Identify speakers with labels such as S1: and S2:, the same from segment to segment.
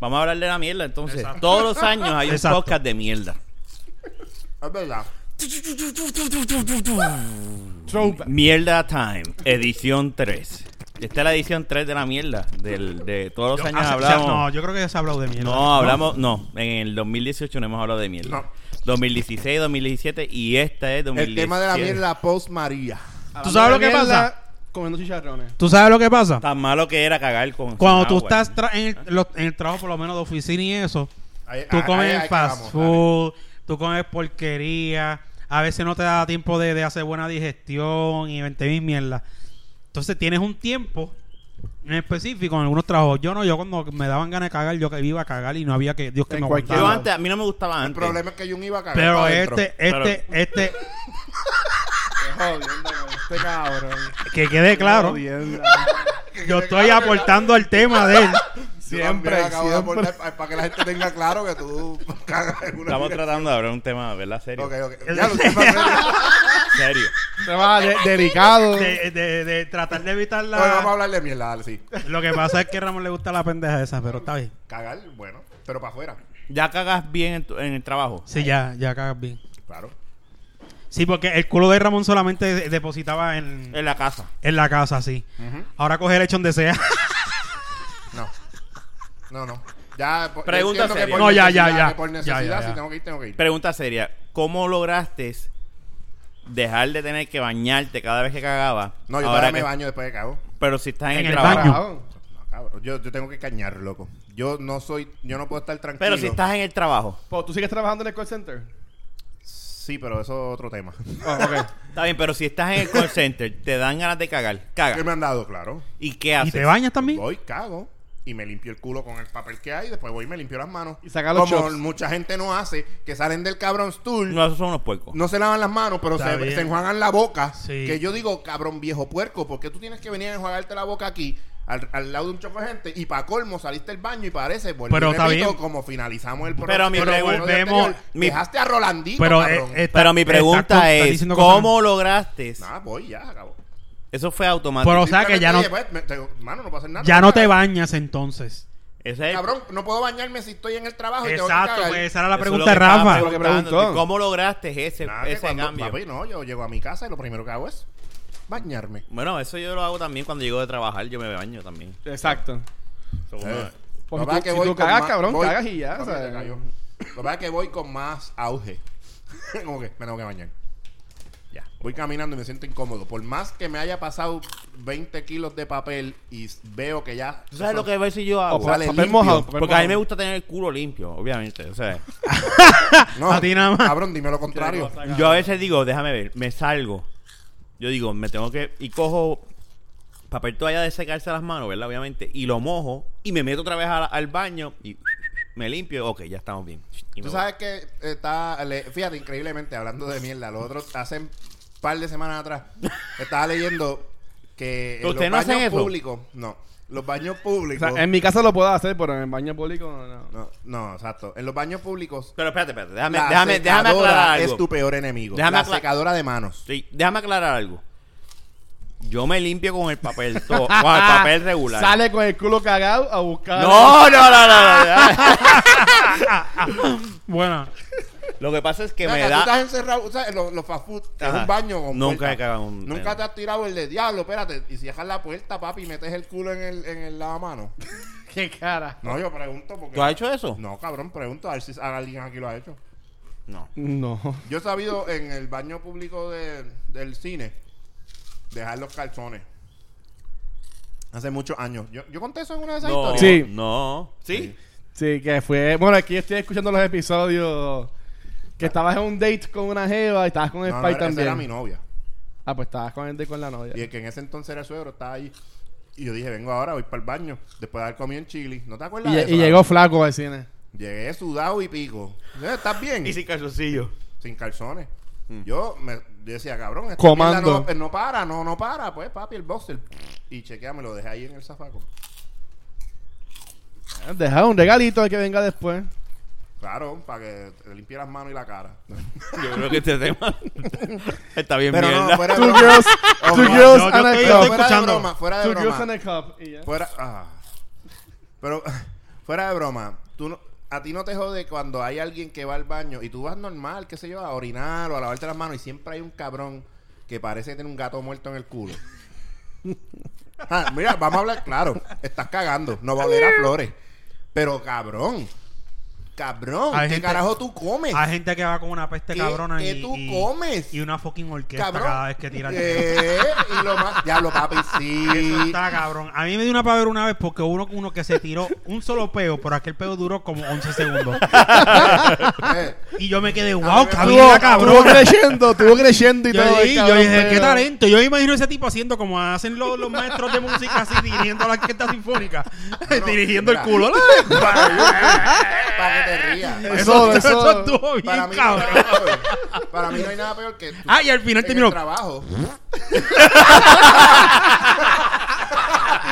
S1: Vamos a hablar de la mierda entonces.
S2: Exacto.
S1: Todos los años hay un
S3: Exacto.
S1: podcast de mierda.
S4: Es verdad.
S3: Throwback.
S1: Mierda Time, edición 3. Esta es la edición 3 de la mierda. Del, de todos los años
S3: Ah, se- se- No,
S1: hablamos.
S3: yo creo que ya se ha hablado de mierda.
S1: No, hablamos. No, en el 2018 no hemos hablado de mierda.
S4: No.
S1: 2016, 2017 y esta es 2017.
S4: El tema de la mierda post María.
S3: ¿Tú sabes lo que pasa?
S2: Comiendo chicharrones.
S3: ¿Tú sabes lo que pasa?
S1: Tan malo que era cagar con.
S3: Cuando
S1: con
S3: tú
S1: agua.
S3: estás tra- en, el, lo- en el trabajo, por lo menos de oficina y eso,
S4: Ahí-
S3: tú
S4: ahí-
S3: comes
S4: ahí- ahí
S3: fast
S4: cagamos, dale.
S3: food, tú comes porquería, a veces no te da tiempo de, de hacer buena digestión y 20 mil mierda. Entonces tienes un tiempo en específico en algunos trabajos. Yo no, yo cuando me daban ganas de cagar, yo que iba a cagar y no había que Dios que
S2: En
S3: me
S2: cualquier
S1: Yo
S3: aguantara.
S1: antes, a mí no me gustaba
S4: El
S1: antes.
S4: problema es que yo no iba a cagar.
S3: Pero
S4: para adentro.
S3: este, este, este,
S2: Qué jodienda con este cabrón.
S3: que quede claro,
S2: Jodienda.
S3: yo estoy aportando al tema de él.
S4: Yo también
S2: Siempre,
S4: acabo de
S2: siempre.
S4: aportar pa- para que la gente tenga claro que tú cagas en una
S1: Estamos
S4: mierda.
S1: tratando de hablar un tema, ¿verdad? Serio.
S4: Ok, ok. Ya lo sé, pero-
S1: Serio.
S2: Tema de- delicado.
S3: De, de- de tratar de evitar
S4: Oye, vamos a
S3: la...
S4: hablar de mierda, dale, sí.
S3: Lo que pasa es que a Ramón le gusta la pendeja esa, pero está bien.
S4: Cagar, bueno, pero para afuera.
S1: ¿Ya cagas bien en, tu- en el trabajo?
S3: Sí, ya, ya cagas bien.
S4: Claro.
S3: Sí, porque el culo de Ramón solamente de- depositaba en,
S1: En la casa.
S3: en la casa, sí.
S4: Ujú.
S3: Ahora coge el hecho donde sea.
S4: No. No, no. Ya, po- yo
S1: Pregunta
S4: entiendo que
S1: seria.
S4: por
S3: No, ya, ya,
S4: necesidad-
S3: ya.
S4: que Por
S3: Ya,
S4: necesidad,
S3: ya, ya.
S4: si tengo que ir, tengo que ir.
S1: Pregunta seria. ¿Cómo lograste dejar de tener que bañarte cada vez que cagaba?
S4: no, yo
S1: Ahora
S4: todavía me
S1: que-
S4: baño después de cago.
S1: Pero si estás en,
S3: En
S1: el
S3: el
S1: trabajo.
S3: baño.
S4: No, cabrón. Yo, yo tengo que cañar, loco. Yo no soy, yo no puedo estar tranquilo.
S1: Pero si estás en el trabajo.
S2: Po, ¿Tú sigues trabajando en el call center?
S4: Sí, pero eso es otro tema.
S2: Oh, ok.
S1: Está bien, pero si estás en el call center, te dan ganas de cagar.
S4: ¿Qué
S1: Caga.
S4: me han dado, claro?
S1: ¿Y qué
S3: ¿Y
S1: haces?
S3: te bañas también?
S4: Voy, cago y me limpio el culo con el papel que hay, después voy y me limpio las manos.
S2: Y saca los
S4: Como
S2: chops.
S4: mucha gente no hace, que salen del cabrón stool,
S1: No,
S4: no,
S1: esos son unos puercos.
S4: se lavan las manos, pero
S3: Está
S4: se,
S3: bien.
S4: se enjuagan la boca.
S3: Sí.
S4: Que yo digo, cabrón viejo puerco, ¿por qué tú tienes que venir a enjuagarte la boca aquí? Al, al lado de un choco de gente y para colmo saliste del baño y parece volví,
S3: Pero está bien.
S4: como finalizamos el
S1: Pero mi
S4: el episodio
S1: pregunta-
S4: anterior,
S1: mi-
S4: dejaste a Rolandito
S3: Pero,
S4: cabrón.
S3: eh, eh,
S1: Pero mi
S3: está-
S1: pregunta
S3: está- está
S1: es,
S3: diciendo cosas-
S1: ¿cómo lograste?
S4: Nada, voy ya, acabó.
S1: Eso fue automático.
S3: Pero- O sea, que ya no-
S4: Simplemente, oye, pues, me- te- mano, no puedo hacer nada.
S3: Ya no te bañas entonces.
S1: Ese es-
S4: Cabrón, no puedo bañarme si estoy en el trabajo y tengo que
S3: Exacto,
S4: cagar.
S3: pues esa era la
S1: eso es
S3: pregunta de
S1: lo que estaba
S3: Rafa.
S2: Lo que
S1: preguntando,
S2: preguntó.
S1: ¿Cómo lograste ese,
S4: Nada, que
S1: ese
S4: cuando-
S1: cambio?
S4: papi, no, yo llego a mi casa y lo primero que hago es bañarme.
S1: Bueno, eso yo lo hago también cuando llego de trabajar, yo me baño también.
S2: Exacto.
S1: Eso es uno de-
S4: Lo
S2: Pues si
S4: pasa
S2: tú- si tú
S4: con
S2: cagas,
S4: más-
S2: cabrón, cagas y ya,
S4: Papi,
S2: ¿sabes?
S4: te cayó. Lo que pasa es que voy con más auge. Como que me tengo que bañar. Ya. Voy caminando y me siento incómodo. Por más que me haya pasado 20 kilos de papel y veo que ya.
S1: ¿Tú sabes lo que a ver si yo hago?
S2: O sea,
S4: Sale
S2: papel
S4: limpio.
S2: mojado. papel
S1: Porque a mí me
S2: mojado.
S1: gusta tener el culo limpio, obviamente. O sea,
S4: No,
S3: A ti nada más.
S4: Cabrón, dime lo contrario.
S1: yo a veces digo, déjame ver, me salgo. Yo digo, me tengo que. Y cojo papel toalla de secarse las manos, ¿verdad? Obviamente. Y lo mojo y me meto otra vez a la- al baño y me limpio. Ok, ya estamos bien. Y
S4: Tú
S1: me
S4: sabes que está, le- fíjate, increíblemente, hablando de mierda, los otros hace un par de semanas atrás estaba leyendo que en los
S1: ¿Ustedes no hacen
S4: baños
S1: eso?
S4: públicos, no, los baños
S2: O
S4: públicos,
S2: sea, en mi casa lo puedo hacer, pero en el baño público no.
S4: no, no, exacto, en los baños públicos,
S1: voy. Pero espérate, espérate. Déjame,
S4: la
S1: déjame, déjame
S4: secadora
S1: aclarar algo.
S4: es tu peor enemigo,
S1: Déjame
S4: la
S1: acla-
S4: secadora de manos.
S1: Sí, déjame aclarar algo. Yo me limpio con el papel, to- con el
S2: Ah,
S1: papel regular.
S2: Sale con el culo cagado a buscar.
S1: No, no, no, no, no, no.
S3: Bueno,
S1: Lo que pasa es que
S4: Ven
S1: me
S4: acá, Tú
S1: da.
S4: estás encerrado, o sea, en los, los fast food, que es
S1: Ajá.
S4: un baño con
S1: Nunca
S4: puerta.
S1: he cagado en un-
S4: Nunca
S1: en-
S4: te has tirado el de diablo, espérate, y si dejas la puerta, papi, y metes el culo en el, en el lavamanos.
S2: Qué cara.
S4: No, yo pregunto porque...
S1: ¿Tú has hecho eso?
S4: No, cabrón, pregunto a ver si alguien aquí lo ha hecho.
S1: No.
S2: No.
S4: Yo he sabido en el baño público de- del cine dejar los calzones. Hace muchos años. Yo, yo conté eso en una de esas
S1: No.
S4: historias.
S2: Sí.
S1: No. ¿Sí?
S2: Sí, que fue. Bueno, aquí estoy escuchando los episodios. Que estabas en un date con una jeva y estabas con
S4: No,
S2: el
S4: no,
S2: spy
S4: esa
S2: también.
S4: era mi novia.
S2: Ah, pues estabas con el date con la novia.
S4: Y el que en ese entonces era suegro, estaba ahí. Y yo dije, vengo ahora, voy para el baño. Después de haber comido en Chile. ¿No te acuerdas
S2: Y,
S4: de
S2: y
S4: eso?
S2: llegó flaco al cine.
S4: Llegué sudado y pico. Eh, ¿Estás bien?
S1: Y sin calzoncillo.
S4: Sin calzones. Yo me yo decía, cabrón, esta
S2: Comando.
S4: mierda No, no para, no, no para. Pues, papi, el boxer. Y chequea, me lo dejé ahí en el zafaco.
S2: Ah, Deja un regalito al que venga después.
S4: Claro, para que te limpie las manos y la cara.
S1: Yo creo que este tema está bien
S4: Pero no,
S1: mierda.
S4: fuera de
S2: Two
S4: broma.
S2: girls,
S4: Oh,
S2: two
S4: no,
S2: girls
S3: yo- yo
S2: and a
S3: estoy- yo
S4: Pero
S2: cup.
S4: fuera de
S3: escuchando. Pues,
S4: broma, fuera de
S2: Two girls
S4: broma.
S2: and a cup. Y ya.
S4: Fuera, ah. Pero Fuera de broma, tú no- a ti no te jode cuando hay alguien que va al baño y tú vas normal, qué sé yo, a orinar o a lavarte las manos y siempre hay un cabrón que parece tener un gato muerto en el culo. Ah, mira, vamos a hablar claro. Estás cagando, no va a oler a flores. Pero cabrón, cabrón,
S3: Hay
S4: ¿qué
S3: gente-
S4: carajo tú comes?
S3: Hay gente que va con una peste
S4: ¿Qué-
S3: cabrona
S4: qué
S3: y,
S4: tú
S3: y-
S4: comes?
S3: y una fucking orquesta
S4: cabrón.
S3: cada vez que tira el
S4: Eh, y lo más, ya lo papi,
S3: Eso
S4: sí.
S3: está cabrón. A mí me dio una pavera una vez porque uno, uno que se tiró un solo peo, pero aquel peo duró como 11 segundos.
S4: Eh,
S3: Y yo me quedé,
S4: A mí
S3: wow,
S4: me
S3: cabina
S2: Estuvo
S3: cabrón.
S2: creciendo, estuvo creciendo y
S3: Yo,
S2: todo.
S3: dije,
S2: ahí,
S3: yo
S2: cabrón,
S3: dije,
S2: pero-
S3: qué eh?". talento. Yo imagino ese tipo haciendo como hacen los, los maestros de música así, dirigiendo a la orquesta sinfónica,
S4: Cabrón,
S3: dirigiendo el
S4: mira.
S3: culo.
S4: para que te rías. Para-
S3: Eso,
S2: Eso,
S3: eso
S2: eso.
S3: estuvo bien,
S4: Para mí, no hay
S3: cabrón.
S4: nada peor. para mí no hay nada peor que tú
S3: Ah, y al final
S4: en
S3: terminó.
S4: el trabajo.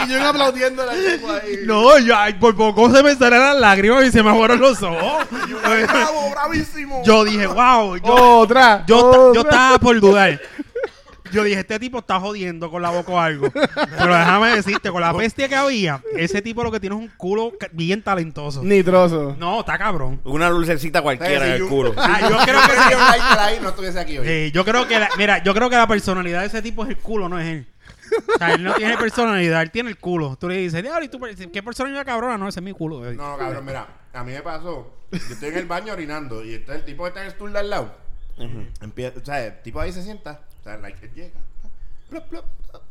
S2: Y yo aplaudiendo la lengua ahí.
S3: No, yo, ay, por poco se me salieron las lágrimas y se me aguaron los ojos.
S4: ¡Bravo, bravísimo!
S3: yo dije, wow. Yo,
S2: otra.
S3: yo, ta- yo
S2: otra.
S3: estaba por dudar. Yo dije, este tipo está jodiendo con la boca o algo. Pero déjame decirte, con la bestia que había, ese tipo lo que tiene es un culo ca- bien talentoso.
S2: Ni trozo.
S3: No, está cabrón.
S1: Una lucecita cualquiera
S4: Sí,
S1: en
S4: sí,
S1: el
S4: yo-
S1: culo.
S3: Ah, yo creo
S4: Si
S3: que
S4: yo hubiera ahí, no estuviese aquí hoy.
S3: Sí, Eh, yo creo que la, mira, yo creo que la personalidad de ese tipo es el culo, no es él. O sea, él no tiene personalidad, él tiene el culo. Tú le dices, "Diablo, ¿y tú per- qué personalidad cabrona? No, ese es mi culo. eh. baby".
S4: No, cabrón, mira, a mí me pasó. Yo estoy en el baño orinando y está el tipo que está en el stool de al lado. Empieza, o sea, el tipo ahí se sienta. O sea, like, él llega. plop, plop, plop,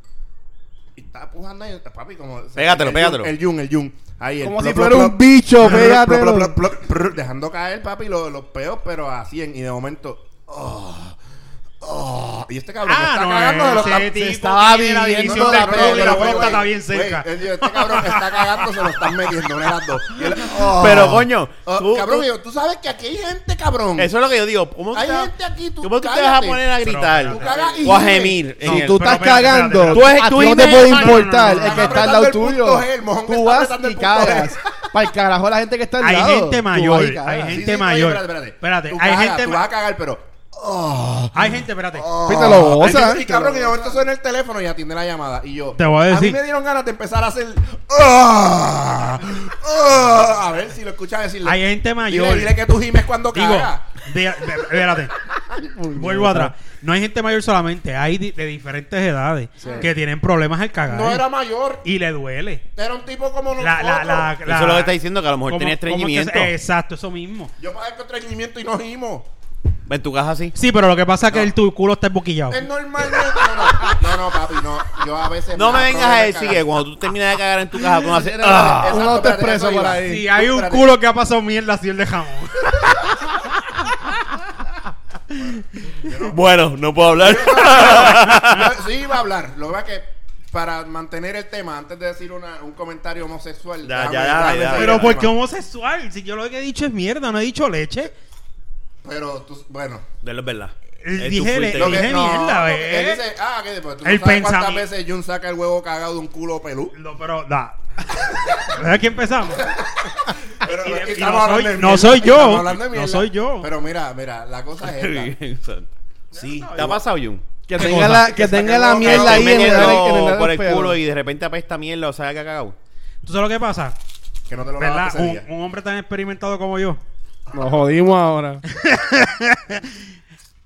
S4: y está pujando ahí, papi, como.
S1: Pégatelo,
S4: el
S1: pégatelo.
S4: yun, El yun, el yun. Ahí, el
S2: Como
S4: plop,
S2: si
S4: plop,
S2: fuera un
S4: plop,
S2: bicho,
S4: plop, plop,
S2: pégatelo.
S4: plop, plop, plop, plop, Dejando caer, papi, los, los peos, pero así en. Y de momento. oh, oh, y este cabrón
S3: Ah,
S4: está
S3: no,
S4: cagando de los
S3: ese
S4: tap-
S3: tipo
S2: estaba
S3: tiene la
S2: viviendo
S3: división
S2: la
S3: del
S4: Cabrón,
S3: culo y
S4: pero,
S3: la
S4: güey,
S3: próstata
S4: güey,
S3: bien
S4: güey,
S3: cerca.
S4: el- Este cabrón que está cagando se lo están metiendo, una de las dos. Y él, oh,
S1: Pero, coño,
S4: oh,
S1: tú-
S4: cabrón,
S1: tú-
S4: yo, tú sabes que aquí hay gente, cabrón.
S1: Eso es lo que yo digo. ¿Cómo tú
S4: Hay
S1: te vas-
S4: gente aquí, tú
S1: ¿Cómo tú te vas a
S4: cállate.
S1: poner a gritar?
S3: Pero,
S4: Tú cagas y
S1: o a
S4: gime.
S1: gemir. en
S3: No,
S1: el-
S2: Tú estás
S3: Pero, espérate,
S2: cagando.
S3: espérate,
S1: espérate. Tú eres-
S2: a ti
S1: tú
S2: no te
S1: inventas-
S2: puede
S1: No, no,
S2: importar
S3: no, no,
S2: el que
S3: no,
S2: está al
S4: apretando
S2: lado
S4: el punto
S2: tuyo.
S4: G, el mojón que
S2: Tú
S4: está
S2: vas
S4: apretando el
S2: y
S4: punto G.
S2: cagas. Para el carajo la gente que está al
S3: Hay
S2: lado.
S3: gente
S2: Tú vas y
S3: mayor,
S2: cagas.
S3: hay
S4: Sí, sí,
S3: gente
S4: oye,
S3: mayor.
S4: Espérate, espérate.
S3: Espérate,
S4: Tú
S3: hay
S4: cagas,
S3: gente
S4: Tú
S3: ma-
S4: vas a cagar, pero. oh,
S3: Hay gente, espérate.
S4: oh.
S2: Viste, lo goza.
S4: Entonces, Y cabrón, y de momento suena el teléfono y atiende la llamada. Y yo.
S3: Te voy a
S4: mí
S3: decir.
S4: me dieron ganas de empezar a hacer. oh, oh, a ver si lo escuchas decirle.
S3: Hay gente mayor.
S4: Dile, dile que tú gimes cuando
S3: Digo,
S4: cagas.
S3: de- de- espérate. Vuelvo atrás. No hay gente mayor solamente, hay di- de diferentes edades que tienen problemas al cagar.
S4: No era mayor.
S3: Y le duele.
S4: Era un tipo como nosotros.
S3: La, la, la,
S1: Eso
S3: la-
S1: es lo que está diciendo, que a lo mejor
S3: ¿cómo-
S1: tenía
S3: cómo es que se-
S1: estreñimiento.
S3: exacto, eso mismo.
S4: Yo padezco estreñimiento y no gimo.
S1: En tu casa así.
S3: Sí, pero lo que pasa es que el tu culo está emboquillado.
S4: Es normalmente. No, no, no, papi, no. Yo a veces.
S1: No me
S4: da
S1: vengas
S4: problema
S1: a
S4: de
S1: decir
S4: cagar.
S1: que cuando tú terminas de cagar en tu casa, tú no haces...
S4: Espérate,
S1: "Ah".
S4: exacto,
S2: Un auto
S4: espérate,
S2: expreso
S4: eso
S2: por
S4: iba.
S2: ahí.
S3: Si hay un
S4: Espérate.
S3: culo que ha pasado mierda así el de jamón.
S1: Bueno, no puedo hablar.
S4: Yo- Sí, iba a hablar. Lo que pasa es que para mantener el tema, antes de decir una- un comentario homosexual.
S1: Ya,
S4: déjame-
S1: ya, dale,
S4: déjame
S1: dale,
S4: seguir
S3: pero
S4: el
S1: dale.
S3: ¿por qué
S4: tema.
S3: homosexual? Si yo lo que he dicho es mierda, no he dicho leche.
S4: Pero tú, bueno.
S1: De lo es verdad.
S3: El
S1: Es tu
S3: dije-
S1: fuerte.
S3: lo que- Dije mierda,
S4: porque
S3: ¿ves?
S4: Él dice, ah, que después. ¿tú
S3: El
S4: no sabes cuántas
S3: pensamiento.
S4: veces Jun saca el huevo cagado de un culo pelú.
S3: No, pero da. Aquí empezamos.
S4: Pero,
S3: Y de-
S4: es que
S3: y
S4: estamos
S3: no soy-
S4: hablando de
S3: no
S4: mierda,
S3: soy yo.
S4: estamos hablando de
S3: No
S4: mierda.
S3: soy yo.
S4: Pero mira, mira, la cosa es esta.
S1: Sí. ¿Te ha pasado, Jun?
S2: Que
S3: ¿Qué
S2: tenga
S3: cosa?
S2: la, que tenga la
S4: sacamos
S1: Que
S2: mierda
S1: te
S2: ahí en el,
S1: meten
S2: en el-
S1: Este por el
S2: pelo.
S1: culo y de repente apesta mierda o sea que ha cagado.
S3: ¿Tú sabes lo que pasa?
S4: Que no te lo
S3: ¿Verdad?
S4: lavaste ese
S3: Un,
S4: día.
S3: un hombre tan experimentado como yo.
S2: Nos jodimos ahora.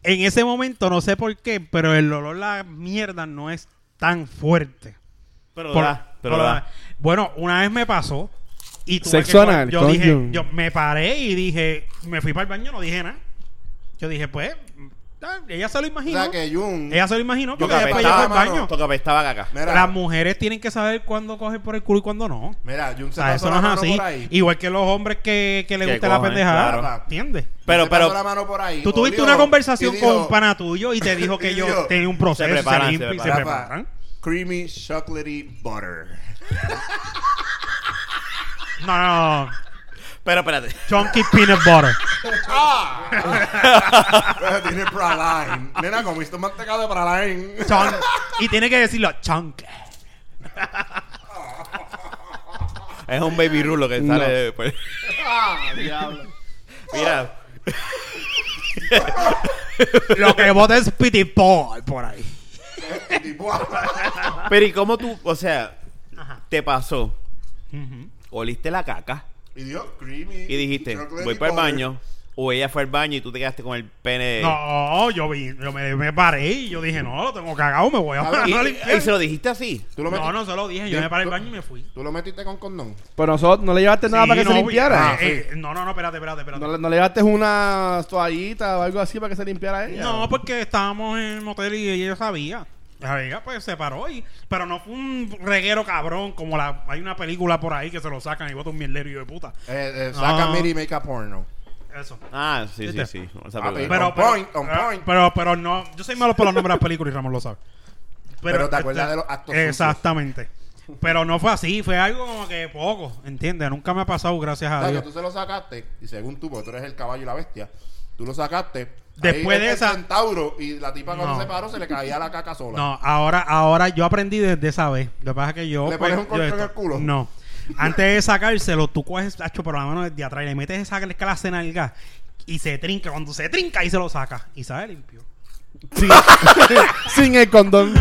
S3: En ese momento, no sé por qué, pero el olor a la mierda no es tan fuerte.
S1: Pero
S3: Por-
S1: da, pero
S3: por-
S1: da.
S3: Bueno, una vez me pasó y tuve
S2: Sexo
S3: que-
S2: anal,
S3: yo
S2: coño.
S3: dije, yo me paré y dije, me fui para el baño, no dije nada. Yo dije, pues, ah, ella se lo
S4: O
S3: imaginó.
S4: sea que Jun.
S3: Ella se lo imaginó porque
S1: Toca
S4: Yo que
S3: después llegó
S4: apestaba,
S3: al
S4: mano.
S3: baño.
S1: Toca apestaba caca.
S4: Mira,
S3: Las mujeres tienen que saber cuándo coger por el culo y cuándo no.
S4: mira, Jun
S3: O
S4: se
S3: sea,
S4: pasó
S3: Ah, eso
S4: la
S3: no es
S4: mano
S3: así.
S4: por ahí. Jun
S3: Igual que los hombres que, que les
S1: Que
S3: gusta la
S1: cojan,
S3: pendejada.
S4: claro.
S3: ¿Entiendes?
S1: Pero,
S4: se
S1: pero,
S4: pasó la mano por ahí,
S3: Tú tuviste
S4: olió
S3: una
S4: y
S3: conversación
S4: dijo,
S3: con un pana tuyo y te dijo que
S4: y
S3: yo
S4: dijo,
S3: tenía un proceso.
S1: se preparan, se
S3: limpia y
S1: preparan.
S4: Rafa,
S3: preparan.
S4: Creamy chocolatey butter.
S3: No, no, no.
S1: pero espérate.
S3: Chunky peanut butter.
S4: Tiene praline. Nena, comiste un mantecado de praline.
S3: Chun- y tiene que decirlo, chunky.
S1: Es un baby rulo que sale
S2: No.
S1: de- por- Mira,
S3: Lo que vota es pity Paul por ahí.
S4: Y buah.
S1: pero ¿y cómo tú, o sea,
S3: Ajá.
S1: te pasó?
S3: Ujú.
S1: Oliste la caca.
S4: Y dijo creamy.
S1: Y dijiste,
S4: chocolate
S1: voy para el
S4: powder.
S1: baño. O ella fue al baño y tú te quedaste con el pene.
S3: No, yo, vi, yo me, me paré y yo dije, no, lo tengo cagado, me voy a
S4: A ver,
S3: parar
S1: Y,
S3: a
S1: y-
S3: limpiar.
S1: y se lo dijiste así.
S4: ¿Tú lo
S3: No,
S4: metiste,
S3: no, se lo dije, yo me paré al baño y me fui.
S4: ¿Tú lo metiste con condón?
S2: Pero nosotros no le llevaste nada
S3: Sí,
S2: para que
S3: no,
S2: se limpiara.
S4: ah,
S3: eh, eh, no, no, no, espérate, espérate, espérate.
S2: ¿No, le- no le llevaste una toallita o algo así para que se limpiara ella.
S3: No, porque estábamos en el motel y ella sabía. La ella pues se paró y... Pero no fue un reguero cabrón como la... Hay una película por ahí que se lo sacan y bota un mierdero hijo de puta.
S4: Eh, eh, saca
S3: Ah.
S4: Miri Make a Porno.
S3: Eso.
S1: Ah, sí, sí,
S3: ¿Viste?
S1: sí. O sea,
S4: Ah,
S1: pero-
S4: pero-
S3: Pero,
S4: On
S3: pero,
S4: point, on
S3: pero-
S4: point.
S3: pero, pero no... Yo soy malo por los nombres de las películas y Ramón lo sabe. este,
S4: Pero te acuerdas de los actos sucios.
S3: Exactamente. Pero no fue así, fue algo como que poco, ¿entiendes? Nunca me ha pasado, gracias
S4: O
S3: a
S4: sea, que
S3: Dios.
S4: tú se lo sacaste, y según tú, porque tú eres el caballo y la bestia, tú lo sacaste.
S3: Después
S4: ahí
S3: de
S4: el
S3: esa-
S4: centauro, y la tipa cuando
S3: No.
S4: se paró se le caía la caca sola.
S3: No, ahora, ahora yo aprendí desde esa vez. Lo que pasa es que yo. pues,
S4: ¿Le pones un
S3: yo
S4: colchón
S3: esto-
S4: al culo?
S3: No. Antes de sacárselo, tú coges tacho por la mano desde atrás y le metes esa clase nalga y se trinca. Cuando se trinca, ahí se lo saca. Y sale limpio.
S2: Sin, sin el condón.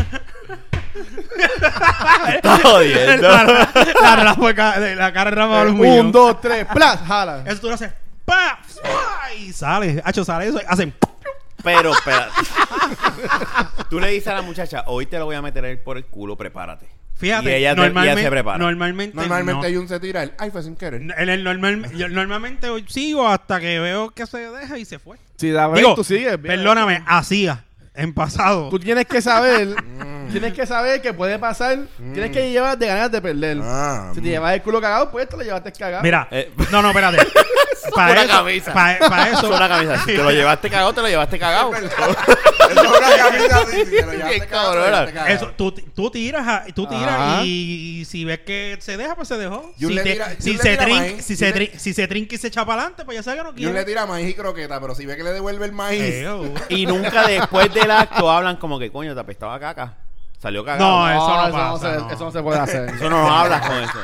S1: Estás jodiendo.
S3: la, la, rama ca- de la cara de Rafa lo humilló.
S2: Un, dos, tres, plas, jala.
S3: Eso tú lo haces. ¡Pa! ¡Fua! Y sale. Hacho, sale eso. y Hacen.
S1: Pero, espérate. Tú le dices a la muchacha, hoy te lo voy a meter por el culo, prepárate.
S3: Fíjate.
S1: Y ella, te- y ella se prepara.
S3: Normalmente.
S4: Normalmente
S3: no.
S4: hay un se tira el ay, fue sin querer.
S3: En el normal, yo normalmente sigo hasta que veo que se deja y se fue.
S2: Si la ves,
S3: Digo,
S2: tú sigues. bien.
S3: Perdóname, hacía en pasado.
S2: Tú tienes que saber, tienes que saber que puede pasar, tienes que llevar de ganas de perder.
S4: Mm. Ah,
S2: si te
S4: mm.
S2: llevas el culo cagado, pues te lo llevaste cagado.
S3: Mira,
S1: Eh,
S3: no, no, espérate.
S1: una
S3: para eso,
S1: camisa.
S3: para, eso,
S1: Eso es una camisa. Si te lo llevaste cagado, te lo llevaste cagado.
S4: Eso es una camisa así, si te lo llevaste
S1: Qué
S4: cagado, te lo
S1: cabrona.
S4: llevaste cagado.
S3: eso, tú, tú tiras, a- tú tiras
S2: Ajá.
S3: y, y si ves que se deja, pues se dejó.
S4: Yun
S3: Si,
S4: le
S3: te-
S4: tira-
S3: si
S4: Yun le
S3: se
S4: tira
S3: trin-
S4: maíz.
S3: si
S4: Yun
S3: se
S4: le-
S3: trin- si se trinca y se echa para adelante, pues ya sabe que no
S4: Y un le
S3: quiere.
S4: tira maíz y croqueta, pero si ve que le devuelve el maíz.
S3: Eh, oh.
S1: Y nunca después del acto hablan como que, coño, te apestaba caca. Salió cagado.
S3: No, eso no pasa,
S2: se,
S3: no.
S2: eso no se puede hacer.
S1: Eso no hablas con eso.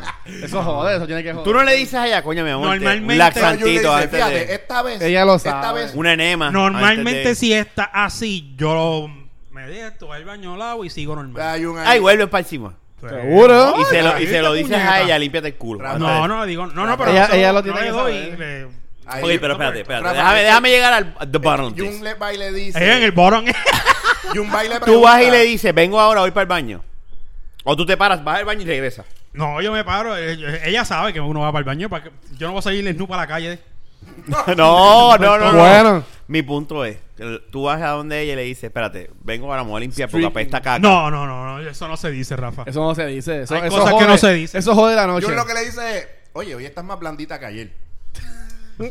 S2: Eso jode, eso tiene que joder.
S1: Tú no le dices a ella, coño, mi amor,
S3: Normalmente-
S1: un
S4: Pero Jun le dice,
S1: laxantito antes
S4: fíjate,
S1: de...
S4: esta vez.
S2: Ella lo
S4: Esta
S2: sabe.
S4: vez.
S1: Un enema.
S3: Normalmente
S1: antes de-
S3: si está así, yo lo, me dejo, voy al baño al lado y sigo normal.
S4: Hay un ahí.
S1: Ay, vuelve para encima.
S3: Pues,
S2: Seguro.
S1: Y se lo, y
S3: Ay,
S1: se lo
S3: esta
S1: dices a
S3: puñeta.
S1: ella, límpiate el culo.
S4: No,
S1: antes de-
S3: No, no, digo, no, no, pero
S2: Ella-
S3: eso
S2: ella
S3: no
S2: lo tiene
S3: le
S2: que
S3: doy,
S2: saber.
S3: le-
S4: Ahí-
S1: Ok, pero espérate, espérate.
S4: Rafa,
S1: Déjame,
S4: eh,
S1: déjame llegar al the bottom of this.
S4: Jun le va y le dice.
S3: Ahí en el borón.
S4: Jun va y le
S1: Tú vas y le
S4: pregunta,
S1: dices, vengo ahora, voy para el baño. O tú te paras, vas al baño y regresas.
S3: No, yo me paro. eh, yo- Ella sabe que uno va para el baño. Para que, yo no voy a salir en para la calle.
S1: No, no, no, no.
S2: Bueno.
S1: Mi punto es, que tú vas a donde ella y le dices, espérate, vengo ahora, me voy a limpiar porque
S2: Street-
S1: apesta caca.
S3: No, no, no, no, Eso no se dice, Rafa.
S2: Eso no se dice. Eso,
S3: Hay
S2: eso
S3: cosas que
S2: jode.
S3: no se dicen.
S2: Eso jode la noche.
S4: Jun lo que le dice es: Oye, hoy estás más blandita que ayer.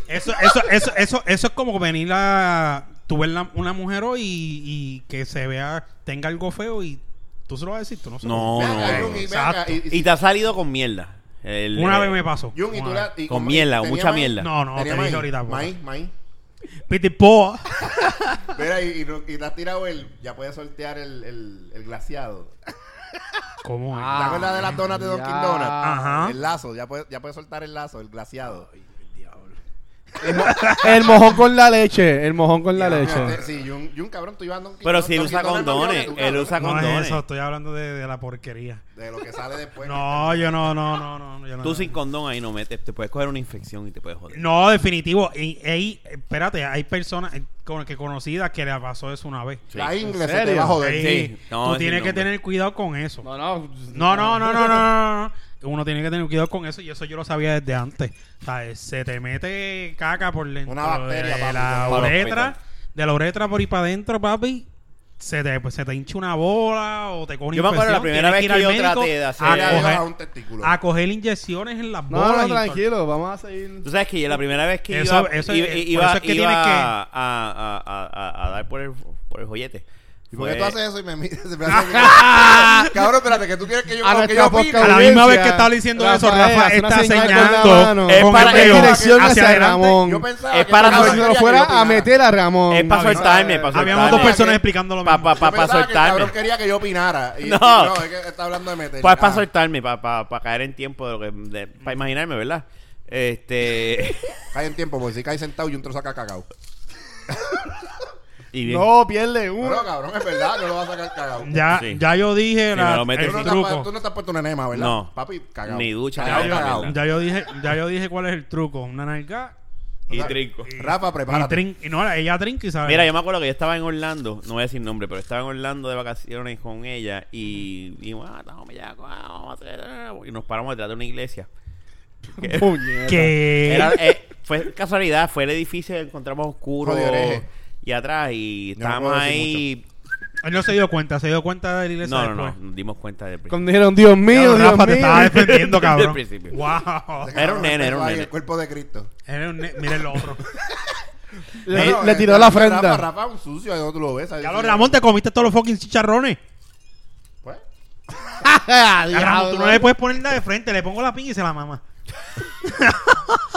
S3: Eso, eso, eso, eso, eso es como venir a. Tú ves la- una mujer hoy y, y que se vea, tenga algo feo y tú se lo vas a decir, tú no se lo-
S1: No,
S4: Ven
S1: no.
S4: acá,
S1: no.
S4: Jun, y ven
S3: exacto.
S4: acá, y- y-
S1: Y te ha salido con mierda. El-
S3: Una
S1: eh,
S3: vez me pasó.
S4: Jun, y tú
S3: Una
S4: la-
S3: vez.
S4: y
S1: Con
S4: como-
S1: mierda,
S4: tenía
S1: mucha
S4: maíz,
S1: mierda.
S3: No, no, te
S4: tenía
S3: dije
S4: maíz,
S3: ahorita. porque-
S4: Maíz, maíz.
S3: Piti po.
S4: Mira, y, y no- y te has tirado el. Ya puedes sortear el, el, el glaciado.
S3: ¿Cómo es?
S4: ¿Te acuerdas de las donas de Dunkin'
S2: Ah, ya.
S4: Donuts?
S3: Ajá.
S4: El lazo, ya puedes, ya puedes soltar el lazo, el glaciado.
S2: El mojón con la leche. El mojón con la
S4: Fíjate,
S2: leche.
S4: este, Sí, Jun, Jun, cabrón, tú ibas a Dunkin'
S1: Pero si él
S4: Dunkin'
S1: usa
S4: Donuts,
S1: condones,
S4: tú,
S1: él
S4: cabrón.
S1: usa
S3: No es
S1: condones.
S3: eso, estoy hablando de, de la porquería.
S4: De lo que sale después.
S3: No, yo no, no, no, no. yo no
S1: Tú sin condón ahí no metes, te puedes coger una infección y te puedes joder.
S3: No, definitivo. Y, y- espérate, hay personas eh, con que conocidas que le pasó eso una vez.
S1: Sí.
S4: La ingle se
S2: ¿En
S4: te
S2: serio?
S4: va a joder.
S3: Sí,
S1: sí. No,
S3: tú
S1: sí,
S3: tienes
S1: no,
S3: que
S1: hombre.
S3: tener cuidado con eso. No,
S2: no.
S3: no, no, no, no, no, no, no. Uno tiene que tener cuidado con eso y eso yo lo sabía desde antes. O sea, eh, se te mete caca por dentro
S4: Una bacteria,
S3: de
S4: papi,
S3: la
S1: por-
S3: uretra, de la uretra por ahí para adentro, papi. Se te, pues, se te hincha una bola o te coge
S1: Yo me
S3: una
S1: acuerdo la
S3: infección,
S1: primera
S3: tienes
S1: vez que
S3: ir al
S1: yo
S3: médico
S1: traté de hacer-
S2: Ah,
S3: a
S4: Mira, Dios,
S3: coger,
S4: a un testículo.
S3: a coger inyecciones en las bolas.
S2: No, no,
S3: y todo.
S2: tranquilo. Vamos a seguir.
S1: Tú sabes que la primera vez que
S3: Eso-
S1: iba,
S3: eso-
S1: iba,
S3: eh, por
S1: iba-
S3: eso es que
S1: iba
S3: tienes que-
S1: a, a- a- a- a dar por el, por el joyete.
S4: ¿Y por
S1: Fue-
S4: qué tú haces eso y me miras? Se me hace
S2: Ah.
S4: que- cabrón, espérate, que tú quieres que yo,
S2: este A
S4: lo que
S2: nuestra
S4: yo opine.
S2: poca
S3: A la misma
S2: audiencia,
S3: vez que estaba diciendo eso,
S2: Rafael
S3: Rafa
S2: hace una
S3: está
S2: señal con la
S3: señalando
S2: mano.
S1: Es
S3: con
S1: para-
S3: el dedo
S1: en
S2: dirección hacia
S3: adelante.
S2: Ramón.
S4: Yo pensaba
S1: Es
S4: que
S1: para
S4: tú
S2: Como
S1: no,
S2: si
S4: querías
S2: no lo
S4: que
S2: fuera
S4: yo
S2: a
S4: opinara.
S2: meter a Ramón.
S1: Es para
S4: No,
S1: soltarme, para
S4: no,
S1: soltarme.
S3: Habíamos dos
S4: Dale.
S3: personas explicando lo
S1: Pa-
S3: mismo.
S1: pa- pa-
S4: Yo pensaba
S1: para
S4: que el cabrón
S1: soltarme.
S4: quería que yo opinara. Y,
S1: No. Pues,
S4: y no, es que está hablando de meter.
S1: Para
S4: Ah.
S1: soltarme, para caer en tiempo de lo que. para imaginarme, ¿verdad? Este.
S4: Cae en tiempo, porque si cae sentado y un trozo acá cagado.
S1: Y bien.
S2: No, pierde uno.
S4: No, cabrón, es verdad, no lo vas a sacar cagado.
S3: Ya,
S1: Sí.
S3: ya yo dije
S1: Sí,
S3: la-
S1: me lo metes
S4: Tú
S3: el
S4: no,
S1: sin
S4: te has, pu-
S3: truco.
S4: tú no te has puesto un enema, ¿verdad?
S1: No.
S4: Papi, cagado.
S1: Ni ducha,
S4: Cagado,
S1: ni nada,
S4: cagado.
S1: mierda.
S3: Ya yo dije, ya yo dije cuál es el truco. Una nalga
S1: y
S4: O sea,
S1: trinco.
S4: Rafa,
S3: y
S4: prepárate.
S3: trin- y no, ella trinca y sabe.
S1: Mira, yo me acuerdo que yo estaba en Orlando, no voy a decir nombre, pero estaba en Orlando de vacaciones con ella y dijimos, ah, estamos ya, ah, vamos a hacer. Y nos paramos detrás de una iglesia.
S2: Puñeta.
S3: que
S1: Era- eh, fue casualidad, fue el edificio que encontramos oscuro
S4: Jodido, hereje.
S1: y atrás y
S4: eh. Yo no
S1: estábamos
S4: puedo decir
S1: ahí.
S3: él no se dio cuenta, se dio cuenta de la iglesia
S1: No, no, no,
S3: después.
S1: nos dimos cuenta de
S2: Cuando dijeron, Dios
S3: Cabrón,
S2: mío, Dios
S3: Rafa te estaba
S2: mío.
S3: defendiendo,
S1: Desde el
S3: cabrón.
S1: principio.
S3: Wow.
S4: Ese
S1: Era un
S4: cabrón
S1: nene, era un
S4: ahí,
S1: nene.
S4: El cuerpo de Cristo.
S3: Era un ne- Mira el otro.
S2: Le,
S4: No, no,
S2: le
S4: eh,
S2: tiró la
S4: Rafa- Rafa,
S2: ofrenda.
S4: Rafa, un sucio, ahí donde tú lo ves. ahí
S3: Ya
S4: sí.
S3: lo Ramón, te comiste todos los fucking chicharrones.
S4: Pues,
S2: Ah,
S3: A Ramón, tú no
S2: diablo.
S3: le puedes poner nada de frente, le pongo la piña y se la mama.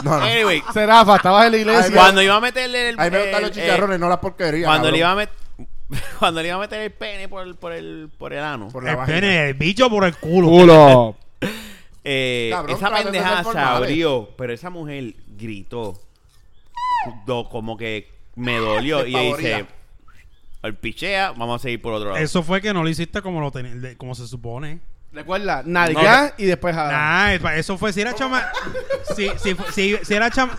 S4: No, no.
S1: Anyway,
S2: Ese Rafa, estabas en la iglesia.
S4: Ay,
S1: cuando iba a meterle el.
S4: Ahí me
S1: el-
S4: gustan los
S1: Eh, eh,
S4: chicharrones, no las porquerías.
S1: cuando le
S4: cabrón.
S1: iba a met- cuando le iba a meter el pene por el por el por el ano
S4: Por la
S3: El
S4: vagina.
S3: pene, el bicho por el culo.
S2: Culo.
S1: eh,
S4: Cabrón,
S1: esa
S4: trata de ser
S1: pendejada se
S4: formal, eh.
S1: abrió pero esa mujer gritó do- como que me dolió y ella dice
S4: Despavorida.
S1: el pichea vamos a seguir por otro lado
S3: Eso fue que no lo hiciste como lo teni- de- como se supone.
S2: Recuerda, nalga y después jala.
S3: Nah, el pa- eso fue si era chama si, si, fu- si- si era chama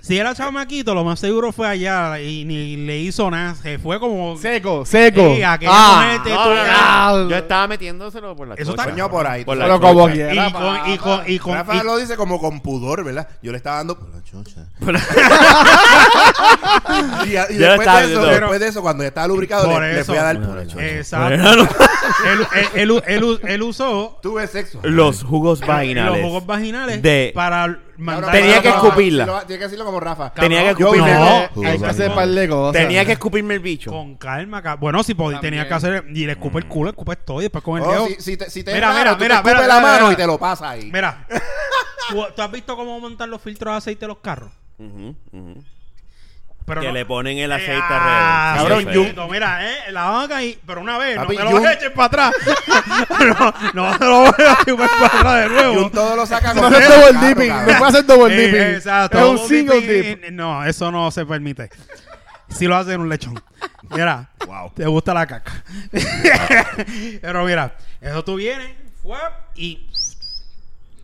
S3: si era chamaquito, lo más seguro fue allá y ni le hizo nada, se fue como
S2: Seco, seco.
S3: Sí, aquella
S2: ah,
S3: mujer te-
S1: No, no, no,
S2: diablo.
S1: yo estaba metiéndoselo por la
S3: Eso
S1: chocha.
S3: está
S4: Coño, pues, por ahí.
S1: Por la
S2: Pero como
S1: chocha.
S2: quiera.
S3: y con y con y con
S4: Rafa
S3: y-
S4: lo dice como con pudor, ¿verdad? Yo le estaba dando por la chocha. y a- y
S1: Yo le
S4: después,
S1: estaba
S4: de eso,
S1: diciendo-
S4: después de eso, cuando ya estaba lubricado,
S3: Por
S4: Ah, le, le
S3: eso.
S4: fui a dar por la chocha.
S3: Exacto. él, él- él- él- él usó
S4: Tuve sexo.
S1: los jugos
S3: los
S1: vaginales
S3: jugos vaginales
S1: De-
S3: para mandar
S1: Tenía que
S4: Rafa,
S1: escupirla.
S4: lo va- Tiene que decirlo como Rafa.
S1: Tenía que
S4: Yo
S1: escupirla.
S4: hice-
S3: No.
S2: Hay que hacer par de cosas.
S1: tenía que escupirme el bicho
S3: con calma, ca- bueno, si podía, tenía que hacer y le escupe el culo, escupe todo y después con el dedo.
S4: Oh, si, si te, si te
S3: Mira,
S4: es raro,
S3: mira,
S4: tú te
S3: mira,
S4: escupes
S3: mira,
S4: la
S3: mira,
S4: mano
S3: mira.
S4: y te lo pasa ahí.
S3: Mira, ¿tú, tú has visto cómo montan los filtros de aceite de los carros?
S1: Ujú, ujú.
S3: Pero
S1: que
S3: no-
S1: le ponen el aceite
S3: Ah,
S1: alrededor.
S3: sí,
S1: Sí,
S3: Jun.
S1: feo.
S3: Mira, eh, la vaca y... Pero una vez,
S4: Papi,
S3: no me lo
S4: Jun-
S3: eches para este atrás. no, no te lo voy a chupar para atrás de
S4: Y un
S3: nuevo.
S4: todo lo saca
S2: No
S4: con-
S2: hace double
S4: Claro,
S2: dipping.
S4: cabrón.
S2: No puede hacer double
S3: Eh,
S2: dipping.
S3: exacto.
S2: Es un
S3: Double
S2: single
S3: dipping,
S2: dip.
S3: eh, No, eso no se permite. Si lo hacen en un lechón. Mira, te gusta la caca. Pero mira, eso tú vienes, fuap, y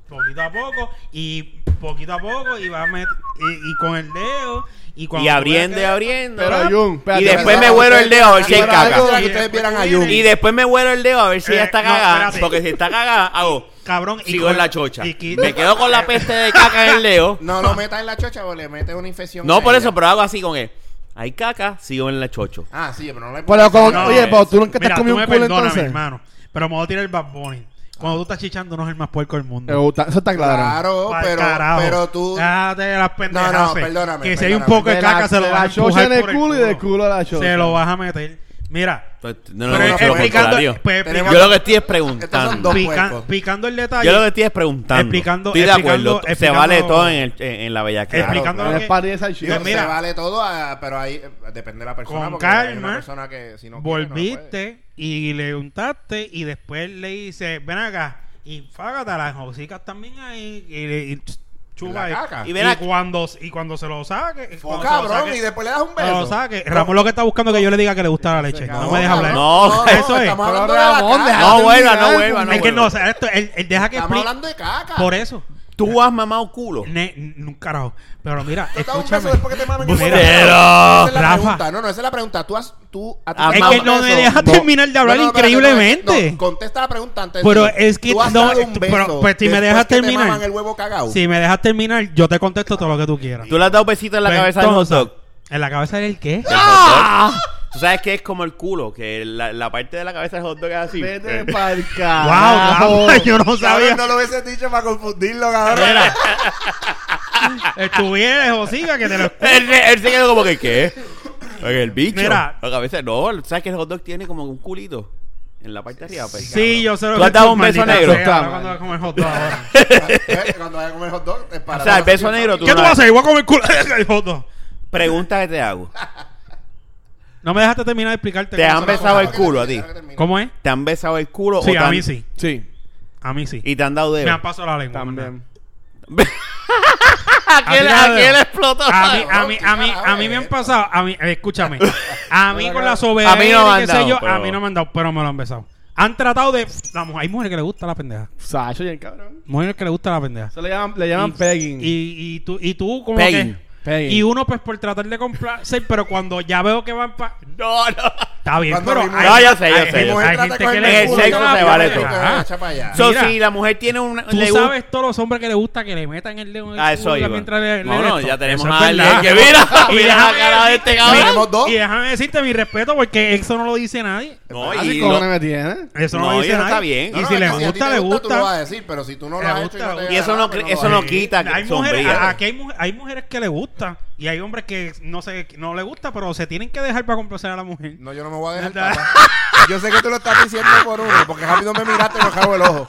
S3: poquito a poco, y poquito a poco, y vas met- y, y con el dedo, y cuando
S1: y
S3: tú
S1: abriendo y
S3: veas que-
S1: abriendo
S2: Pero,
S1: ¿verdad?
S2: Jun, espérate,
S1: y después
S4: espérate.
S1: me huelo el dedo a ver si hay
S4: Ahora algo
S1: caca
S4: para que ustedes vieran a Jun.
S1: y después me huelo el dedo a ver si
S3: Eh,
S1: ya está
S3: no,
S1: cagada
S3: espérate.
S1: porque si está cagada hago
S3: Cabrón,
S1: sigo en la chocha
S3: y quita-
S1: me quedo con la peste de caca en el dedo
S4: No lo metas en la chocha o le metes una infección.
S1: no por
S4: seria.
S1: eso pero hago así con él hay caca sigo en la chocho
S4: Ah, sí, pero no le
S2: Pero como-
S4: No,
S2: oye,
S1: eh,
S2: pero tú nunca te
S3: Mira,
S2: has
S3: tú
S2: comido un
S3: me
S2: culo
S3: perdonas, mi
S2: entonces.
S3: hermano, pero me voy a tirar el Bad Bunny. Cuando tú estás chichando, no es el más puerco del mundo.
S2: Me gusta, Eso está claro.
S4: Claro,
S3: Pa'l
S4: pero,
S3: carajo.
S4: pero tú.
S3: Cállate de las pendejadas.
S4: No, no, perdóname,
S3: Que si hay un
S4: perdóname.
S3: poco de
S2: De la-
S3: caca, se lo
S2: de
S3: vas a
S2: la chocha
S3: empujar
S2: en el
S3: por
S2: culo y del culo a la chocha.
S3: Se lo vas a meter. Mira,
S1: no,
S3: pero
S4: no,
S3: es-
S4: no,
S3: explicando,
S1: contrario.
S3: pues,
S4: Tenemos-
S1: yo lo que estoy es
S4: Estos son
S1: preguntando
S4: dos
S3: pica-
S4: puercos.
S3: picando el detalle.
S1: yo lo que estoy es preguntando
S3: Explicando-
S1: estoy de
S3: explicando-
S1: acuerdo se
S3: explicando-
S1: vale todo en, el- en, en la bellaquera
S3: explicando
S4: Explicando-
S2: En
S3: lo
S2: el
S3: que-
S2: party de
S4: Digo,
S2: salchicha.
S3: Pues mira.
S4: se vale todo, ah, pero ahí eh, depende de la persona.
S3: Con
S4: porque hay
S3: calma,
S4: una persona que si no quiere, no puede.
S3: volviste y le untaste y después le dices, ven acá. Y fágate las hocicas también ahí. Y, le- y chupa.
S4: La caca.
S3: Y,
S1: Y ven acá.
S3: cuando, y cuando se lo saque.
S4: Fo,
S3: cuando se lo
S4: cabrón,
S3: saque-
S4: y después le das un beso.
S3: cuando lo saque. Ramón lo que está buscando es que yo le diga que le gusta la leche. No,
S4: cabrón,
S3: me deja hablar.
S1: No,
S3: eso es.
S4: Estamos hablando
S2: Pero
S4: de la
S2: Ramón,
S4: caca.
S2: deja-
S1: no vuelva no vuelva no
S3: es que
S1: vuelva.
S3: no, o sea, esto, él, él deja que
S4: Estamos
S3: explique.
S4: hablando de caca.
S3: Por eso.
S1: tú has mamado culo
S3: Ne- n- un carajo. Pero mira,
S4: Te das un beso
S3: escúchame.
S4: después que te mamen el
S3: Mira,
S4: culo.
S1: Pero-
S4: Esa es la
S3: Rafa.
S4: pregunta. No, no, esa es la pregunta. Tú has. Tú, a ti
S1: Ah,
S4: te
S3: Es
S4: han
S3: que
S1: Mamá,
S3: no
S4: dado un
S3: me
S4: beso.
S3: dejas
S4: No.
S3: terminar de hablar
S4: No, no, espérate,
S3: increíblemente.
S4: no, contesta la pregunta antes.
S3: Pero
S4: de-
S3: es que
S4: tú has
S3: no,
S4: dado un
S3: tú-
S4: beso
S3: pero- pues, si me
S4: después
S3: dejas
S4: que te
S3: terminar.
S4: maman el huevo cagao.
S3: si me dejas terminar, yo te contesto todo lo que tú quieras.
S1: tú le has dado besito en la
S3: Pues,
S1: cabeza del hot
S3: entonces,
S1: dog
S3: ¿En la cabeza del qué?
S1: del hot dog.
S3: ¡Ah!
S1: Tú sabes que es como el culo, que la, la parte de la cabeza del hot dog es así.
S2: Vete
S1: Eh,
S2: pa'l
S3: ¡Wow!
S2: carajo.
S3: Rafa, yo no sabía.
S4: Cabrón, Ah, No lo hubiese dicho para confundirlo, cabrón.
S3: Mira. Estuviera Josiga que te lo
S1: él, se- él se quedó como que, ¿qué? En el bicho.
S3: Mira.
S1: La cabeza, no, sabes que el hot dog tiene como un culito en la parte de arriba. pues,
S3: Sí, yo sé lo
S1: Tú
S3: que
S1: has dado un
S3: maldita
S1: beso negro.
S3: sea,
S2: Está
S3: ahora
S2: mal.
S3: cuando voy a comer hot dog ahora.
S4: Eh, Cuando vaya a comer hot dog, te paras.
S1: O sea, el beso negro, tú
S3: ¿Qué tú
S1: no-
S3: vas a hacer? Voy a comer culo. el hot dog.
S1: cabrón. Pregunta que te hago.
S3: No me dejaste terminar de explicarte.
S1: Te
S3: cómo
S1: han
S3: se lo-
S1: besado el culo a ti.
S3: ¿Cómo es?
S1: ¿Te han besado el culo?
S3: Sí,
S1: o te
S3: a
S1: han-
S3: mí sí.
S2: Sí,
S3: A mí sí.
S1: Y te han dado
S3: Me
S1: dedo.
S3: han pasado la lengua.
S2: también.
S1: Aquí le-
S3: Adiós.
S1: aquí le explotó.
S3: A mí, a
S4: cabrón,
S3: mí,
S4: qué
S3: a mí, a
S4: carajo
S3: mí
S4: es
S3: me han
S4: esto.
S3: pasado, a mí, eh, escúchame, a mí con la soberanía,
S1: A mí no me han
S3: qué sé
S1: dado,
S3: yo, a
S1: pero-
S3: mí no me han dado, pero me lo han besado. Han tratado de, la mujer- hay mujeres que le gusta la pendeja,
S2: Sacho, bien cabrón.
S3: mujeres que le gusta la pendeja.
S2: Eso le llaman, le llaman pegging.
S3: Y, y tú, y tú como
S1: Pegging.
S3: que,
S2: Pegging.
S3: y uno pues por tratar de complacer, pero cuando ya veo que van pa,
S1: No, no.
S3: está bien,
S4: Cuando
S3: pero
S4: vimos-
S1: No, yo sé, yo
S3: hay-
S1: sé,
S3: hay
S1: yo sé.
S3: gente
S4: Trata
S3: que
S4: con
S3: le
S1: el
S3: gusta
S1: sexo
S3: la
S1: se vale
S3: pendeja.
S1: todo.
S3: Ajá.
S4: Echa para allá.
S1: So,
S3: Mira.
S1: si la mujer tiene una...
S3: Tú
S1: le gusta-
S3: sabes todos los hombres que le gusta que le metan el dedo en el
S1: Ah, eso
S3: culo
S1: iba.
S3: mientras le, le
S1: No, no,
S3: esto.
S1: ya tenemos
S3: Eso es
S1: a alguien
S3: verdad.
S1: que mira,
S3: Y
S1: mira la
S3: déjame
S1: cara de este
S3: decirte-
S1: cabrón.
S4: Tenemos dos.
S3: Y déjame decirte mi respeto porque eso no lo dice nadie.
S1: No,
S2: Así
S1: y
S2: Ah, cojones
S1: lo-
S2: me tiene.
S3: Eso no,
S1: No,
S3: lo
S1: y
S3: dice
S1: eso
S3: nadie.
S1: está bien.
S3: Y
S1: No,
S3: si
S4: es
S3: le
S4: que a ti
S3: gusta,
S4: te
S3: le
S4: tú lo vas a
S3: gusta.
S4: decir, pero si tú no
S3: Le
S4: lo has
S3: gusta,
S4: hecho y pues
S3: le
S4: no te
S3: gusta.
S1: y eso no, cre- eso no quita
S3: Hay
S1: que
S3: mujeres, a-
S1: sombría.
S3: aquí hay, mu- hay mujeres que le gusta y hay hombres que no sé, que no le gusta, pero se tienen que dejar para complacer a la mujer.
S4: No, yo no me voy a dejar
S3: Nada.
S4: tapar. Yo sé que tú lo estás diciendo por uno, porque rápido me miraste y me cago el ojo.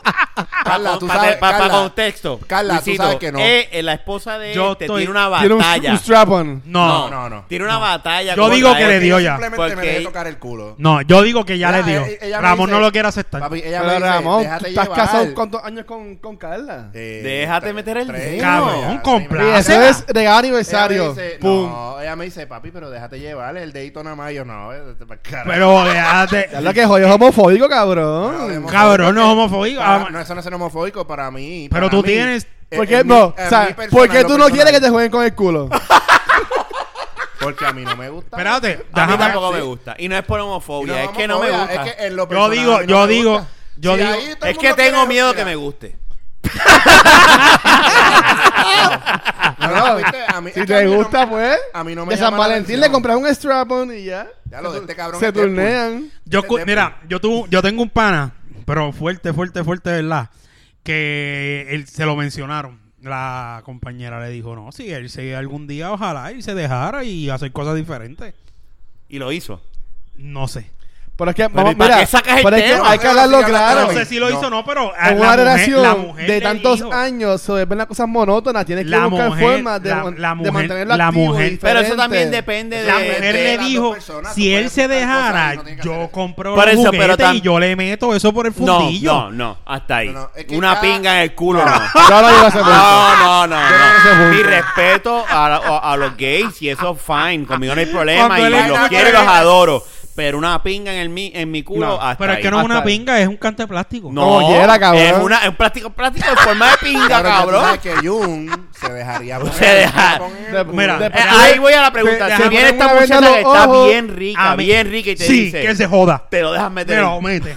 S4: Carla, tú sabes,
S1: Para
S4: Carla,
S1: contexto.
S4: Carla, tú
S1: Luisito,
S4: sabes que no.
S1: eh, eh, la esposa de
S3: Yo
S1: este
S3: estoy-
S1: tiene una
S2: Tiene un, un
S1: batalla.
S2: strap-on.
S3: No,
S4: No, no.
S1: Tiene una batalla.
S3: Yo
S1: como
S3: digo
S1: la
S3: que le
S1: gente.
S3: dio ya.
S4: Simplemente me
S1: Porque-
S4: dejé tocar el culo.
S3: no, yo digo que ya
S4: Ella-
S3: le dio.
S1: e-,
S4: ella- ella me
S3: Ramón
S4: dice-
S3: no lo quiere aceptar.
S4: Papi, ella me
S2: Pero
S4: dice,
S2: Ramón,
S4: déjate
S2: ¿tú estás
S4: llevar.
S2: casado cuántos años con, con Carla? Ah,
S4: Eh,
S1: Déjate
S4: tres-
S1: meter el
S4: tres
S1: dedo.
S4: años
S3: Cabrón,
S4: ya, sí,
S3: compra.
S2: Y
S4: mira.
S2: eso
S3: Placera.
S2: es regalo
S4: Ella me
S2: aniversario.
S4: dice,
S2: Pum.
S4: No, ella me dice, papi, pero déjate llevar el dedito nada más. Y Yo no, eh, te- para carajo.
S3: Pero déjate.
S2: Ya lo que jodió es homofóbico,
S4: eh, No, eh,
S3: Cabrón,
S4: de homofóbico
S2: cabrón.
S3: no es
S4: que-
S3: homofóbico.
S4: para-
S3: Ah,
S4: no, eso no es ser homofóbico para mí.
S3: Pero
S4: para
S3: tú
S4: mí.
S3: tienes-
S4: Eh,
S2: ¿Por qué
S4: en
S2: no?
S4: mi-
S2: O
S4: en
S2: sea,
S4: mi personal,
S2: ¿por qué tú no
S4: personal.
S2: quieres que te jueguen con el culo?
S4: Porque a mí no me gusta.
S3: Espérate,
S1: A mí
S3: déjame-
S1: tampoco me gusta. Y no es por
S4: Y
S1: homofobia,
S4: no,
S1: es que no me
S4: homofobia,
S1: gusta.
S4: Es que, en lo
S3: Yo
S4: personal
S3: digo,
S4: a mí no
S3: yo
S4: me
S3: digo,
S4: gusta.
S3: yo
S4: Si
S3: digo.
S4: ahí todo el
S1: Es que
S4: mundo
S1: tengo
S4: quiere-
S1: miedo que me
S4: mira,
S1: guste.
S4: no, no, viste, a mí-
S2: Si
S4: es que a
S2: te
S4: mí no
S2: gusta,
S4: me-
S2: pues.
S4: A mí no me
S2: De San
S4: llama la
S2: Valentín
S4: atención.
S2: le compras un strap-on y ya.
S4: Ya lo de este cabrón
S2: Se
S4: es Deadpool.
S2: turnean.
S3: Yo, cu-
S4: Deadpool.
S3: mira, yo, tuve- yo tengo un pana, pero fuerte, fuerte, fuerte, de ¿verdad? Que él, se lo mencionaron. La compañera le dijo, no, si él se, algún día ojalá él se dejara y hacer cosas diferentes.
S1: Y lo hizo.
S3: No sé.
S2: Pero es que,
S1: Pero ¿y
S2: vamos,
S1: para
S2: mira,
S1: qué sacas el
S2: pero es que
S1: tema?
S2: hay que
S4: No,
S2: hablarlo
S4: no,
S2: claro.
S3: no
S4: sí.
S3: sé si lo
S4: no.
S3: hizo o no, pero a
S2: En
S3: la mujer-
S2: una
S3: la
S2: relación
S3: mujer
S2: de
S3: le
S2: tantos
S3: dijo.
S2: años se ven las cosas monótonas. Tienes que
S3: La
S2: buscar
S3: mujer-
S2: formas de,
S3: la-
S2: mon-
S3: la
S2: de
S3: mujer-
S2: mantenerlo
S3: la
S2: activo,
S3: mujer-
S2: diferente.
S1: Pero eso también depende
S3: La
S4: Eh,
S3: mujer
S1: de...
S4: de
S3: le
S4: las
S3: dijo,
S4: dos personas, tú
S3: si él
S4: puedes
S3: se
S4: buscar cosas
S3: dejara,
S4: y no tienes que hacer
S3: yo
S4: eso".
S3: compro
S1: Por
S3: los
S1: eso, pero
S3: juguetes
S1: tam-
S3: y yo le meto eso por el
S1: No,
S3: fundillo.
S1: no, no, hasta ahí.
S4: No, no, es que
S1: Una
S4: cada-
S1: pinga en el culo, no.
S2: Yo no llego a ese punto.
S1: No, no, no.
S2: ese
S1: no.
S2: punto.
S1: Mi respeto a, a- a los gays y eso fine. Conmigo no hay problema
S3: Cuando él
S1: y los
S3: entra-
S1: quiero y los adoro. Pero una pinga en, el mi, en mi culo
S2: No,
S1: hasta
S3: Pero es
S1: ahí.
S3: que no es
S2: hasta
S3: una
S2: ahí.
S3: pinga, es un cante de plástico.
S1: No,
S2: Como quiera, cabrón.
S1: Es, una, es un plástico, plástico en forma de pinga,
S4: Cabrón, ya tú
S1: cabrón.
S4: sabes que Jung se dejaría poner.
S1: Se deja-
S4: se pone-
S2: De-
S3: Mira,
S2: de-
S1: Eh, ahí voy a la pregunta.
S3: Te-
S1: Si
S3: te
S1: viene
S2: ponen
S1: esta
S2: una venda en
S1: muchacha que
S2: los
S1: está
S2: ojos.
S1: bien rica,
S3: A mí-
S1: bien rica y te
S3: sí,
S1: dice,
S3: que se joda.
S1: te lo dejas meter.
S3: Me lo mete.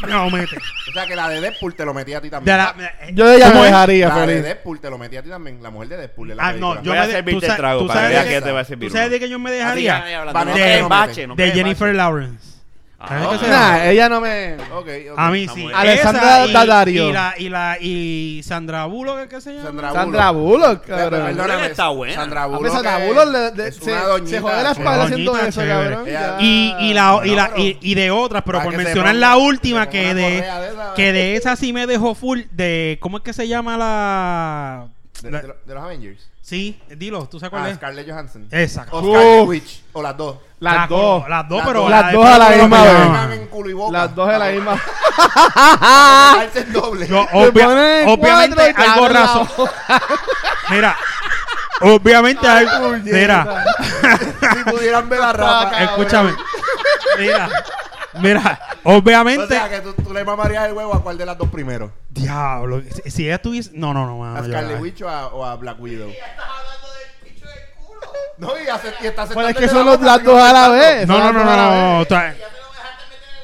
S3: Me lo mete.
S4: O sea, que la de Deadpool te lo metí a ti
S3: De
S4: también.
S3: la-
S2: Yo de ella
S3: ¿Cómo
S2: me
S3: es?
S2: dejaría,
S4: la de
S2: feliz.
S4: Deadpool te lo metí a ti también. La mujer de Deadpool. De la
S3: Ah, no,
S4: película.
S3: yo
S1: Voy
S3: me
S1: a
S3: de-
S1: servirte
S3: tú sa-
S1: el trago
S3: tú
S1: para que
S3: sabes
S1: veas
S4: de-
S1: que te va a servir.
S3: ¿Tú sabes
S1: uno.
S3: de que yo me
S1: A ti que
S3: dejaría?
S1: nadie habla,
S4: Van
S1: no
S4: a
S1: te
S3: de-
S1: embache, no te
S3: de
S1: embache.
S3: Jennifer Lawrence. ¿Sabes
S1: Ah.
S3: qué se
S2: Nah, ella no me.
S4: Ok, ok.
S3: A mí
S1: Está
S3: sí.
S1: muy bien.
S2: Alessandra
S3: Esa y-
S2: Daddario.
S3: Y la, y la, y Sandra Bullock, ¿qué se llama?
S4: Sandra Bullock.
S2: Sandra Bullock,
S4: Perdóname,
S2: cabrón.
S1: Bullock está
S4: Sandra
S1: buena.
S4: Sandra
S2: A
S4: Bullock.
S2: pesar de
S4: es-
S2: Abulo, le- le-
S4: es
S2: se,
S4: una
S2: se
S4: doñita,
S2: jode la
S4: chico.
S2: espalda haciendo
S3: Doñita
S2: eso,
S3: chévere.
S2: cabrón.
S4: Ella-
S2: ya.
S3: Y, y, la, y,
S4: Bueno,
S3: la,
S4: pero-
S3: y, y de otras, pero
S4: Para
S3: por
S4: que se
S3: mencionar
S4: ponga-
S3: la última
S4: que se
S3: que
S4: ponga
S3: de,
S4: correa de esa-
S3: que de esa sí me dejó full de ¿cómo es que se llama la,
S4: De,
S3: la-
S4: de los- de los Avengers.
S3: sí, dilo, tú sabes cuál
S4: Ah,
S3: es.
S4: Scarlett Johansson.
S3: Esa.
S4: O
S2: Uh.
S4: Scarlet Witch. O las dos.
S3: La-
S2: Las dos.
S3: las dos,
S4: Las
S3: pero
S4: dos.
S2: Las
S3: de
S2: dos a la
S3: Pablo
S2: misma
S3: Pilar.
S2: vez.
S4: Pegan en culo y boca. Ah.
S2: Las dos de la misma.
S4: Para pegarse el doble.
S3: Yo,
S2: Te
S3: obvia-
S2: ponen cuatro
S3: obviamente
S2: y te
S3: algo
S2: abren la
S3: razón. Mira, obviamente algo. Mira,
S4: si pudieran ver la
S2: Ah, Cabrón.
S4: rapa.
S3: escúchame. Mira, mira,
S4: O
S3: obviamente.
S4: sea, que tú, tú le mamarías el huevo a cuál de las dos primero.
S3: Diablo, si- si ella tuviese. No, no, no, mano,
S4: A
S3: yo-
S4: Scarlet Witch o a, o a Black Widow. No, y, hace, y está
S2: Pues es
S4: aceptando
S2: que
S4: de
S2: son
S4: la
S2: los-
S4: boca,
S2: las dos a la vez.
S3: No,
S2: son
S3: no, no,
S2: las dos a la
S3: no,
S2: vez.
S3: no. tú-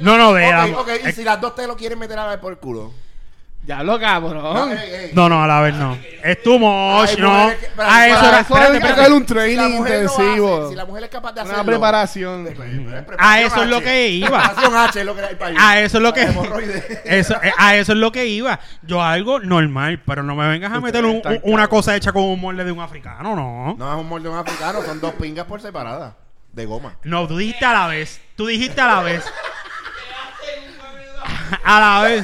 S3: No, no, de
S4: Ok,
S3: la-
S4: ok, y si las dos te lo quieren meter a la vez por el culo.
S2: Ya lo
S4: No,
S2: cabrón.
S4: ey, ey.
S3: No, no, a la vez no. Es too much,
S4: Ay,
S3: no.
S4: mujeres que- para-
S3: A eso era.
S2: Para eso hay
S3: espérate,
S2: que
S3: espérate.
S2: hacer un
S4: Si la mujer
S2: training
S4: lo hace,
S2: intensivo.
S4: Si la mujer es capaz de hacerlo.
S2: Una preparación.
S4: pues,
S3: A eso es lo que iba.
S4: Preparación H es lo que hay para
S3: A Ah, eso es lo que
S4: Para hemorroides.
S3: eso, eh, a eso es lo que iba. Yo algo normal, pero no me vengas a meter un-
S2: están
S3: un- una cosa hecha con un molde de un africano, no.
S4: No es un mordón africano, son dos pingas por separada. De goma.
S3: No, tú dijiste a la vez. Tú dijiste a la vez. a la vez.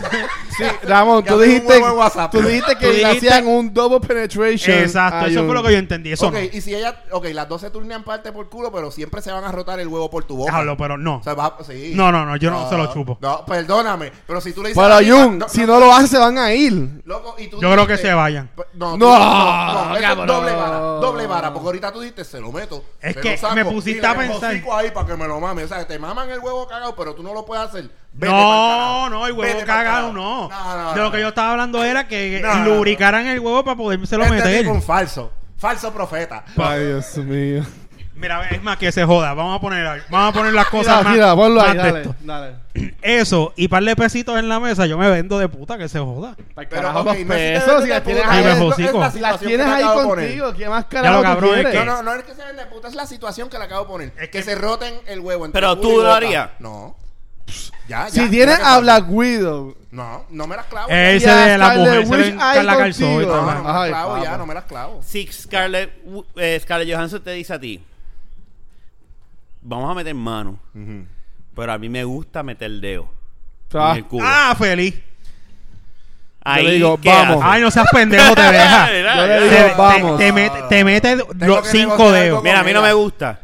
S2: Sí, Ramón, tú
S4: Gabriel, un
S2: dijiste,
S4: huevo de WhatsApp.
S2: tú dijiste que
S3: Tú
S2: le
S3: dijiste-
S2: hacían un double penetration.
S3: Exacto,
S2: a
S3: eso
S2: Jun.
S3: fue lo que yo entendí. Eso
S4: ok, y si ella. Ok, las dos se turnean parte por culo, pero siempre se van a rotar el huevo por tu
S3: no.
S4: boca.
S3: Déjalo, pero no.
S4: O sea, vas a- sí.
S3: No, no, no, yo no se lo chupo.
S4: No, perdóname, pero si tú le dices.
S2: Pero
S4: a la tipa,
S2: Jun, si no lo hacen, se van a ir.
S4: Loco, y tú
S3: Yo creo que
S4: dijiste-
S3: se vayan.
S4: No, tú-
S2: No,
S4: no, no, eso es
S2: cabrón.
S4: doble vara, doble vara, porque ahorita tú dijiste, se lo meto.
S3: Es
S4: se
S3: que
S4: lo saco,
S3: me pusiste
S4: y le
S3: a pensar.
S4: hocico ahí para que me lo mame. O sea, que te maman el huevo cagado, pero tú no lo puedes hacer. Vete pa'l
S3: No,
S4: carajo.
S3: no, el
S4: Vete
S3: huevo
S4: pa'l
S3: cagado
S4: carajo.
S3: no.
S4: No, no,
S3: De lo
S4: no.
S3: que yo estaba hablando era que
S4: No, no, no.
S3: lubricaran el huevo para podérselo
S4: Este
S3: meter.
S4: tipo un falso, falso profeta.
S2: Ay, Dios mío.
S3: Mira, es más que se joda. Vamos a poner, vamos a poner las cosas
S2: Mira,
S3: más,
S2: mira, ponlo ahí,
S3: más de
S2: dale,
S3: esto.
S2: dale.
S3: Eso, y par de pesitos en la mesa, yo me vendo de puta que se joda.
S2: Para el
S4: Pero,
S2: carajo pues,
S4: ok,
S2: los
S4: no es que te
S2: pesos, si
S4: venden
S2: las
S4: de
S2: tienes
S4: puta,
S3: Ay,
S2: ahí,
S3: me
S4: es-
S3: jocico.
S4: es
S3: Las
S4: la situación
S2: las
S4: que
S2: tienes
S4: te
S2: ahí
S4: acabo de poner.
S2: contigo. pues. ¿Qué más carajo tú
S3: cabrón, es
S2: quieres?
S3: que-
S4: No, no, no es que se den de puta, es la situación que le acabo de poner. Es que,
S3: que-
S4: se roten el huevo entre
S1: Pero
S4: culo
S1: tú
S4: y
S1: lo
S4: boca.
S1: harías.
S4: No. Ya, ya.
S2: Si
S4: mira
S2: tienes
S4: qué
S2: a
S4: fácil.
S2: Black Widow,
S4: No, no me las clavo. ya.
S3: Ese
S2: Ya,
S3: de la
S2: Scarlet
S3: mujer, se
S2: Witch
S3: le encarga la
S2: ahí
S3: calzó y
S2: contigo.
S3: todo.
S4: No,
S2: Ah.
S4: no me las
S2: Ay,
S4: clavo ya,
S2: papá.
S4: no me las clavo.
S1: Si Scarlett, Wu- eh, Scarlett Johansson te dice a ti, vamos a meter mano, pero a mí me gusta meter el dedo
S2: Ah,
S1: en el culo.
S3: Ah, feliz.
S1: Ahí,
S2: le digo,
S1: ¿qué
S2: vamos.
S1: haces?
S3: Ay, no seas pendejo, te
S1: Mira,
S3: deja.
S2: Yo le
S3: Te,
S1: mira,
S2: digo,
S1: mira,
S3: te-
S2: vamos.
S3: te mete, te mete los
S4: que
S3: cinco
S4: negociar
S3: dedos.
S4: algo
S1: mira, a mí no
S4: Mira.
S1: me gusta.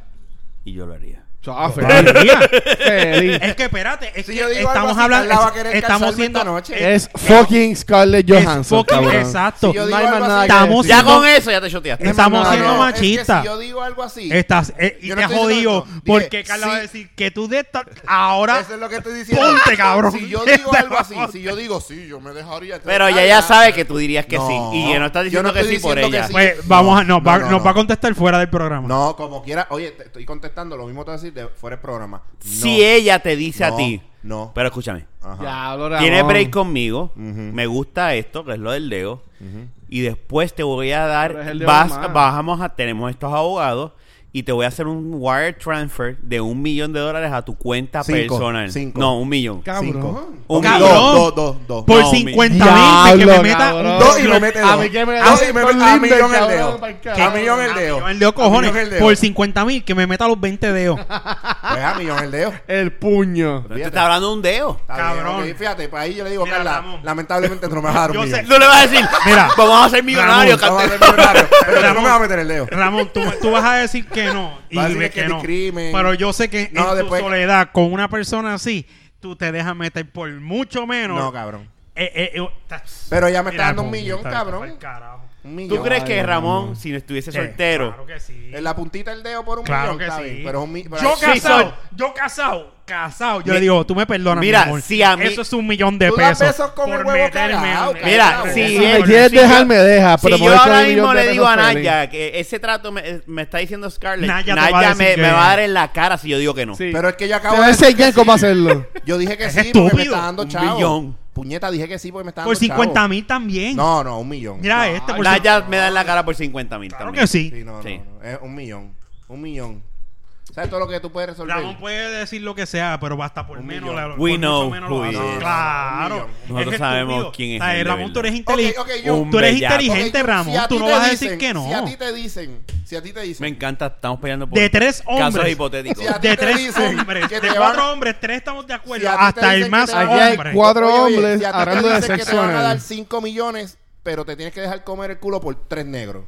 S1: Y yo lo haría.
S2: chao, feliz. Feliz.
S3: Es que espérate, es
S4: Si
S3: que
S4: yo digo algo
S3: estamos
S4: así,
S3: hablando,
S4: Carla va a querer
S3: estamos
S4: casarme
S3: siendo
S4: esta noche.
S2: Es fucking Scarlett
S3: es
S2: Johansson,
S3: fucking-
S2: cabrón.
S3: exacto.
S4: Si yo
S2: No hay
S4: digo
S2: más
S4: algo
S2: nada
S4: así,
S2: que
S3: estamos
S2: decir.
S1: Ya
S3: no-
S1: con eso ya te choteaste.
S3: Estamos
S2: No,
S3: siendo
S2: no,
S4: es que
S3: machistas.
S4: si yo digo algo así,
S3: Estás eh, y
S4: Yo no
S3: te has
S4: estoy diciendo
S3: jodido
S4: eso.
S3: porque
S4: Dije,
S3: Carla
S4: sí.
S3: va a decir que tú de esta ahora
S4: eso es lo que estoy diciendo.
S3: Ponte, cabrón.
S4: Si yo digo algo así, si yo digo sí, yo me dejaría.
S1: Pero ya
S4: ya
S1: ya sabe que tú dirías que
S4: No.
S1: sí. Y que no estás
S4: Yo
S1: diciendo
S4: no
S1: que
S4: estoy
S1: sí por
S4: diciendo que
S1: ella.
S4: sí.
S3: pues vamos a
S4: No,
S3: nos va,
S4: no, no,
S3: nos va a
S4: no.
S3: contestar fuera del programa.
S4: No, como quiera. Oye, te estoy contestando lo mismo te voy a decir de fuera del programa. No,
S1: Si ella te dice a
S4: No,
S1: ti.
S4: no.
S1: Pero escúchame.
S4: Ajá.
S2: Diablo, Ramón.
S1: Tiene break conmigo.
S4: Ujú.
S1: Me gusta esto, que es lo del Leo. Y después te voy a dar.
S2: Pero es el dedo
S1: vas-
S2: más.
S1: bajamos a. Tenemos estos abogados. Y te voy a hacer un wire transfer de un millón de dólares a tu cuenta
S4: Cinco,
S1: personal.
S4: cinco.
S1: No, un millón.
S2: Cabrón.
S4: Cinco.
S1: Un
S3: Cabrón.
S1: millón.
S4: Dos, dos, dos, dos.
S3: Por
S1: No,
S3: 50 mil que
S2: Diablo,
S3: me meta
S2: cabrón.
S3: un
S4: Dos y me mete dos.
S2: A mí que me-
S4: Dos y me mete a mí yo en el
S2: cabrón,
S4: dedo.
S2: pa'l
S4: A
S2: carajo.
S4: mí yo en el dedo.
S3: millón de
S4: A mí yo en el
S3: cojones.
S4: dedo.
S3: Por 50 mil que me meta los 20 dedos.
S4: Pues a mí yo en el dedo.
S2: El puño.
S1: Pero te está hablando de un dedo.
S4: Está
S3: Cabrón.
S4: bien, ok, Fíjate, para ahí yo le digo,
S3: Mira,
S4: Carla,
S3: Ramón.
S4: lamentablemente te lo me vas a dar
S3: Yo
S4: un
S3: sé-
S4: millón.
S1: No le vas a decir.
S3: Mira.
S1: Vamos a ser millonarios.
S4: Vamos a
S1: Cate-
S4: hacer millonario, Pero tú no
S3: Ramón.
S4: me vas a meter el dedo.
S3: Ramón, tú, tú vas a decir que no. Y
S4: Vas a decir
S3: dile
S4: que
S3: que,
S4: es
S3: no.
S4: discrimen.
S3: Pero yo sé que
S4: No,
S3: en
S4: después-
S3: tu soledad con una persona así, tú te dejas meter por mucho menos.
S4: No, cabrón.
S3: Eh, eh, eh, ta-
S4: Pero ya
S3: Mira,
S4: me está dando un
S3: Ramón,
S4: millón,
S3: está-
S4: cabrón.
S3: pa'l carajo.
S4: Un millón.
S1: ¿Tú crees que
S2: Ay,
S1: Ramón, si no estuviese
S3: Sí,
S1: soltero,
S3: Claro que sí.
S4: En la puntita del dedo por un
S3: Claro
S4: millón,
S3: que
S4: está
S3: sí.
S4: bien, pero es un mi- pero
S3: yo
S4: es-
S3: casado,
S1: soy-
S3: yo casado, casado. Yo
S1: Mi-
S3: le digo, tú me perdonas,
S1: Mira,
S3: mi amor.
S1: si a mí-
S3: Eso es un millón de
S4: Tú das
S3: pesos.
S4: besos con el huevo cagao,
S3: en-
S1: Mira,
S4: Claro,
S1: si,
S2: Si me
S1: eh,
S2: quieres
S1: si
S2: dejar,
S1: yo-
S2: me deja. pero
S1: si
S2: por
S1: yo
S2: eso
S1: ahora
S2: el millón
S1: mismo
S2: de
S1: le digo a
S2: pesos feliz.
S1: Naya que ese trato me, me está diciendo Scarlett, Naya,
S3: Naya te va a decir
S1: me,
S3: que-
S1: me va a dar en la cara si yo digo que no.
S2: Sí.
S4: Pero es que yo
S2: Te
S4: acabo
S2: voy a
S4: de
S2: enseñar cómo hacerlo.
S4: Yo dije que
S3: Es
S4: sí porque me
S3: estúpido.
S4: está dando
S1: Un
S4: chavo.
S1: millón.
S4: Puñeta, dije que sí porque me está dando
S3: por 50
S4: chavo.
S3: mil también.
S4: No, no, un millón.
S3: Mira
S2: No,
S3: este, por
S1: Naya me da en la cara por 50 mil
S3: Claro
S1: también.
S3: que sí.
S4: Sí, no, no,
S1: Sí.
S4: no, Es un millón. Un millón. ¿Sabes todo lo que tú puedes resolver?
S3: Ramón puede decir lo que sea, pero basta por
S4: Un
S3: menos.
S4: millón.
S3: la- por
S1: We
S3: mucho
S1: know
S3: menos
S1: who
S3: lo
S1: he
S3: hace.
S1: is.
S4: Un
S3: Claro.
S4: millón.
S3: Es
S1: Nosotros sabemos
S3: estúpido.
S1: quién es
S3: O sea,
S1: él de
S3: Ramón, tú
S1: verdad.
S3: eres inteligente.
S4: Ok, ok, Ah, yo-
S1: Un
S3: Tú eres
S1: bellaco.
S3: inteligente,
S4: Ok,
S3: Ramón.
S4: si a
S3: tú
S4: ti
S3: no
S4: te
S3: vas a
S4: dicen-
S3: decir que no.
S4: Si a ti te dicen, si a ti te dicen.
S1: Me encanta, estamos peleando por
S3: De tres
S1: casos
S3: hombres.
S1: hipotéticos.
S4: Sí, a- ti
S3: De
S4: te
S3: tres
S4: dicen
S3: hombres,
S4: que
S3: de
S4: te
S3: cuatro
S4: van-
S3: hombres, tres estamos de acuerdo.
S4: Si a ti Pues, te
S3: hasta el
S4: dicen
S3: más
S4: que te-
S2: Aquí hay
S3: hombre.
S2: cuatro
S4: Oye, oye,
S2: hombres
S4: si a ti te
S2: hablando de
S4: dicen que
S2: sexo
S4: te van a dar
S2: anal.
S4: 5 millones, pero te tienes que dejar comer el culo por 3 negros.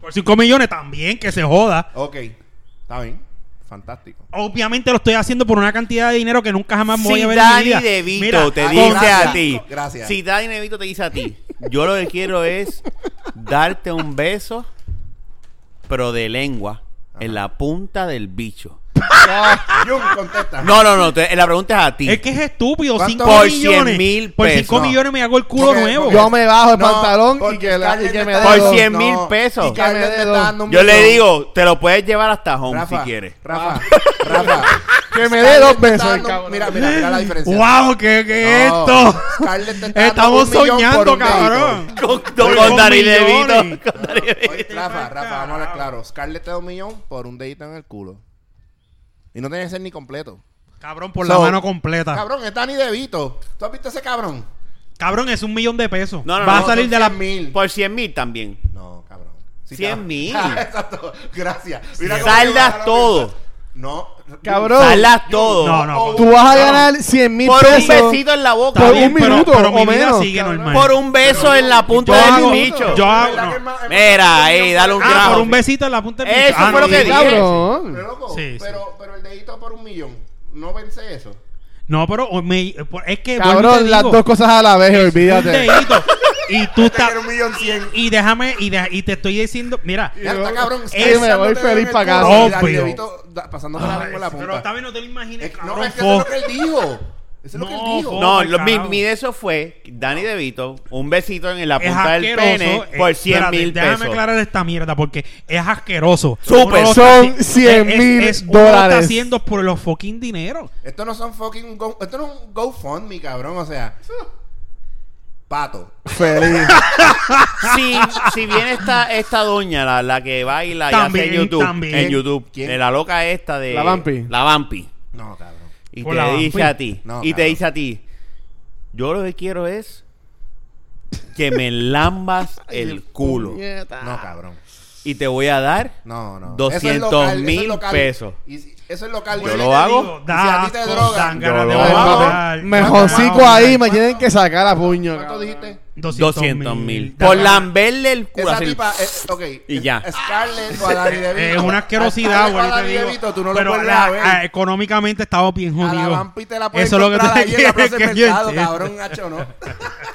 S3: Por 5 millones también, que se joda.
S4: Ok. Está bien. Fantástico.
S3: Obviamente lo estoy haciendo por una cantidad de dinero que nunca jamás me voy
S1: Si
S3: a ver en mi
S1: Dani
S3: vida.
S1: DeVito
S3: Mira, ah,
S1: te
S4: con-
S1: dice
S4: gracias.
S1: a ti,
S4: Gracias.
S1: si Dani DeVito te dice a ti, yo lo que quiero es darte un beso, pero de lengua, en la punta del bicho.
S4: Jun, contesta.
S1: No, no, no, te- la pregunta es a ti.
S3: Es que es estúpido. 5
S4: ¿Cuánto?
S1: Por
S3: millones.
S1: 100.000
S3: por 5
S1: pesos.
S3: millones me hago el culo
S4: Porque-
S3: nuevo.
S4: porque-
S2: Yo me bajo el
S4: No,
S2: pantalón y
S4: porque
S2: que, la- y
S4: Scarlett
S2: que
S4: me
S2: me
S4: está
S2: dé
S1: Por
S4: dando-
S2: dos.
S1: 100 mil pesos.
S4: Y Carlos te está dando un
S1: Yo le
S4: millón.
S1: digo, te lo puedes llevar hasta home
S4: Rafa,
S1: si quieres.
S4: Rafa, Rafa.
S2: Que me
S4: Scarlett
S2: dé dos
S4: te está
S2: besos,
S4: dando-
S2: cabrón.
S4: Mira, mira, mira la diferencia.
S3: ¡Wow! ¿Qué, qué es
S4: No,
S3: esto?
S4: Scarlett te está dando
S3: Estamos
S4: un millón por
S3: soñando,
S4: un dedito.
S3: cabrón.
S1: Con,
S3: Con
S1: con Dani
S3: millones.
S1: DeVito. con Dani DeVito.
S4: Oye, Rafa,
S3: pa'l
S4: Rafa, vamos a hablar
S3: carajo.
S4: claro. Scarlett te da un millón por un dedito en el culo. Y no tiene que ser ni completo.
S3: Cabrón, por
S4: So,
S3: la mano completa. Cabrón.
S4: Cabrón, es Dani DeVito. ¿Tú has visto ese cabrón?
S3: es un millón de pesos.
S1: No, no, no,
S3: Va a salir
S4: son
S3: de la...
S4: 100 mil.
S1: Por 100 mil también.
S4: No, cabrón.
S1: Cien
S4: cabrón.
S1: mil.
S4: Ah, Exacto. Gracias. Mira cómo
S1: Saldas
S4: te iba a dar la
S1: todo.
S4: risa. No.
S2: Cabrón.
S1: Salas todo.
S3: No, no.
S2: Tú vas a ganar 100 mil
S1: Por un
S2: pesos.
S1: besito en la boca.
S3: Está
S2: Por un
S3: bien, pero-
S2: minuto
S3: pero mi
S2: o
S3: vida
S2: menos,
S3: sigue
S4: cabrón.
S3: normal.
S1: Por un beso en la punta
S3: Yo
S1: del
S3: hago-
S1: bicho.
S3: yo hago-
S4: ¿Verdad
S3: no.
S4: que es más- es más-
S1: Mira, ahí, dale un
S3: Ah,
S1: grado.
S3: por un besito en la punta del
S1: Eso
S3: bicho. Ah,
S1: fue
S3: no,
S1: lo que
S3: sí.
S1: dije.
S4: Pero
S2: Cabrón.
S4: loco,
S3: Sí, sí.
S4: pero, pero el dedito por un millón. No vence eso.
S3: No, pero o me- es que. vuelvo y te
S2: Cabrón, las
S3: digo,
S2: dos cosas a la vez,
S3: un
S2: olvídate.
S3: dedito. y tú estás.
S4: Era un millón cien.
S3: Y déjame. Y, deja- y te estoy diciendo. Mira.
S4: Ya está, cabrón.
S3: Sí,
S4: Está
S2: me voy
S4: besándote
S2: feliz
S4: en el
S2: pa'
S4: culo
S3: casa.
S4: y el
S3: Obvio.
S4: dedito da- Pasándote la lengua en la punta.
S3: pero también no te lo imagines.
S4: Es-
S3: cabrón,
S4: no, es que eso
S3: fo-
S4: es lo que él dijo. Eso es lo que
S3: No,
S4: él dijo.
S3: fo-
S1: No,
S3: Ay,
S1: lo- mi,
S3: carajo.
S1: mi de eso fue Danny DeVito, un besito en la
S3: es
S1: punta del
S3: asqueroso,
S1: pene
S3: eh,
S1: por
S3: espérate,
S1: 100 mil pesos.
S3: Déjame aclarar esta mierda porque es asqueroso.
S1: Súper.
S3: Uno lo está
S2: Son
S3: haci-
S2: 100
S3: es-
S2: mil
S3: es- uno lo está
S2: dólares.
S3: haciendo por los fucking dinero.
S4: Esto no son fucking. Go, esto no es un GoFundMe, cabrón. O sea. Pato.
S2: Feliz.
S1: si, si bien está esta doña, la, la que baila y hace
S3: También,
S1: en YouTube,
S3: también.
S1: en YouTube,
S4: ¿Quién?
S1: de la loca esta de
S2: La Vampi.
S1: la Vampi,
S4: No, cabrón.
S1: y
S3: Por
S1: te
S3: la
S1: dice
S3: Vampi.
S1: a ti,
S4: No,
S1: y te
S4: cabrón.
S1: dice a ti, yo lo que quiero es que me lambas el culo
S2: Ah.
S4: No, cabrón.
S1: y te voy a dar
S4: No, no.
S1: 200
S4: local, eso es
S1: mil
S4: local.
S1: pesos.
S4: Y si- eso es local.
S1: Yo
S4: y
S1: lo
S4: si te
S1: hago.
S4: digo, y si
S3: Da
S4: a ti te
S3: asco,
S4: drogan.
S3: dan ganas
S1: Yo
S3: de
S1: lo
S3: vomitar.
S2: Mejorcico
S4: Wow.
S2: ahí, me tienen que sacar a puño.
S4: ¿Cuánto
S2: cabrón.
S4: dijiste?
S1: 200 mil.
S3: Da
S1: Por
S3: ganas.
S1: lamberle el culo.
S4: Esa
S1: así-
S4: tipa, es, ok.
S1: Y ya.
S4: es- Scarlett o a Danny DeVito.
S3: Es una asquerosidad,
S4: A
S3: güey.
S4: Scarlett o a
S3: te
S4: Danny
S3: digo.
S4: DeVito, tú no lo
S3: Pero
S4: puedes
S3: la-
S4: ver.
S3: ah, económicamente estaba bien
S4: A la
S3: jodido.
S4: vampi te la puedes
S3: Eso es lo que
S4: encontrar
S3: te
S4: ahí en la plaza del
S3: que yo
S4: mercado,
S3: entiendo.
S4: cabrón, hacho, ¿no?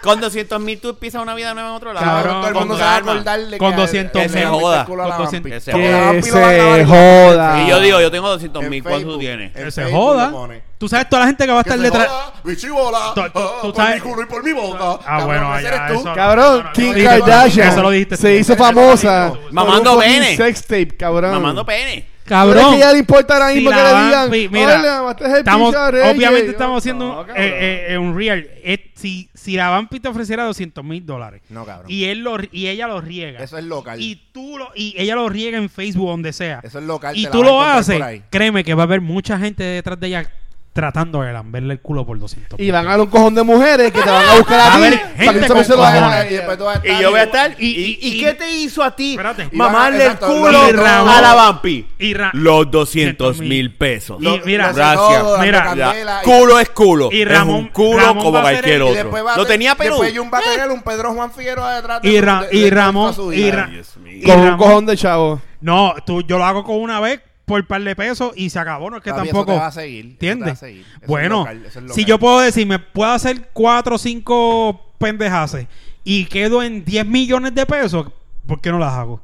S1: Con 200 mil tú empiezas una vida nueva en otro lado.
S3: Cabrón,
S4: todo el mundo
S1: con
S4: se va a
S1: calma.
S4: acordarle
S3: Con
S4: que
S3: 200
S4: el- el-
S1: mil.
S4: el
S1: Joda.
S4: culo a la
S3: Con 200
S4: vampi.
S1: Que se
S4: Porque la
S2: Que
S4: vampi lo va a grabar
S2: se
S4: y-
S2: joda.
S1: Y yo digo, yo tengo 200
S4: En
S1: mil, ¿cuánto tú
S4: Facebook.
S1: tienes?
S4: En
S3: Que se
S4: Facebook
S3: joda.
S4: lo pone.
S3: Tú sabes toda la gente que va a estar
S4: eh. Que se
S3: detrás.
S4: joda, bichibola,
S3: Tú-
S4: ah,
S3: tú
S4: por mi
S3: sabes-
S4: culo y por mi boca.
S3: Ah, bueno,
S4: ese
S3: ya,
S4: eres tú.
S3: eso-
S2: Cabrón,
S3: No, no,
S2: Kim
S4: no, no, no,
S2: Kardashian
S3: eso lo dijiste tú.
S2: se hizo
S3: Eso lo
S2: famosa.
S3: dijiste tú.
S2: por
S1: Mamando
S2: un fucking
S1: pene.
S2: Sex tape, cabrón.
S1: Mamando pene.
S2: Pero es
S3: Cabrón.
S2: que ya le importa ahora mismo
S3: Si
S2: que
S3: la
S2: le
S3: van-
S2: digan.
S3: pi-
S2: "Oye, le mamaste el
S3: estamos,
S2: pincho a Reyes".
S3: obviamente
S2: Yo,
S3: estamos haciendo
S2: no,
S3: un-
S2: cabrón.
S3: eh, eh, eh, un real. Eh, si, si la Vampi te ofreciera 200 mil dólares
S4: No, cabrón.
S3: y, él lo, y ella lo riega.
S4: Eso es local.
S3: y tú lo, y ella lo riega en Facebook donde sea.
S4: Eso es local.
S3: y
S4: te la
S3: tú
S4: vas a
S3: lo
S4: encontrar por
S3: haces,
S4: ahí.
S3: créeme que va a haber mucha gente detrás de ella tratando de lamberle el culo por 200
S2: Y van a dar un cojón de mujeres que te van a buscar a
S3: A
S2: ti.
S3: ver,
S2: para
S3: gente
S2: que
S4: Después
S2: tú se lo
S3: cojones.
S2: hagas a
S4: Y
S2: ella.
S4: después tú vas a
S1: Y
S4: estar-
S1: yo voy a estar. ¿Y,
S3: y-
S1: y-
S3: y-
S1: qué te hizo a ti?
S3: Espérate.
S1: Mamarle el
S4: Exacto,
S1: culo
S3: y Ramón.
S1: a la vampi.
S3: Y Ra-
S1: Los 200 mil pesos.
S3: Y
S1: Lo-
S3: mira,
S4: hace
S1: gracias.
S4: todo, dando
S3: Mira,
S4: candela,
S1: Ya,
S4: y-
S1: Culo es culo.
S3: y
S1: Es
S3: Ramón-
S1: un culo
S3: Ramón
S1: como
S3: va a ser
S1: cualquier
S3: el-
S4: y
S1: otro.
S4: después va a
S1: Lo
S4: te-
S1: tenía Perú.
S4: Después Jun va a tener un Pedro Juan Figueroa detrás de
S3: Y,
S4: su-
S3: Ra-
S4: de-
S3: y
S4: de-
S3: Ramón,
S4: de su
S3: y
S4: hija.
S3: Ra-
S1: Dios mío.
S3: y
S2: Con un
S3: Ramón-
S2: cojón de chavo.
S3: No, tú, yo lo hago con una vez por par de pesos y se acabó. No es que
S4: Papi, eso
S3: tampoco.
S4: te va a seguir, eso te va a
S3: ¿Entiendes?
S4: seguir. Eso es
S3: Bueno,
S4: local, eso es local.
S3: si yo puedo decir, me puedo hacer cuatro o cinco pendejaces y quedo en 10 millones de pesos, ¿por qué no las hago?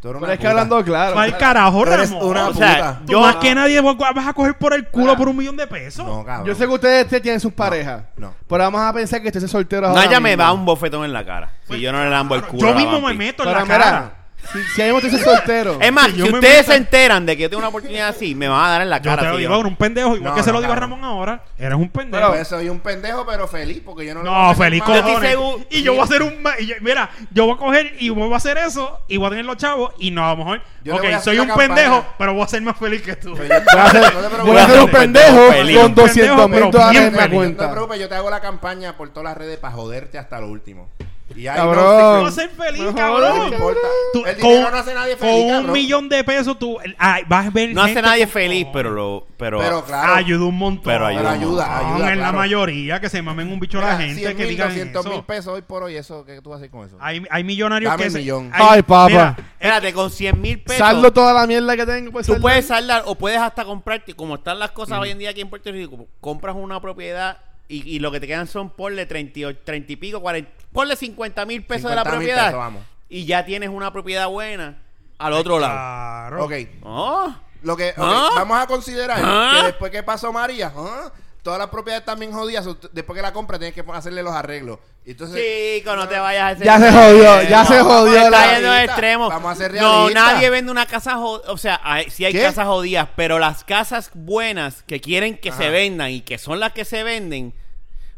S4: Tú eres una
S2: Pero es que
S4: puta.
S2: hablando claro.
S3: ¿Cuál carajo,
S4: Tú eres
S3: Ramón?
S4: una
S1: O sea,
S4: puta. Ah.
S3: Tú
S1: yo
S3: más que nadie vas vas a coger por el culo por un millón de pesos.
S4: No, cabrón.
S2: Yo sé que ustedes tres tienen sus parejas.
S4: no.
S2: Pero vamos a pensar que ustedes son solteros ahora
S1: Naya me
S2: mismo.
S1: da un bofetón en la cara. Si yo no le lambo el culo. a
S3: Pues, yo
S1: la
S3: mismo me
S1: vampi.
S3: meto en
S2: Pero
S3: la
S2: mira,
S3: cara.
S2: si, si hay ustedes son solteros.
S1: Es más,
S3: Si
S1: si,
S3: yo me
S1: ustedes
S3: meta-
S1: se enteran de que yo tengo una oportunidad así, me van a dar en la
S3: Yo te
S1: cara.
S3: lo
S1: si
S3: digo con un pendejo, igual
S4: No,
S3: que se
S4: no,
S3: lo digo a
S4: cabrón.
S3: Ramón ahora. Eres un pendejo.
S4: Pero soy un pendejo, pero feliz, porque yo no...
S3: No, feliz
S1: estoy
S3: cojones.
S1: seguro-
S3: Y yo voy a hacer un... ma- y yo- mira, yo voy a coger y voy a hacer eso y voy a tener los chavos y no, a lo mejor...
S4: Yo le
S3: ok,
S4: voy a hacer
S3: soy
S4: la
S3: un
S4: campaña.
S3: pendejo, pero voy a ser más feliz que tú.
S4: Voy
S2: Voy a hacer- voy a hacer un pendejo
S1: Feliz.
S2: con 200
S3: Pendejo,
S2: mil
S3: pero
S2: dólares
S3: bien
S2: en la
S3: feliz.
S4: No te
S2: cuenta.
S4: preocupes, yo te hago la campaña por todas las redes para joderte hasta lo últimos Y ahí
S2: Cabrón.
S4: no,
S3: Voy a ser feliz,
S2: Mejor,
S4: se- no
S3: cabrón.
S4: importa.
S3: Tú-
S4: el
S3: con
S4: dinero no hace nadie
S3: con
S4: feliz,
S3: un
S4: cabrón.
S3: millón de pesos tú ah, vas a ver...
S1: No hace
S3: gente
S1: nadie
S3: con-
S1: feliz, pero lo. Pero, ah,
S4: Pero claro,
S3: Ayuda un montón.
S1: Pero ayuda Pero
S4: ayuda, un montón. ayuda,
S3: Hombre, la
S4: claro.
S3: mayoría que se mamen un bicho a la
S4: Mira,
S3: gente
S4: 100
S3: que
S4: mil,
S3: digan
S4: 200
S3: eso.
S4: mil pesos hoy por hoy, eso, ¿qué tú vas a hacer con eso?
S3: Hay, hay millonarios
S4: Dame
S3: que...
S4: el
S3: se-
S4: millón.
S3: hay-
S2: Ay, papá.
S3: mira,
S1: espérate, con 100 mil pesos.
S2: Saldo toda la mierda que tengo. pues,
S1: Tú
S2: saldo.
S1: puedes saldar o puedes hasta comprarte, como están las cosas hoy en día aquí en Puerto Rico, como compras una propiedad y, y lo que te quedan son ponle 38, 30 y pico, 40, ponle 50 mil pesos de la
S4: 50.000
S1: propiedad
S4: pesos, vamos.
S1: y ya tienes una propiedad buena al otro lado.
S3: Claro.
S4: Ok,
S1: Oh,
S4: lo que, ok,
S1: ¿Ah?
S4: vamos a considerar
S1: ¿Ah?
S4: que después que pasó María, ¿ah? todas las propiedades también jodidas, so- después que la compra tienes que hacerle los arreglos. Entonces,
S1: chico, no te vayas a hacer.
S2: Ya se jodió, ya
S1: No,
S2: se jodió
S1: Está
S2: la-
S1: yendo de
S4: realista.
S1: extremo.
S4: Vamos a ser
S1: no,
S4: realistas.
S1: nadie vende una casa jod- O sea, hay- sí hay
S4: ¿Qué?
S1: casas jodidas, pero las casas buenas que quieren que
S4: Ajá.
S1: se vendan y que son las que se venden,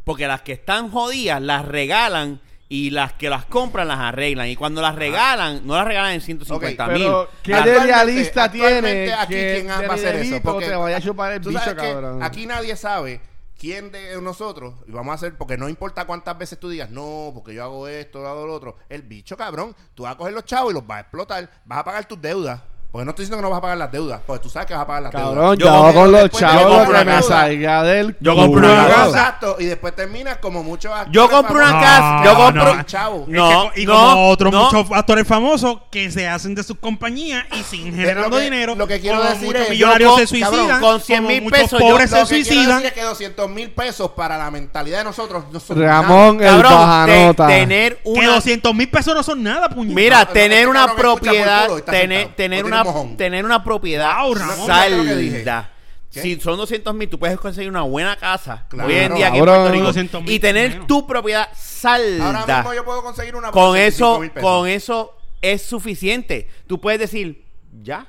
S1: porque las que están jodidas las regalan y las que las compran las arreglan. Y cuando las regalan, no las regalan en 150 mil.
S2: Pero, ¿qué
S1: Las-
S2: de
S4: Actualmente-
S2: realista tiene
S4: actualmente aquí
S2: que
S4: quién va a
S2: Danny
S4: hacer eso?
S2: DeVito
S4: Porque
S2: te vaya a chupar el
S4: Tú
S2: bicho,
S4: sabes que
S2: cabrón?
S4: aquí nadie sabe quién de nosotros, y vamos a hacer, porque no importa cuántas veces tú digas, no, porque yo hago esto, yo hago lo otro, el bicho, cabrón, tú vas a coger los chavos y los vas a explotar, vas a pagar tus deudas, Porque no estoy diciendo que no vas a pagar las deudas, porque tú sabes que vas a pagar las
S2: Cabrón,
S4: deudas.
S1: Yo
S2: yo hago
S1: compro-
S2: con los
S4: después de-
S1: yo
S2: chavos
S1: compro
S2: lo que
S1: una
S2: me
S4: casa.
S2: salga del
S1: Yo compro una
S2: culo.
S1: casa.
S4: Exacto, y después terminas como muchos
S1: Yo
S4: actores
S1: compro una
S4: famosos.
S1: casa. Yo
S4: no,
S1: compro.
S4: no, chavo.
S1: No,
S3: Es que co- y
S1: no,
S3: como otros
S1: no.
S3: muchos actores famosos que se hacen de sus compañías y sin generando
S4: lo que-
S3: dinero.
S4: lo que quiero
S3: como
S4: decir
S3: muchos
S4: es-
S3: millonarios
S1: Yo con-
S3: se suicidan.
S1: cabrón, con 100
S3: como
S1: mil
S3: muchos
S1: pesos yo-
S3: pobres
S4: Lo
S3: se
S4: que quiero
S3: suicidan.
S4: decir es que 200 mil pesos para la mentalidad de nosotros no son
S2: Ramón, el
S1: Cabrón, te-
S2: bajanota.
S1: tener
S3: Que
S1: una.
S3: 200 mil pesos no son nada, puñeta.
S1: Mira,
S4: No, no,
S1: tener
S4: este
S1: una
S4: cabrón escucha
S1: propiedad,
S4: futuro y está
S1: tener,
S4: sentado.
S1: tener
S4: No
S1: una,
S4: tiene mojón.
S1: tener una propiedad
S3: Wow, Ramón.
S4: Mira lo que dije.
S1: salda.
S4: ¿Qué?
S1: Si son 200 mil, tú puedes conseguir una buena casa
S4: Claro,
S1: hoy en día aquí en
S2: cabrón.
S1: Puerto Rico
S3: 200.000
S1: y tener
S3: menos.
S1: tu propiedad
S4: nada. Ahora
S1: salda.
S4: mismo yo puedo conseguir una
S1: Con
S4: por 25
S1: eso,
S4: mil pesos.
S1: con eso es suficiente. Tú puedes decir, ya,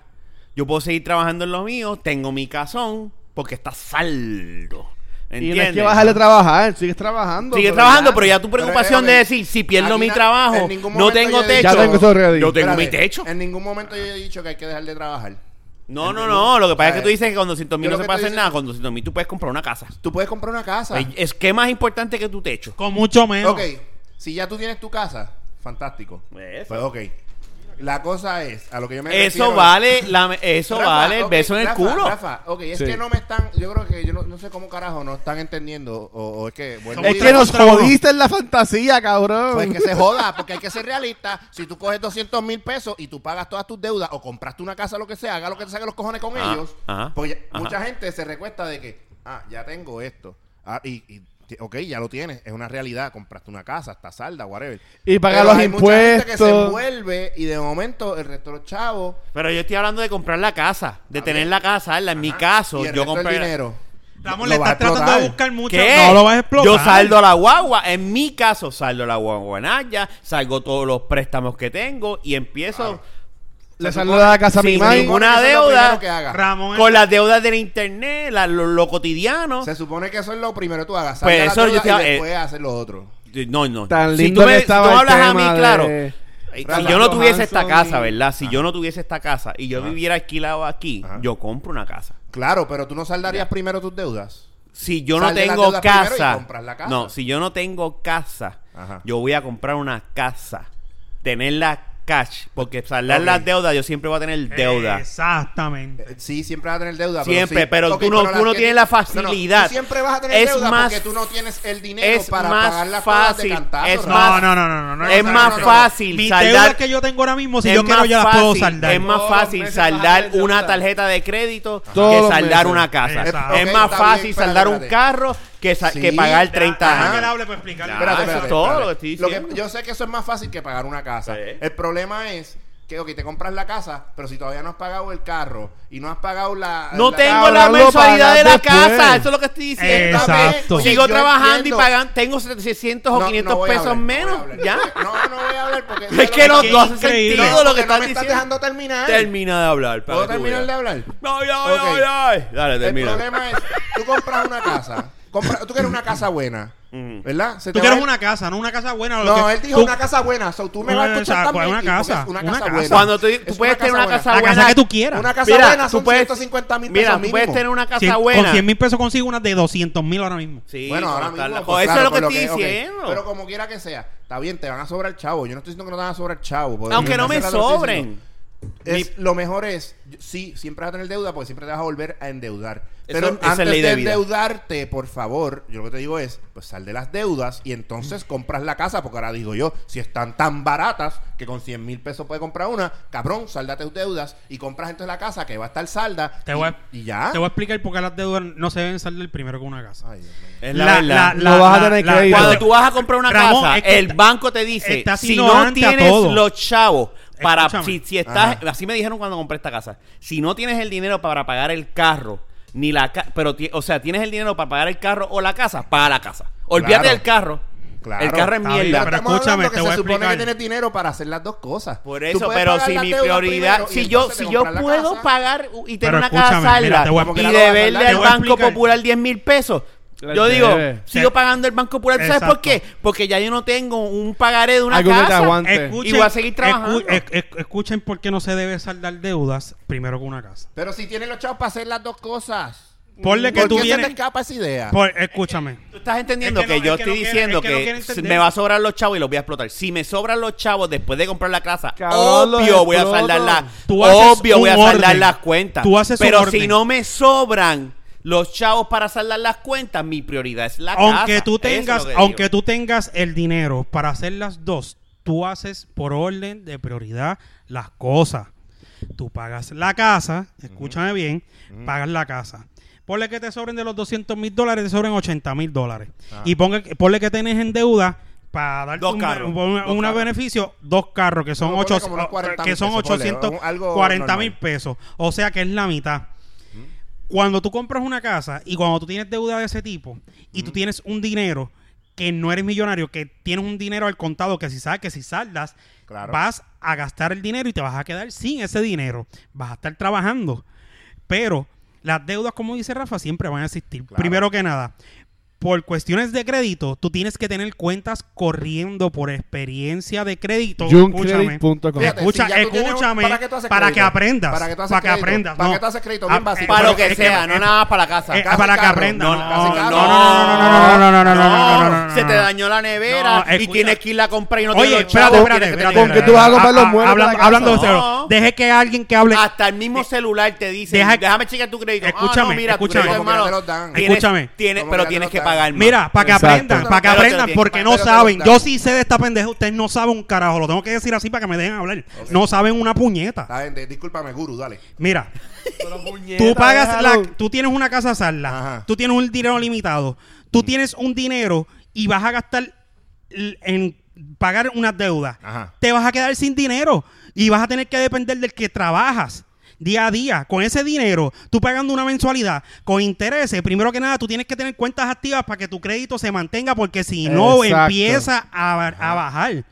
S1: yo puedo seguir trabajando en lo mío, tengo mi casón porque está saldo.
S2: Y
S1: ¿Entiendes?
S2: no es que bajarle a trabajar, sigues trabajando.
S1: Sigue
S2: pero
S1: trabajando,
S2: ya-
S1: pero ya tu
S4: Pero,
S1: preocupación
S4: eh,
S1: de
S4: ok.
S1: decir, si pierdo
S4: Aquí
S1: mi
S4: na-
S1: trabajo,
S4: en ningún
S1: no
S4: momento
S1: tengo
S4: yo he
S1: techo.
S4: dicho-
S2: Ya tengo eso ready.
S1: Yo tengo mi
S4: Espérate,
S1: techo.
S4: En ningún momento yo he dicho que hay que dejar de trabajar.
S1: No,
S4: En
S1: no,
S4: ningún-
S1: no. Lo que pasa es que
S4: ¿sabes?
S1: tú dices que con 200 mil
S4: Yo
S1: no
S4: lo
S1: se
S4: que
S1: puede
S4: estoy
S1: hacer nada. Con 200 mil tú puedes comprar una casa.
S4: Tú puedes comprar una casa.
S1: Es que más importante que tu techo.
S3: Con mucho menos.
S4: Ok, si ya tú tienes tu casa, fantástico.
S1: Eso.
S4: Pues ok. La cosa es, a lo que yo me
S1: Eso
S4: refiero-
S1: vale, la- eso
S4: Rafa,
S1: vale el
S4: ok,
S1: beso en el
S4: Rafa,
S1: culo.
S4: Rafa, ok, es
S2: Sí.
S4: que no me están, yo creo que yo no, no sé cómo carajo no están entendiendo o, o es que bueno,
S2: Es
S3: Somos
S2: que nos
S3: contra uno.
S2: jodiste en la fantasía, cabrón.
S4: pues que se joda, porque hay que ser realista. Si tú coges 200 mil pesos y tú pagas todas tus deudas o compraste una casa, lo que sea, haga lo que te saque los cojones con
S1: Ajá,
S4: ellos.
S1: ajá,
S4: porque
S1: Ah, ajá.
S4: mucha gente se recuesta de que, ah, ya tengo esto. Ah, y, y, t- ok, ya lo tienes, es una realidad. Compraste una casa, está salda, whatever.
S2: Y pagar
S4: Pero
S2: los
S4: hay mucha gente que se
S2: impuestos.
S4: envuelve y de momento el resto de los chavos.
S1: Pero yo estoy hablando de comprar la casa, de
S4: Está bien.
S1: tener la casa. En mi
S4: Ah, ajá,
S1: caso,
S4: y el
S1: yo
S4: resto del
S1: compré.
S4: dinero.
S3: Ramón,
S4: lo
S3: le
S4: vas a
S3: estás tratando
S4: explotar.
S3: de buscar mucho.
S1: ¿Qué?
S3: No lo vas a explotar.
S1: Yo saldo la guagua. En mi caso, saldo la guagua en Haya, salgo todos los préstamos que tengo y empiezo
S2: Le salió de la casa a mi
S1: Sin
S2: madre.
S1: ningún- Ninguna
S4: Eso es lo
S1: deuda.
S4: primero que haga.
S3: Ramón,
S1: con las deudas del internet, la- lo, lo cotidiano.
S4: Se supone que eso es lo primero que tú hagas.
S1: Pues
S4: Saca la
S1: eso yo
S4: deuda
S1: te-
S4: y
S1: eh,
S4: después hacer lo otro.
S1: No, no.
S2: Tan
S1: si
S2: lindo
S1: tú
S2: que
S1: me, si tú
S2: estaba el
S1: hablas a mí,
S2: tema de-
S1: claro. eh, Si
S4: Rafa
S1: yo no
S2: Johansson
S1: tuviese esta
S2: y-
S1: casa, ¿verdad? Si yo no tuviese esta casa y yo
S4: Ajá.
S1: viviera alquilado aquí,
S4: Ajá.
S1: yo compro una casa.
S4: Claro, pero tú no saldarías primero tus deudas.
S1: Si yo
S4: Sal
S1: no
S4: de las
S1: tengo
S4: deudas primero y
S1: casa,
S4: compras la casa.
S1: No, si yo no tengo casa,
S4: Ajá.
S1: yo voy a comprar una casa. Tenerla cash. Porque saldar
S4: Ok.
S1: las deudas, yo siempre voy a tener deuda.
S3: Exactamente.
S4: Eh, Sí, siempre vas a tener deuda.
S1: Siempre,
S4: sí.
S1: pero
S4: Ok,
S1: tú no- tú no
S4: que-
S1: tienes la
S4: no, no,
S1: facilidad.
S4: tú siempre vas a tener
S1: Es
S4: deuda
S1: más-
S4: porque tú no tienes el dinero
S1: es
S4: para
S1: más
S4: pagar las cosas de
S1: fácil,
S4: cantazo.
S1: es
S4: Rafa.
S1: más-
S3: No, no, no, no, no, no.
S1: es
S3: no,
S1: más
S3: no, no, no.
S1: fácil
S3: Mi deuda
S1: saldar.
S3: que yo tengo ahora mismo, si
S1: es
S3: yo quiero,
S1: más
S3: yo la puedo
S1: fácil-
S3: saldar.
S1: Es más
S4: Todos los
S1: fácil
S4: meses vas a
S1: saldar
S4: tener
S1: una
S4: deuda.
S1: tarjeta de crédito
S2: Todos
S1: que
S2: los
S1: saldar
S2: meses.
S1: una casa.
S3: Exacto.
S1: Es
S4: Ok,
S1: más
S4: está bien,
S1: fácil
S4: espérate,
S1: saldar un
S4: espérate.
S1: carro que, sa-
S4: Sí,
S1: que pagar
S4: ya,
S1: 30
S4: ajá.
S1: años.
S3: Déjame que hable para explicarle.
S1: Ya,
S4: Espérate,
S1: eso
S4: espérate,
S1: es todo
S4: espérate.
S1: lo que estoy diciendo.
S4: yo sé que eso es más fácil que pagar una casa.
S1: Sí.
S4: El problema es que, ok, te compras la casa, pero si todavía no has pagado el carro y no has pagado la.
S1: No
S4: la-
S1: tengo la
S2: Cabrón, lo
S1: mensualidad de la
S2: pagas después.
S1: casa. Eso es lo que estoy diciendo.
S4: Esta vez,
S3: Exacto.
S4: oye,
S1: Sigo
S4: yo
S1: trabajando
S4: entiendo-
S1: y pagando. Tengo 700 o
S4: No,
S1: 500
S4: no voy a
S1: pesos
S4: hablar, no voy a
S1: menos.
S4: hablar.
S1: ya.
S4: No, no voy a hablar porque.
S1: es que no,
S3: que-
S1: no hace
S3: increíble.
S1: sentido lo que estás
S4: no me estás
S1: diciendo.
S4: dejando terminar.
S1: Termina de hablar. para que
S4: ¿Puedo
S1: tú
S4: terminar de
S1: veas.
S4: hablar?
S1: No, ya, ya,
S4: Ok.
S1: ya. Dale, termina.
S4: El problema es, tú compras una casa. compra- tú quieres una casa buena.
S1: Ujú.
S4: ¿Verdad? Se
S3: Tú
S4: te
S3: quieres
S4: va-
S3: una casa, no una casa buena. lo
S4: No,
S3: que-
S4: él dijo
S3: tú-
S4: una casa buena. So, tú me
S3: No,
S4: vas a
S3: no,
S4: escuchar
S3: o sea, ¿cuál
S4: también.
S3: es una
S4: y porque
S3: casa?
S4: es Una
S3: Una
S4: casa
S3: casa.
S4: buena.
S1: Cuando tú, tú
S4: Es
S1: puedes tener una casa
S3: La
S1: buena.
S3: casa que tú quieras.
S4: Una casa
S1: Mira,
S4: buena
S1: tú
S4: son
S1: puedes-
S4: 150 mil pesos
S1: Mira, tú puedes
S4: mínimo.
S1: tener una casa
S3: Cien-
S1: buena.
S3: Con 100 mil pesos consigo una de 200 mil ahora mismo.
S1: Sí,
S4: Bueno, ahora
S1: con tal-
S4: mismo.
S1: con
S4: pues,
S1: eso
S4: claro,
S1: es lo
S4: por
S1: que estoy
S4: ok.
S1: diciendo.
S4: Pero como quiera que sea, está bien, te van a sobrar el chavo. Yo no estoy diciendo que no te van a sobrar el chavo. porque
S1: Aunque no me
S4: hace rato estoy diciendo-
S1: sobren.
S4: Es- lo mejor es, yo- sí, siempre vas a tener deuda porque siempre te vas a volver a endeudar. Pero
S1: Eso- esa es
S4: antes
S1: ley
S4: de
S1: de vida.
S4: endeudarte, por favor, yo lo que te digo es, pues sal de las deudas y entonces compras la casa, porque ahora digo yo, si están tan baratas que con 100 mil pesos puedes comprar una, cabrón, saldate tus deudas y compras entonces la casa que va a estar salda
S3: Te
S4: y,
S3: voy a-
S4: y ya.
S3: Te voy a explicar por qué las deudas no se deben saldar primero con una casa.
S4: Ay, Dios mío.
S1: Es la, verdad.
S2: la- No vas a tener crédito.
S1: Cuando tú vas a comprar una
S3: Ramón,
S1: casa,
S3: es que
S1: el
S3: está-
S1: banco te dice,
S3: estás
S1: si no
S3: ignorante a
S1: tienes
S3: todo.
S1: los chavos para
S3: Escúchame.
S1: si, si estás,
S4: Ajá.
S1: así me dijeron cuando compré esta casa, si no tienes el dinero para pagar el carro ni la ca- pero ti- o sea, tienes el dinero para pagar el carro o la casa, paga la casa. Olvídate
S4: Claro.
S1: del carro.
S4: Claro.
S1: el carro es
S3: Está bien,
S1: mierda.
S3: pero
S4: Estamos hablando
S3: escúchame,
S4: que
S3: te voy a
S4: se supone que
S3: explicar.
S4: tienes dinero para hacer las dos cosas.
S1: Por
S4: Tú
S1: eso,
S4: puedes
S1: pero
S4: pagar
S1: si
S4: las
S1: mi
S4: deudas
S1: prioridad,
S4: primero y
S1: si yo,
S4: entonces te
S1: si yo
S4: compras la
S1: puedo
S4: casa.
S1: pagar u- y tener
S3: Pero
S1: una casa
S3: escúchame, mira,
S1: salda
S3: te voy a-
S1: y
S4: Te voy a
S1: deberle al
S4: explicar.
S1: Banco Popular 10 mil pesos.
S2: Te
S1: Yo
S2: la
S1: digo,
S2: debe.
S1: sigo
S3: Te-
S1: pagando el Banco Popular. ¿Sabes
S3: Exacto.
S1: por qué? Porque ya yo no tengo un pagaré de una
S2: Algo que te
S1: casa.
S2: aguante.
S1: Y voy a seguir trabajando.
S3: escu- es- es- escuchen por qué no se debe saldar deudas primero con una casa.
S4: Pero si tienes los chavos para hacer las dos cosas.
S3: Ponle que
S4: ¿Por
S3: tú
S4: qué se te
S3: vienes.
S4: escapa esa idea?
S3: por- escúchame.
S1: Tú estás entendiendo
S3: Es
S1: que,
S3: que no-
S1: yo
S3: es que
S1: estoy
S3: no quiere-
S1: diciendo
S3: es que no
S1: que,
S3: quiere entender.
S1: me va a sobrar los chavos y los voy a explotar. Si me sobran los chavos después de comprar la casa,
S2: Cabrón, los
S1: obvio voy a
S2: exploto.
S1: saldar la,
S3: Tú haces
S1: obvio
S3: un
S1: voy a saldar
S3: orden.
S1: las cuentas.
S3: Tú haces un
S1: Pero si
S3: orden.
S1: no me sobran los chavos para saldar las cuentas, mi prioridad es la casa.
S3: aunque tú
S1: Eso es lo
S3: tengas,
S1: que digo.
S3: aunque tú tengas el dinero para hacer las dos, tú haces por orden de prioridad las cosas. Tú pagas la casa, escúchame bien, pagas la casa. Ponle que te sobren de los 200 mil dólares, te sobren 80 mil dólares. Y ponga- ponle que tenés en deuda para darte
S1: Ah. Dos
S3: un,
S1: carros,
S3: un-
S1: dos
S3: un
S1: carros.
S3: beneficio, dos carros que son,
S4: Ponle
S3: ocho, ah,
S4: como unos 40.000
S3: que son
S4: pesos, ponle,
S3: 840 mil
S4: algo normal.
S3: pesos. O sea que es la mitad cuando tú compras una casa y cuando tú tienes deuda de ese tipo y tú tienes un dinero que no eres millonario, que tienes un dinero al contado que si sabes que si saldas,
S4: Claro.
S3: vas a gastar el dinero y te vas a quedar sin ese dinero. Vas a estar trabajando. Pero las deudas, como dice Rafa, siempre van a existir.
S4: Claro.
S3: Primero que nada, por cuestiones de crédito, tú tienes que tener cuentas corriendo por experiencia de crédito. Escúchame.
S2: Juncredit.com.
S4: Fíjate,
S3: Escucha,
S4: si ya tú tienes un-
S3: escúchame,
S4: ¿para qué tú haces
S3: para que
S4: crédito?
S3: aprendas,
S4: Para que tú haces
S3: para que
S4: crédito?
S3: aprendas,
S4: ¿Para
S3: no.
S4: que tú haces crédito?
S3: Ah,
S4: Bien básico.
S1: para
S3: pero
S1: lo que
S3: es que-
S1: sea, no
S3: es-
S1: nada más para la casa.
S3: Eh,
S4: Casi
S3: para que
S4: carro.
S3: aprenda.
S1: No,
S3: No,
S1: casi
S3: no, no, no,
S1: carro.
S3: no, no, no, no, no, no, no, no, no, no.
S1: se te dañó la nevera
S3: No,
S1: y
S3: escucha.
S1: tienes que irla a comprar y no
S3: Oye,
S1: tienes los
S3: espérate,
S1: chavos.
S3: espérate,
S1: tienes que
S3: espérate,
S1: tener-
S2: ¿Con qué tú vas a comprar los
S3: Ah, ah,
S2: muebles de la
S3: hablando-
S2: casa?
S3: Hablando de
S1: No.
S3: cero, deje que alguien que
S4: Ah,
S3: hable.
S1: Hasta el mismo celular te dice,
S3: Eh, Deja-
S1: déjame chequear tu crédito. Ah, no,
S3: Escúchame,
S1: mira, tu
S3: escúchame.
S1: crédito,
S4: Como que
S1: hermano,
S4: te los dan.
S1: tienes-
S3: Escúchame.
S1: tienes-
S4: Como
S1: pero
S4: que
S1: tienes
S4: te
S1: que
S4: los dan.
S1: pagar más.
S3: Mira, para que
S2: Exacto.
S3: aprendan, para
S1: Pero
S3: que
S1: te lo
S3: aprendan,
S1: tienen-
S3: porque no
S4: pero te lo
S3: saben.
S4: dan.
S3: Yo sí sé de esta pendeja, ustedes no saben un carajo. Lo tengo que decir así para que me dejen hablar. No saben una puñeta.
S4: Está bien, de- discúlpame, guru, dale.
S3: Mira, tú pagas la, tú tienes una casa a salda,
S4: Ajá.
S3: tú tienes un dinero limitado, tú tienes un dinero y vas a gastar l- en pagar unas deudas.
S4: Ajá.
S3: Te vas a quedar sin dinero y vas a tener que depender del que trabajas día a día. Con ese dinero, tú pagando una mensualidad con intereses, primero que nada, tú tienes que tener cuentas activas para que tu crédito se mantenga porque si no
S2: Exacto.
S3: empieza a, ba- a bajar.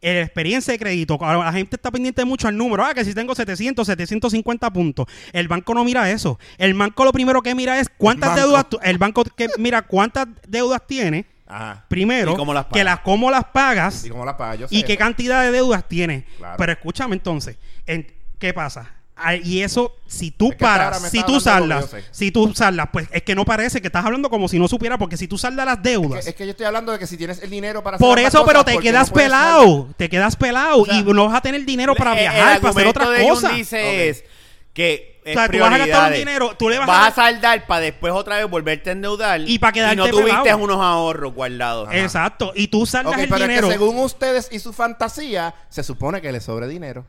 S3: El Eh, experiencia de crédito, claro, la gente está pendiente mucho al número. Ah, que si tengo 700, 750 puntos. El banco no mira eso. El banco lo primero que mira es cuántas
S4: banco.
S3: deudas. tú- el banco que mira cuántas deudas tiene.
S4: Ajá.
S3: Primero,
S1: Y cómo las
S3: que
S1: pagas.
S3: las cómo las pagas
S4: ¿Y cómo la pagas? Yo sé
S3: y qué
S4: eso.
S3: cantidad de deudas tienes.
S4: Claro.
S3: Pero escúchame entonces, en- ¿qué pasa? Ah, Y eso, si tú
S4: Es que hasta ahora
S3: paras,
S4: me
S3: si
S4: estás
S3: tú
S4: hablando de lo
S3: saldas,
S4: que yo sé.
S3: si tú saldas, pues es que no parece que estás hablando como si no supiera, porque si tú saldas las
S4: Que-
S3: deudas,
S4: Es que yo estoy hablando de que si tienes el dinero para hacer
S3: por
S4: ambas
S3: eso,
S4: cosas,
S3: pero te
S4: ¿por qué
S3: quedas
S4: no puedes dar-
S3: pelado, te quedas pelado
S1: sea,
S3: y no vas a tener dinero para
S1: El- el
S3: viajar, para hacer
S1: argumento
S3: otras
S1: de Jun
S3: cosas.
S1: dice es que es
S3: O sea, tú vas a gastar un
S1: prioridades.
S3: dinero, tú le vas a
S1: vas a,
S3: dar-
S1: saldar para después otra vez volverte a endeudar
S3: Y pa' quedarte
S1: no tuviste
S3: pelado.
S1: unos ahorros guardados.
S3: Exacto, y tú saldas
S4: Ok,
S3: el
S4: pero
S3: dinero.
S4: es que según ustedes y su fantasía, se supone que le sobre dinero.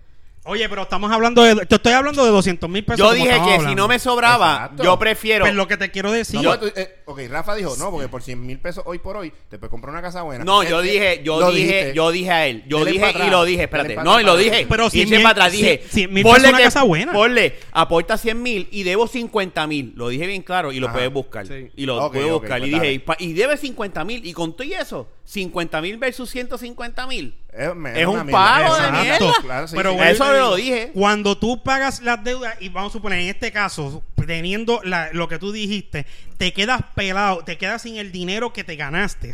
S3: Oye, pero estamos hablando de, te estoy hablando de 200 mil pesos.
S1: Yo
S3: como
S1: dije que
S3: estamos
S1: si
S3: hablando.
S1: no me sobraba,
S4: Exacto.
S1: yo prefiero
S3: Pero lo que te quiero decir,
S4: No, pero tú- eh, ok, Rafa dijo, no, porque por 100 mil pesos hoy por hoy te puedes comprar una casa buena.
S1: No,
S4: Eh,
S1: yo
S4: eh,
S1: dije, yo
S4: lo
S1: dije,
S4: dijiste.
S1: yo dije a él, yo
S4: Dele pa'
S1: dije
S4: atrás.
S1: y lo dije,
S4: Dele
S1: espérate.
S4: pa'
S1: No, y
S4: atrás.
S1: lo dije.
S3: Pero
S1: y
S3: cien
S1: eché
S3: mil-
S1: para atrás,
S3: cien-
S1: dije,
S3: cien mil
S1: ponle
S3: pesos una
S1: que-
S3: casa buena.
S1: Ponle, aporta 100 mil y debo 50 mil. Lo dije bien claro y lo
S4: Ajá.
S1: puedes buscar.
S2: Sí.
S1: Y lo
S4: Ok,
S1: pude
S4: ok,
S1: buscar.
S4: pues
S1: y dije,
S4: dale.
S1: y, pa- y debe 50 mil. Y con todo y eso, 50 mil versus 150 mil.
S4: Eh, me-
S1: Es
S4: una
S1: un
S4: mierda.
S1: pago de
S4: Exacto.
S1: mierda.
S4: Claro, sí,
S3: Pero
S4: sí.
S3: bueno,
S1: Eso lo dije.
S3: Cuando tú pagas las deudas, y vamos a suponer en este caso, teniendo la- lo que tú dijiste, te quedas pelado, te quedas sin el dinero que te ganaste.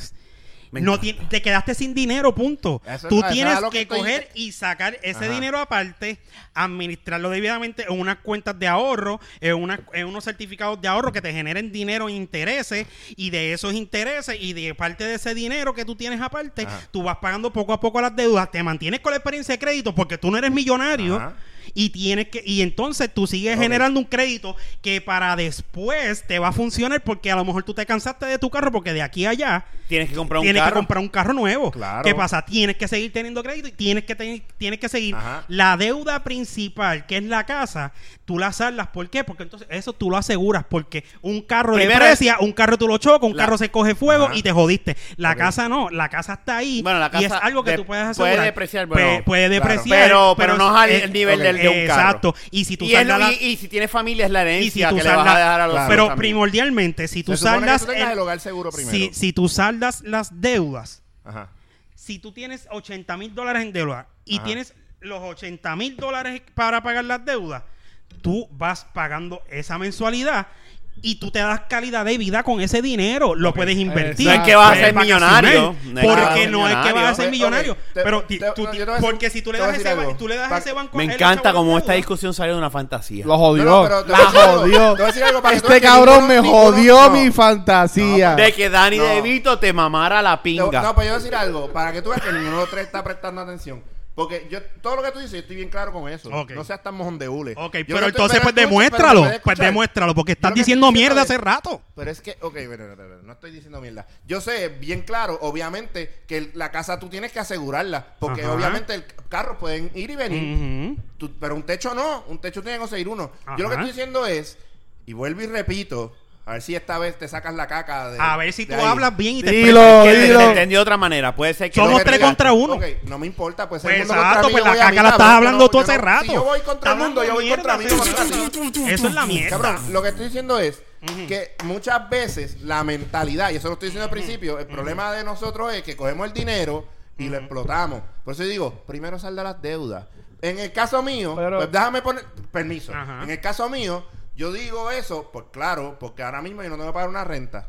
S1: Me
S3: No
S1: encanta.
S3: ti- te quedaste sin dinero, punto.
S4: Eso es
S3: tú
S4: lo- eso
S3: tienes
S4: es lo
S3: que,
S4: que estoy-
S3: coger y sacar ese
S4: Ajá.
S3: dinero aparte, administrarlo debidamente en unas cuentas de ahorro, en, una- en unos certificados de ahorro que te generen dinero e intereses, y de esos intereses y de parte de ese dinero que tú tienes aparte,
S4: Ajá.
S3: tú vas pagando poco a poco las deudas, te mantienes con la experiencia de crédito porque tú no eres millonario
S4: Ajá.
S3: y tienes que y entonces tú sigues
S4: Ok.
S3: generando un crédito que para después te va a funcionar porque a lo mejor tú te cansaste de tu carro porque de aquí a allá
S1: Tienes que comprar un
S3: tienes que
S1: carro.
S3: comprar un carro nuevo.
S4: Claro.
S3: ¿Qué pasa? Tienes que seguir teniendo crédito y tienes que tener- tienes que seguir
S4: Ajá.
S3: la deuda principal, que es la casa, tú la saldas, ¿por qué? Porque entonces eso tú lo aseguras porque un carro
S1: Primero-
S3: deprecia, un carro tú lo chocas, un
S1: La-
S3: carro se coge fuego
S4: Ajá.
S3: y te jodiste. La
S4: Ok.
S3: casa no, la casa está ahí
S1: Bueno, la
S3: y es
S1: casa
S3: algo que
S1: de-
S3: tú puedes
S1: puede
S3: asegurar.
S1: depreciar,
S3: Pe-
S1: bueno,
S3: puede
S4: claro.
S3: depreciar,
S1: pero, pero no al
S3: es-
S1: el nivel
S4: ok.
S1: del de un carro.
S3: Exacto. Y si tú
S1: y, es lo-
S3: saldas la-
S1: y- y si tienes familia es la
S3: y si
S1: herencia
S3: tú
S1: que le vas a
S3: saldas-
S1: dejar a los
S4: Claro.
S1: hijos
S3: pero
S1: también.
S3: primordialmente si tú
S4: Se supone que
S3: saldas
S4: tú tengas
S3: el-
S4: el hogar seguro
S3: si-
S4: primero.
S3: si tú saldas las deudas
S4: Ajá.
S3: si tú tienes 80 mil dólares en deuda y
S4: Ajá.
S3: tienes los 80 mil dólares para pagar las deudas, tú vas pagando esa mensualidad y tú te das calidad de vida con ese dinero. Lo puedes invertir.
S1: No es que vas a
S3: puedes
S1: ser millonario. No
S3: vacacionar,
S1: es que vas a
S3: porque
S1: ser
S3: no es que vas a ser
S4: Ok,
S3: millonario.
S4: ok. Te-
S3: Pero ti-
S4: te-
S3: tú-
S4: no,
S3: ti-
S4: yo te voy a
S3: porque
S4: decir-
S3: si tú le
S4: te voy a
S3: das ese
S4: decir
S3: banco,
S4: algo.
S3: tú le das
S4: Pa-
S3: ese banco.
S1: Me
S3: a él,
S1: encanta
S3: ese
S1: como
S3: banco
S1: esta
S3: de
S1: discusión salió de una fantasía.
S2: Lo
S4: No,
S2: jodió.
S4: no, pero te voy a
S2: la
S4: decir algo.
S2: jodió.
S4: Te voy a decir algo para que tú
S2: Este
S4: veas que
S2: cabrón me
S4: ninguno- ninguno-
S2: jodió
S4: no.
S2: mi fantasía.
S1: De que Danny
S4: No.
S1: DeVito te mamara la
S4: Te voy-
S1: pinga.
S4: No, pero yo voy a decir algo, para que tú veas que ninguno de los tres está prestando atención. Porque yo, todo lo que tú dices, yo estoy bien claro con eso.
S3: Ok.
S4: No seas tan mojón de hule.
S3: Ok,
S4: Yo
S3: pero
S4: lo estoy-
S3: entonces pues
S4: escucha,
S3: demuéstralo.
S4: pero me voy a
S3: Pues
S4: escuchar.
S3: demuéstralo, porque estás
S4: Yo lo que
S3: diciendo
S4: estoy
S3: mierda
S4: es-
S3: hace rato.
S4: Pero es que, ok, bueno, no, no, no, no estoy diciendo mierda. Yo sé bien claro, obviamente, que el- la casa tú tienes que asegurarla. Porque
S3: Ajá.
S4: obviamente el carro pueden ir y venir. Tú- pero un techo no, un techo tiene que conseguir uno. Yo lo que
S3: Ajá.
S4: estoy diciendo es, y vuelvo y repito, a ver si esta vez te sacas la caca de.
S3: A ver si tú
S4: de ahí.
S3: hablas bien y te
S2: Dilo,
S3: expresas.
S1: Que te-
S2: dilo.
S1: te entendí de otra manera. Puede ser que.
S3: Somos
S1: lo
S4: Pero
S1: que
S3: tres
S1: diga-
S4: diga,
S3: contra uno.
S4: ok, no me importa, pues
S3: Pues
S4: el mundo
S3: exacto,
S4: contra mí,
S3: pues
S4: yo
S3: la
S4: voy a
S3: caca
S4: mi
S3: la
S4: lado,
S3: estás
S4: yo
S3: hablando
S4: no-
S3: todo
S4: yo no-
S3: ese rato.
S4: Si yo voy contra el
S3: Está
S4: mundo, yo voy
S3: hablando
S4: contra mí.
S3: mierda,
S4: contra mí.
S3: Eso es la mierda. Eh,
S4: Cabrón, lo que estoy diciendo es que muchas veces la mentalidad, y eso lo estoy diciendo al principio, el problema de nosotros es que cogemos el dinero y lo explotamos. Por eso digo, primero sal de las deudas. En el caso mío,
S2: Pero-
S4: pues déjame poner, permiso,
S3: Ajá.
S4: en el caso mío, yo digo eso, pues claro, porque ahora mismo yo no tengo que pagar una renta.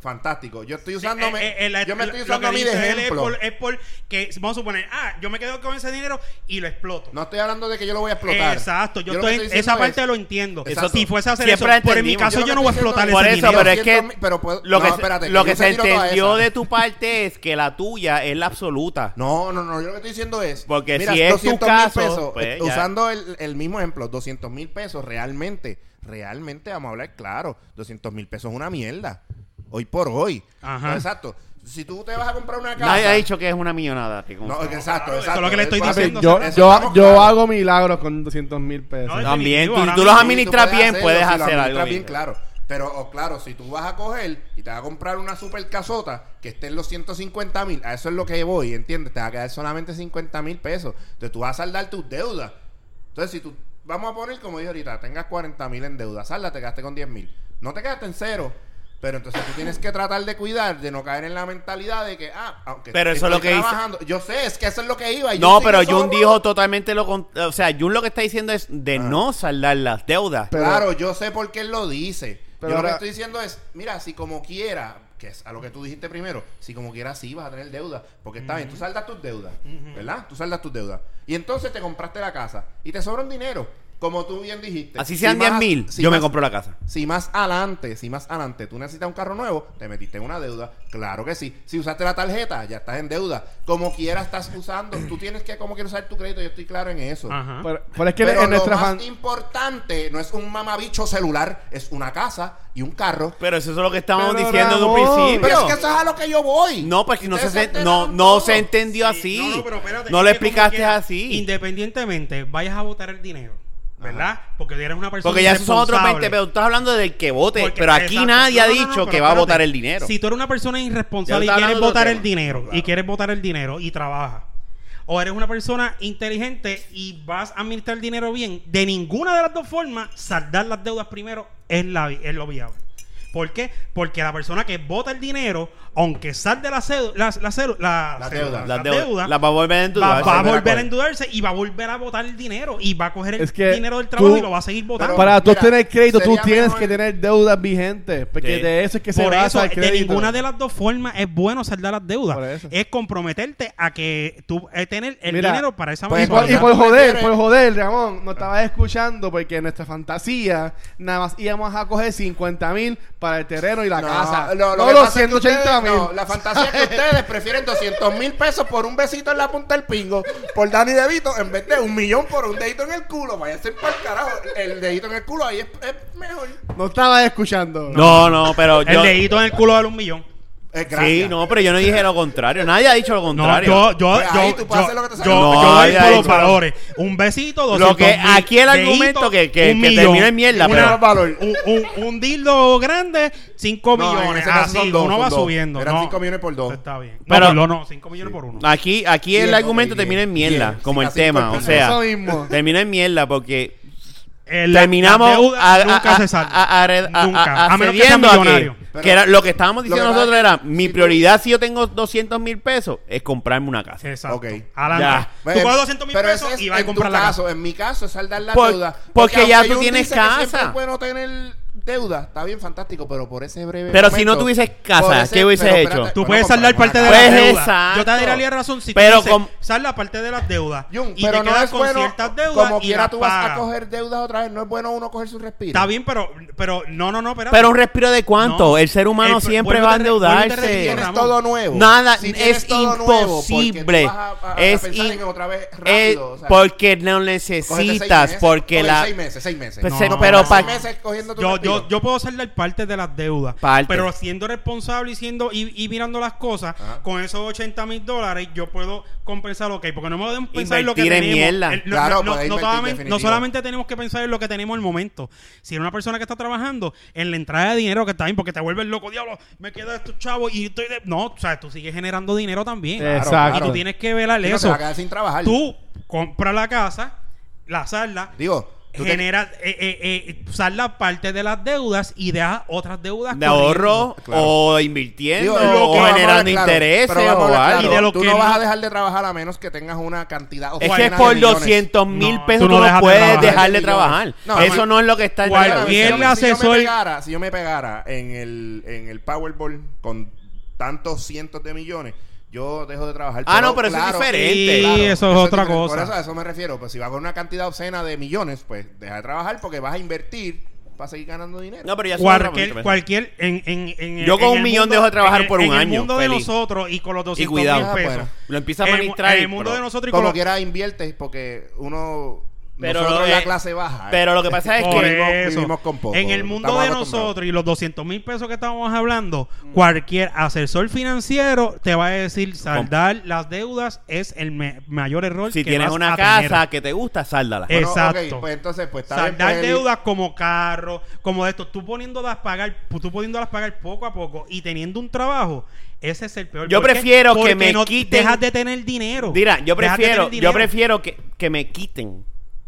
S4: Fantástico. Yo estoy usándome,
S3: Eh, eh, eh, la-
S4: yo me
S3: lo-
S4: estoy
S3: lo
S4: usando a
S3: que
S4: mí de
S3: dice él Es
S4: ejemplo.
S3: por, eh, es por que, vamos a suponer, ah, yo me quedo con ese dinero y lo exploto.
S4: No estoy hablando de que yo lo voy a explotar.
S3: Exacto, yo,
S4: lo que
S3: estoy,
S4: diciendo
S3: esa parte
S4: es-
S3: lo entiendo.
S4: Exacto.
S3: Si fuese a hacer
S1: Siempre
S3: eso, pero en mi
S1: entendimos.
S3: caso yo,
S4: Yo lo
S3: no
S4: que
S3: voy a
S4: estoy
S3: explotar
S4: diciendo
S1: Por
S3: ese
S1: eso, pero es
S3: dinero.
S1: que.
S4: 200.000, pero puedo-
S1: lo que,
S4: no,
S1: se-
S4: espérate,
S1: lo
S4: yo
S1: que
S4: me
S1: se
S4: tiro toda
S1: entendió
S4: esa.
S1: de tu parte es que la tuya es la absoluta.
S4: No, no, no, yo lo que estoy diciendo es.
S1: Porque si es tu
S4: 200.000
S1: caso,
S4: pesos,
S1: pues,
S4: eh,
S1: ya.
S4: usando el, el mismo ejemplo, 200 mil pesos realmente, realmente vamos a hablar claro, 200 mil pesos es una mierda. Hoy por hoy.
S3: Ajá.
S4: No, exacto. Si tú te vas a comprar una casa.
S1: Nadie ha dicho que es una millonada. que
S4: No,
S1: conste.
S4: exacto,
S3: Claro,
S4: exacto.
S3: esto es lo que le estoy
S4: Papi,
S2: Papi,
S3: diciendo,
S2: yo,
S4: eso
S2: yo,
S4: estamos
S2: yo
S4: claros.
S2: hago milagros con 200 mil pesos.
S3: No,
S1: También,
S3: definitivo,
S1: tú,
S3: ahora
S1: tú los
S3: mismo.
S1: administras
S4: Sí, tú
S1: bien, puedes
S4: hacerlo, si
S1: hacer
S4: lo
S1: algo.
S4: administras
S1: bien.
S4: bien, claro. Pero, o claro, si tú vas a coger y te vas a comprar una super casota que esté en los 150 mil, a eso es lo que voy, ¿entiendes? Te va a quedar solamente 50 mil pesos. Entonces tú vas a saldar tus deudas. Entonces, si tú, vamos a poner, como dije ahorita, tengas 40 mil en deuda, salda, te quedaste con 10 mil. No te quedaste en cero. Pero entonces tú tienes que tratar de cuidar, de no caer en la mentalidad de que, ah, aunque
S1: Pero eso es lo
S4: estoy
S1: que hice.
S4: trabajando, yo sé, es que eso es lo que iba. y yo
S1: No,
S4: sigo
S1: pero
S4: solo. Ah.
S1: Jun dijo totalmente lo contrario. O sea, Jun lo que está diciendo es de no saldar las deudas.
S2: Pero-
S4: claro, yo sé por qué él lo dice. yo
S2: Pero
S4: lo
S2: ahora-
S4: que estoy diciendo es, mira, si como quiera, que es a lo que tú dijiste primero, si como quiera sí vas a tener deuda, porque está bien, tú saldas tus deudas, ¿verdad? Tú saldas tus deudas. Y entonces te compraste la casa y te sobra un dinero, como tú bien dijiste.
S1: Así sean
S4: Si más-
S1: 10 mil,
S4: si
S1: yo me
S4: más-
S1: compro la casa.
S4: Si más adelante, si más adelante tú necesitas un carro nuevo, te metiste en una deuda. Claro que sí. Si usaste la tarjeta, ya estás en deuda. Como quiera estás usando, tú tienes que como quieres usar tu crédito, yo estoy claro en eso.
S3: Ajá.
S2: Pero, pero es que
S4: Pero
S2: en
S4: lo
S2: nuestra
S4: más
S2: fan...
S4: importante no es un mamabicho celular, es una casa y un carro.
S1: Pero eso es lo que estábamos
S2: Pero,
S1: diciendo en un
S2: Ramón,
S1: principio.
S4: Pero es que eso es a lo que yo voy.
S1: No, pues que no se,
S4: Ustedes
S1: se- no,
S4: enteraron
S1: no
S4: todo.
S1: se entendió
S3: Sí,
S1: así. No,
S3: pero espérate,
S1: lo
S3: es que como
S1: explicaste
S3: quiera,
S1: así.
S3: Independientemente, vayas a votar el dinero, ¿verdad? Porque eres una persona
S1: Porque ya esos son otros 20,
S3: irresponsable.
S1: pero tú estás hablando del que vote.
S3: Porque-
S1: pero aquí
S3: exacto.
S1: nadie
S3: No,
S1: ha
S3: no, no,
S1: dicho
S3: pero
S1: que va a
S3: espérate.
S1: votar el dinero.
S3: Si tú eres una persona irresponsable y
S1: Ya está
S3: quieres
S1: hablando de
S3: votar
S1: otro
S3: el
S1: tema.
S3: dinero, y
S1: Claro.
S3: quieres votar el dinero y trabajas, o eres una persona inteligente y vas a administrar el dinero bien, de ninguna de las dos formas, saldar las deudas primero es, la, vi- es lo viable. ¿Por qué? Porque la persona que vota el dinero, aunque salde la, cédu- la, la, cédu- la, cédula,
S4: Las deudas.
S1: las
S3: la
S1: deudas
S3: deuda,
S1: las va a volver a
S3: va,
S1: endeudar.
S3: va a
S4: Volver a
S3: volver a
S4: coger.
S3: endeudarse y va a volver a votar el dinero y va a coger el
S2: Es que
S3: dinero del trabajo
S2: tú-
S3: y lo va a seguir votando.
S4: Pero-
S2: Para tú
S4: Mira,
S2: tener crédito, tú
S4: sería
S2: tienes
S4: mejor-
S2: que tener deudas vigentes. Porque
S1: Sí.
S2: de eso es que se
S3: Por
S2: basa
S3: eso,
S2: el
S3: de
S2: crédito.
S3: ninguna de las dos formas es bueno saldar las
S2: Por
S3: deudas.
S2: eso.
S3: Es comprometerte a que tú eh, tener el
S2: Mira,
S3: dinero para esa
S2: Y
S4: pues,
S2: por, y
S3: mensualidad.
S2: por
S4: Tú
S2: joder,
S4: prefieres-
S2: por joder, Ramón, no estabas escuchando porque en nuestra fantasía nada más íbamos a coger 50 mil para el terreno y la
S4: No,
S2: casa.
S4: lo- lo
S2: no
S4: que
S2: los
S4: pasa es que
S2: 180 mil.
S4: ustedes- no, la fantasía es que ustedes prefieren 200 mil pesos por un besito en la punta del pingo por Dani DeVito en vez de un millón por un dedito en el culo. Vaya a ser por carajo. El dedito en el culo ahí es, es mejor.
S2: No estabas escuchando.
S1: No, no, pero
S3: El
S1: yo.
S3: dedito en el culo vale un millón.
S4: Es
S1: Sí,
S4: gracia.
S1: no, pero yo no dije lo contrario. Nadie ha dicho lo
S3: No,
S1: contrario.
S3: yo, yo,
S4: Pues ahí
S3: yo,
S4: tú
S3: yo,
S4: puedes hacer lo que te
S3: yo,
S4: salga.
S1: No,
S3: yo voy
S1: ahí,
S3: por
S1: ahí,
S3: los
S1: claro.
S3: valores. Un besito, 200
S1: Lo que-
S3: mil,
S1: aquí el
S3: dedito,
S1: argumento que- que-
S3: un
S1: que
S3: millón.
S1: termina en mierda,
S3: Una-
S1: pero-
S4: valor.
S3: Un, un, un dildo grande, 5
S4: No, en
S3: millones.
S4: ese caso
S3: Así,
S4: Ah, son dos,
S3: uno
S4: son
S3: va
S4: dos.
S3: subiendo.
S4: Eran
S3: no.
S4: cinco millones por dos.
S3: Está bien. No,
S1: Pero- Ah,
S3: pero, no, 5 millones por uno.
S1: Aquí, aquí el
S4: Bien,
S1: argumento
S4: bien,
S1: termina en
S4: bien.
S1: mierda,
S4: Sí, pues,
S1: como el
S4: casi todo
S1: tema.
S4: el
S1: O
S4: mundo.
S1: sea,
S2: Eso mismo.
S1: termina en mierda porque
S3: Eh, la-
S1: terminamos
S3: las deudas
S1: a- a-
S3: nunca se
S1: a-
S3: saldan.
S1: a- a- a- a-
S3: Nunca.
S1: a-
S3: A menos que seas
S1: accediendo a que-
S3: millonario.
S1: que
S4: Pero-
S1: era- lo que estábamos diciendo
S4: Lo que pasa
S1: nosotros era,
S4: es que
S1: mi
S4: si tú-
S1: prioridad si yo tengo 200 mil pesos es comprarme una casa.
S3: Exacto.
S4: Ok.
S3: Adelante.
S1: Ya.
S3: Tú
S4: Bueno,
S3: coges 200 mil
S4: Em, pero
S3: pesos
S4: ese es
S3: y vas a
S4: en
S3: comprar
S4: tu
S3: la casa.
S4: caso. En mi caso es saldar la
S1: Por-
S4: deuda.
S1: porque ya
S4: aunque
S1: tú
S4: Jun
S1: tienes
S4: dice que siempre
S1: casa.
S4: Es bueno tener deuda, está bien fantástico, pero por ese breve.
S1: Pero si no tuvieses casa,
S4: por
S1: ¿qué hubieses
S4: pero
S1: hecho?
S3: Tú
S4: bueno,
S3: puedes
S4: compa,
S3: saldar
S4: vamos a
S3: parte de
S4: acabar.
S3: las
S1: Pues,
S3: deudas. Yo te
S1: exacto.
S3: daría razón si
S1: Pero
S3: tú dices,
S1: com-
S3: salda parte de las deudas.
S4: Jun,
S3: y
S4: pero
S3: te
S4: no
S3: quedas
S4: es
S3: con
S4: bueno.
S3: ciertas deudas
S4: como
S3: y
S4: quiera
S3: las
S4: tú vas a
S3: pagas.
S4: coger deudas otra vez. No es bueno uno coger su respiro.
S3: Está bien, pero, pero no, no, no, espérate.
S1: Pero un respiro de cuánto?
S3: No.
S1: el ser humano
S3: El-
S1: siempre
S3: vuelvo
S1: va a
S3: y te re- vuelvo y te
S1: endeudarse.
S3: repito,
S4: Tienes
S3: Ramón.
S4: todo nuevo.
S1: Nada,
S4: Si tienes
S1: es
S4: todo nuevo, porque tú
S1: imposible.
S4: vas a- a- a
S1: es
S4: pensar en
S1: in-
S4: otra vez
S1: es
S4: rápido, o sea,
S1: Eh, porque no
S4: cógete seis
S1: necesitas,
S4: meses,
S1: porque
S4: cógete
S1: la
S4: seis meses, seis meses.
S1: Pues,
S4: No,
S1: se-
S3: no,
S1: pero
S3: no,
S1: pa-
S4: seis meses cogiendo tu
S3: yo,
S4: respiro.
S3: yo, yo puedo saldar parte de las deudas.
S1: Parte.
S3: Pero siendo responsable y siendo y, y mirando las cosas,
S4: Ajá.
S3: con esos 80 mil dólares, yo puedo compensar, ok, porque no me deben pensar en lo que
S1: Invertir en
S3: tenemos.
S1: mierda.
S3: El- no,
S4: Claro,
S3: no- no-
S4: puedes
S3: no
S4: invertir,
S3: solamente, no
S4: definitivo.
S3: solamente tenemos que pensar en lo que tenemos en el momento. Si eres una persona que está trabajando, en la entrada de dinero que está bien, porque te vuelves loco, diablo, me queda estos chavos y estoy de... No, o sea, tú sigues generando dinero también.
S1: Eh,
S2: Exacto.
S3: Y tú tienes que velar
S4: Sí, no, te
S3: eso.
S4: vas a quedar sin trabajar.
S3: tú compras la casa, la salda,
S4: Digo, tú te-
S3: genera eh, eh, eh, salda parte de las deudas y deja otras deudas
S1: de
S3: corriendo.
S1: ahorro
S4: Claro.
S1: o invirtiendo
S4: Digo, es lo que-
S1: o
S4: vamos a
S1: generando
S4: hablar claro,
S1: intereses
S4: pero vamos
S1: o
S4: a hablar
S1: algo.
S3: Y de lo
S4: Tú
S3: que
S4: no
S3: no-
S4: vas a dejar de trabajar a menos que tengas una cantidad o
S1: Es que
S4: cuarenta
S1: por
S4: de millones.
S1: 200 mil
S3: No,
S1: pesos
S3: tú
S1: tú
S3: no
S1: no,
S3: dejas de
S1: puedes
S3: trabajar.
S1: dejar de
S4: Millones.
S1: trabajar.
S4: No,
S1: Eso
S4: no,
S1: no es lo que está en
S3: cual-
S1: la
S3: bien
S1: cabeza.
S3: la-
S4: Si yo
S3: asesor-
S4: me pegara, si yo me pegara en el, en el Powerball con tantos cientos de millones, yo dejo de trabajar.
S1: Ah, no, pero eso es diferente.
S3: Sí, eso es otra
S4: diferente.
S3: cosa.
S4: Por eso a eso me refiero. Pues si vas con una cantidad obscena de millones, pues deja de trabajar porque vas a invertir para seguir ganando dinero.
S1: No, pero ya son
S3: Cualquier,
S1: herramientas.
S3: cualquier en, en, en el-
S1: Yo con
S3: en
S1: un
S3: el
S1: millón
S3: mundo-
S1: dejo de trabajar
S3: en el-
S1: por un
S3: en el
S1: año,
S3: mundo de
S1: feliz.
S3: nosotros y con los 200
S1: cuidado.
S3: mil pesos.
S1: Lo empiezas a
S3: En el mu-
S1: administrar
S3: En
S1: y-
S3: el mundo
S1: pero-
S3: de nosotros y con
S4: Como
S3: los
S4: quiera inviertes porque uno...
S1: Pero
S4: nosotros
S1: lo
S4: en la
S1: de-
S4: clase baja. ¿eh?
S1: pero lo que pasa es que-
S3: eh, Por
S4: vivimos,
S3: eso,
S4: vivimos con poco.
S3: en el mundo
S4: estamos
S3: de
S4: acostumbrados.
S3: nosotros y los 200 mil pesos que estábamos hablando,
S1: Mm.
S3: cualquier asesor financiero te va a decir saldar las deudas es el me- mayor error
S1: Si
S3: que
S1: tienes
S3: vas
S1: una
S3: a tener.
S1: casa que te gusta, sáldala.
S3: Eh,
S4: Bueno, ok,
S3: Exacto.
S4: pues entonces, pues está bien,
S3: saldar
S4: pues, el-
S3: deudas como carro, como de esto, tú poniéndolas pagar, tú poniéndolas pagar poco a poco y teniendo un trabajo, ese es el peor.
S1: Yo
S3: ¿Por qué?
S1: prefiero que
S3: Porque
S1: me
S3: no
S1: quiten-
S3: dejas de tener dinero.
S1: Mira, yo
S3: Dejas de
S1: prefiero,
S3: tener
S1: yo
S3: dinero.
S1: prefiero que, que me quiten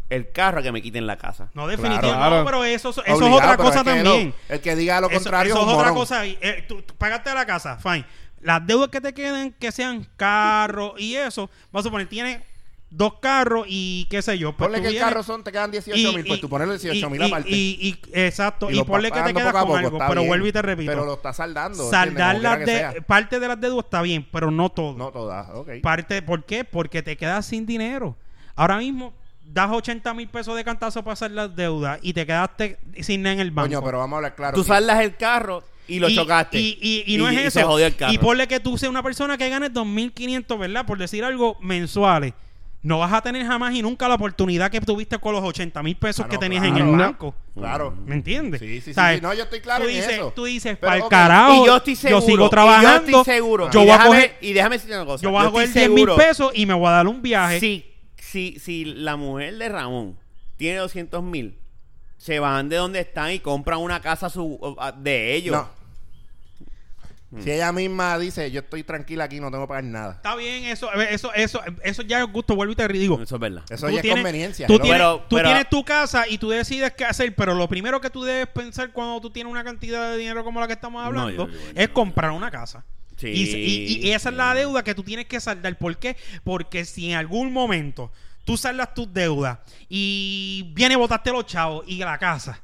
S1: el carro a que me quiten la casa.
S3: No definitivamente,
S2: Claro.
S3: no, pero eso, eso es
S4: Obligado,
S3: otra
S4: pero
S3: cosa
S4: es que
S3: también.
S4: no, el que diga lo
S3: Eso-
S4: contrario
S3: eso,
S4: es un
S3: es otra
S4: morón.
S3: cosa. ahí. Eh, tú, tú pagaste la casa, fine. Las deudas que te queden, que sean carros y eso, vas a suponer, tienes dos carros y qué sé yo. pues
S4: Ponle
S3: tú
S4: que el
S3: vienes
S4: carro son, te
S3: y-
S4: quedan 18 mil, pues
S3: y-
S4: tú pones los 18 mil
S3: y-
S4: aparte.
S3: Y, y- exacto, y,
S4: lo
S3: ponle
S4: vas
S3: que te
S4: pagando
S3: quedas
S4: poco a
S3: con
S4: poco,
S3: algo,
S4: está
S3: pero
S4: bien,
S3: vuelvo y te repito.
S4: Pero lo estás saldando.
S3: saldar
S4: ¿entiendes? Como
S3: las
S4: quiera que
S3: de-
S4: sea.
S3: parte de las deudas está bien, pero no todo.
S4: No todas, ok.
S3: Parte, ¿Por qué? Porque te quedas sin dinero. Ahora mismo das 80 mil pesos de cantazo para hacer las deudas y te quedaste sin nada en el banco.
S4: Coño, pero vamos a hablar claro.
S1: Tú
S4: que-
S1: saldas el carro y lo
S3: Y-
S1: chocaste.
S3: Y, y- y no es eso.
S1: se jodió el carro.
S3: Y ponle que tú seas una persona que gane 2.500, ¿verdad? Por decir algo, mensuales. No vas a tener jamás y nunca la oportunidad que tuviste con los 80 mil pesos
S4: Ah,
S3: que
S4: no,
S3: tenías
S4: claro.
S3: en el
S4: No.
S3: banco.
S4: Claro.
S3: ¿Me entiendes?
S4: Sí, sí, sí,
S3: ¿Sabes?
S4: sí. No, yo estoy claro
S3: Tú
S4: en
S3: dices,
S4: eso.
S3: tú dices,
S4: Pero,
S3: para
S4: ok.
S3: carajo.
S1: y yo estoy seguro.
S3: sigo
S1: Y yo
S3: trabajando.
S1: estoy seguro.
S3: Yo
S1: y
S3: voy a
S1: déjame-
S3: coger,
S1: Y déjame decirte una cosa.
S3: yo voy a
S1: estoy
S3: coger 10 mil
S1: seguro
S3: pesos y me voy a dar un viaje.
S1: Si, si, si la mujer de Ramón tiene 200 mil, se van de donde están y compran una casa su, de ellos.
S4: No.
S3: Mm.
S4: Si ella misma dice, yo estoy tranquila aquí, no tengo que pagar nada.
S3: Está bien, eso, eh, eso, eso, eso ya es gusto, vuelvo y te digo.
S1: Eso es verdad.
S4: Eso
S3: Tú
S4: ya es
S3: tienes-
S4: conveniencia.
S3: Tú,
S4: hello.
S3: tienes,
S1: Pero-
S3: tú
S1: pero-
S3: tienes tu casa y tú decides qué hacer, pero lo primero que tú debes pensar cuando tú tienes una cantidad de dinero como la que estamos
S1: No,
S3: hablando
S1: yo- yo-
S3: es comprar una casa.
S1: Sí.
S3: y, y- y esa es la deuda que tú tienes que saldar. ¿Por qué? Porque si en algún momento tú saldas tus deudas y viene y botaste los chavos y la casa,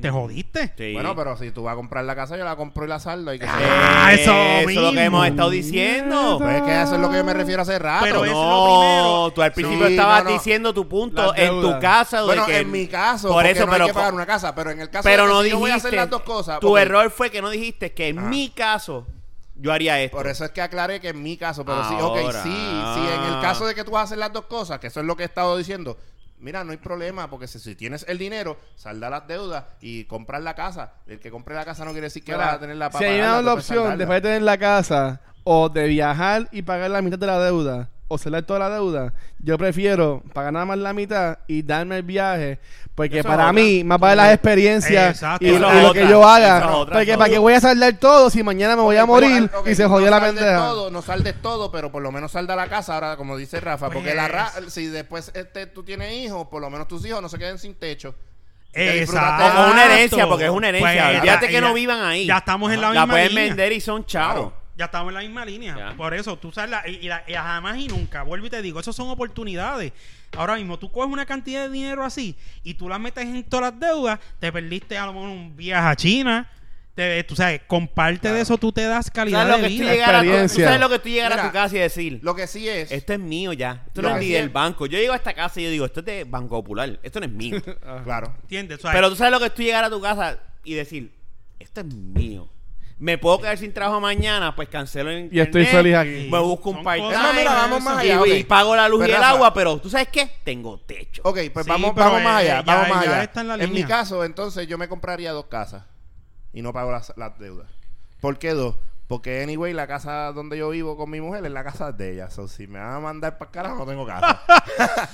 S3: te jodiste.
S1: Sí. Eh,
S4: Bueno, pero si tú vas a comprar la casa, yo la compro y la saldo. Y que
S3: Ah, eso
S1: eso es lo que
S3: mismo.
S1: hemos estado diciendo.
S4: Pues es que eso es lo que yo me refiero hace rato.
S3: Pero es-
S1: No,
S3: lo primero.
S1: tú al principio
S4: Sí,
S1: estabas
S4: no, no.
S1: diciendo tu punto
S2: Las
S1: en tu
S2: deudas.
S1: casa. de
S4: bueno,
S1: que-
S4: en mi caso,
S1: por
S4: porque
S1: eso,
S4: no
S1: pero
S4: hay que pagar
S1: co-
S4: una casa, pero en el caso
S1: pero
S4: de que
S1: no
S4: si
S1: dijiste,
S4: yo voy a hacer las dos cosas.
S1: tu
S4: porque-
S1: error fue que no dijiste que en
S4: Ajá.
S1: mi caso yo haría esto.
S4: Por eso es que aclaré que en mi caso, pero sí, ok,
S1: Ahora.
S4: sí, sí, en el caso de que tú vas a hacer las dos cosas, que eso es lo que he estado diciendo, mira, no hay problema, porque si, si tienes el dinero, salda las deudas y comprar la casa. El que compre la casa no quiere decir que
S2: Mira,
S4: vas a tener la
S2: si hay una
S4: la
S2: la opción después de tener la casa o de viajar y pagar la mitad de la deuda o saldar toda la deuda, yo prefiero pagar nada más la mitad y darme el viaje. Porque
S4: Eso
S2: para
S4: es otra.
S2: mí, más vale
S1: Eh,
S2: las experiencias
S3: Exacto.
S2: y,
S3: Eso
S2: lo,
S3: es
S2: y lo
S1: otra.
S2: que yo
S1: Eso
S2: haga.
S1: es otra,
S2: porque
S1: eso
S2: para
S1: es
S2: qué
S1: otra.
S2: voy a saldar todo si mañana me voy a morir y se jodió la pendeja.
S4: Todo, no saldes todo, pero por lo menos salda la casa ahora, como dice Rafa, porque la ra-
S3: Pues.
S4: si después este, tú tienes hijos, por lo menos tus hijos no se queden sin techo. Que disfrutaste-
S1: O con una herencia, porque es una herencia.
S3: Pues,
S1: Fíjate que
S3: ya-
S1: no vivan ahí.
S3: Ya estamos en la
S1: La
S3: misma
S1: pueden
S3: línea.
S1: vender y son chavos.
S4: Claro.
S3: Ya estamos en la misma línea.
S5: Ya.
S3: Por eso, tú sabes, la- y, y la- y la jamás y nunca, vuelvo y te digo, esas son oportunidades. Ahora mismo, tú coges una cantidad de dinero así y tú la metes en todas las deudas, te perdiste a lo mejor un viaje a China. Te, tú sabes, comparte de eso, tú te das calidad
S1: ¿Sabes lo,
S3: de
S1: que tú
S3: vida.
S1: llegar a tu, tú
S2: Experiencia.
S1: sabes lo que tú llegar a tu
S4: Mira,
S1: casa y decir?
S4: Lo que sí es.
S2: Este,
S1: Esto es mío ya. Esto
S4: Lo
S1: no es
S4: que
S1: ni
S4: sí
S1: del
S4: es-
S1: banco. Yo llego a esta casa y yo digo, esto es de Banco Popular. Esto no es mío.
S2: ah.
S4: Claro.
S3: ¿Entiendes? O sea,
S1: Pero tú sabes lo que es tú llegar a tu casa y decir, esto es mío. Me puedo quedar sin trabajo mañana, pues cancelo en
S2: Y estoy feliz aquí.
S1: Me busco un
S3: Son
S1: part
S3: cosas-
S4: Es más, mira, vamos más allá.
S1: y,
S4: ok.
S1: y pago la luz
S4: Pues,
S1: y el
S4: Rafa,
S1: agua, pero ¿tú sabes qué? Tengo techo.
S4: Ok, pues
S3: Sí,
S4: vamos,
S3: pero,
S4: vamos más
S3: eh,
S4: allá.
S3: ya-
S4: vamos más
S3: ya
S4: allá.
S3: está en la
S4: mi
S3: línea.
S4: caso, entonces yo me compraría dos casas y no pago las, las deudas. ¿Por qué dos? Porque, anyway, la casa donde yo vivo con mi mujer es la casa de ella. So, si me van a mandar para carajo, no tengo casa.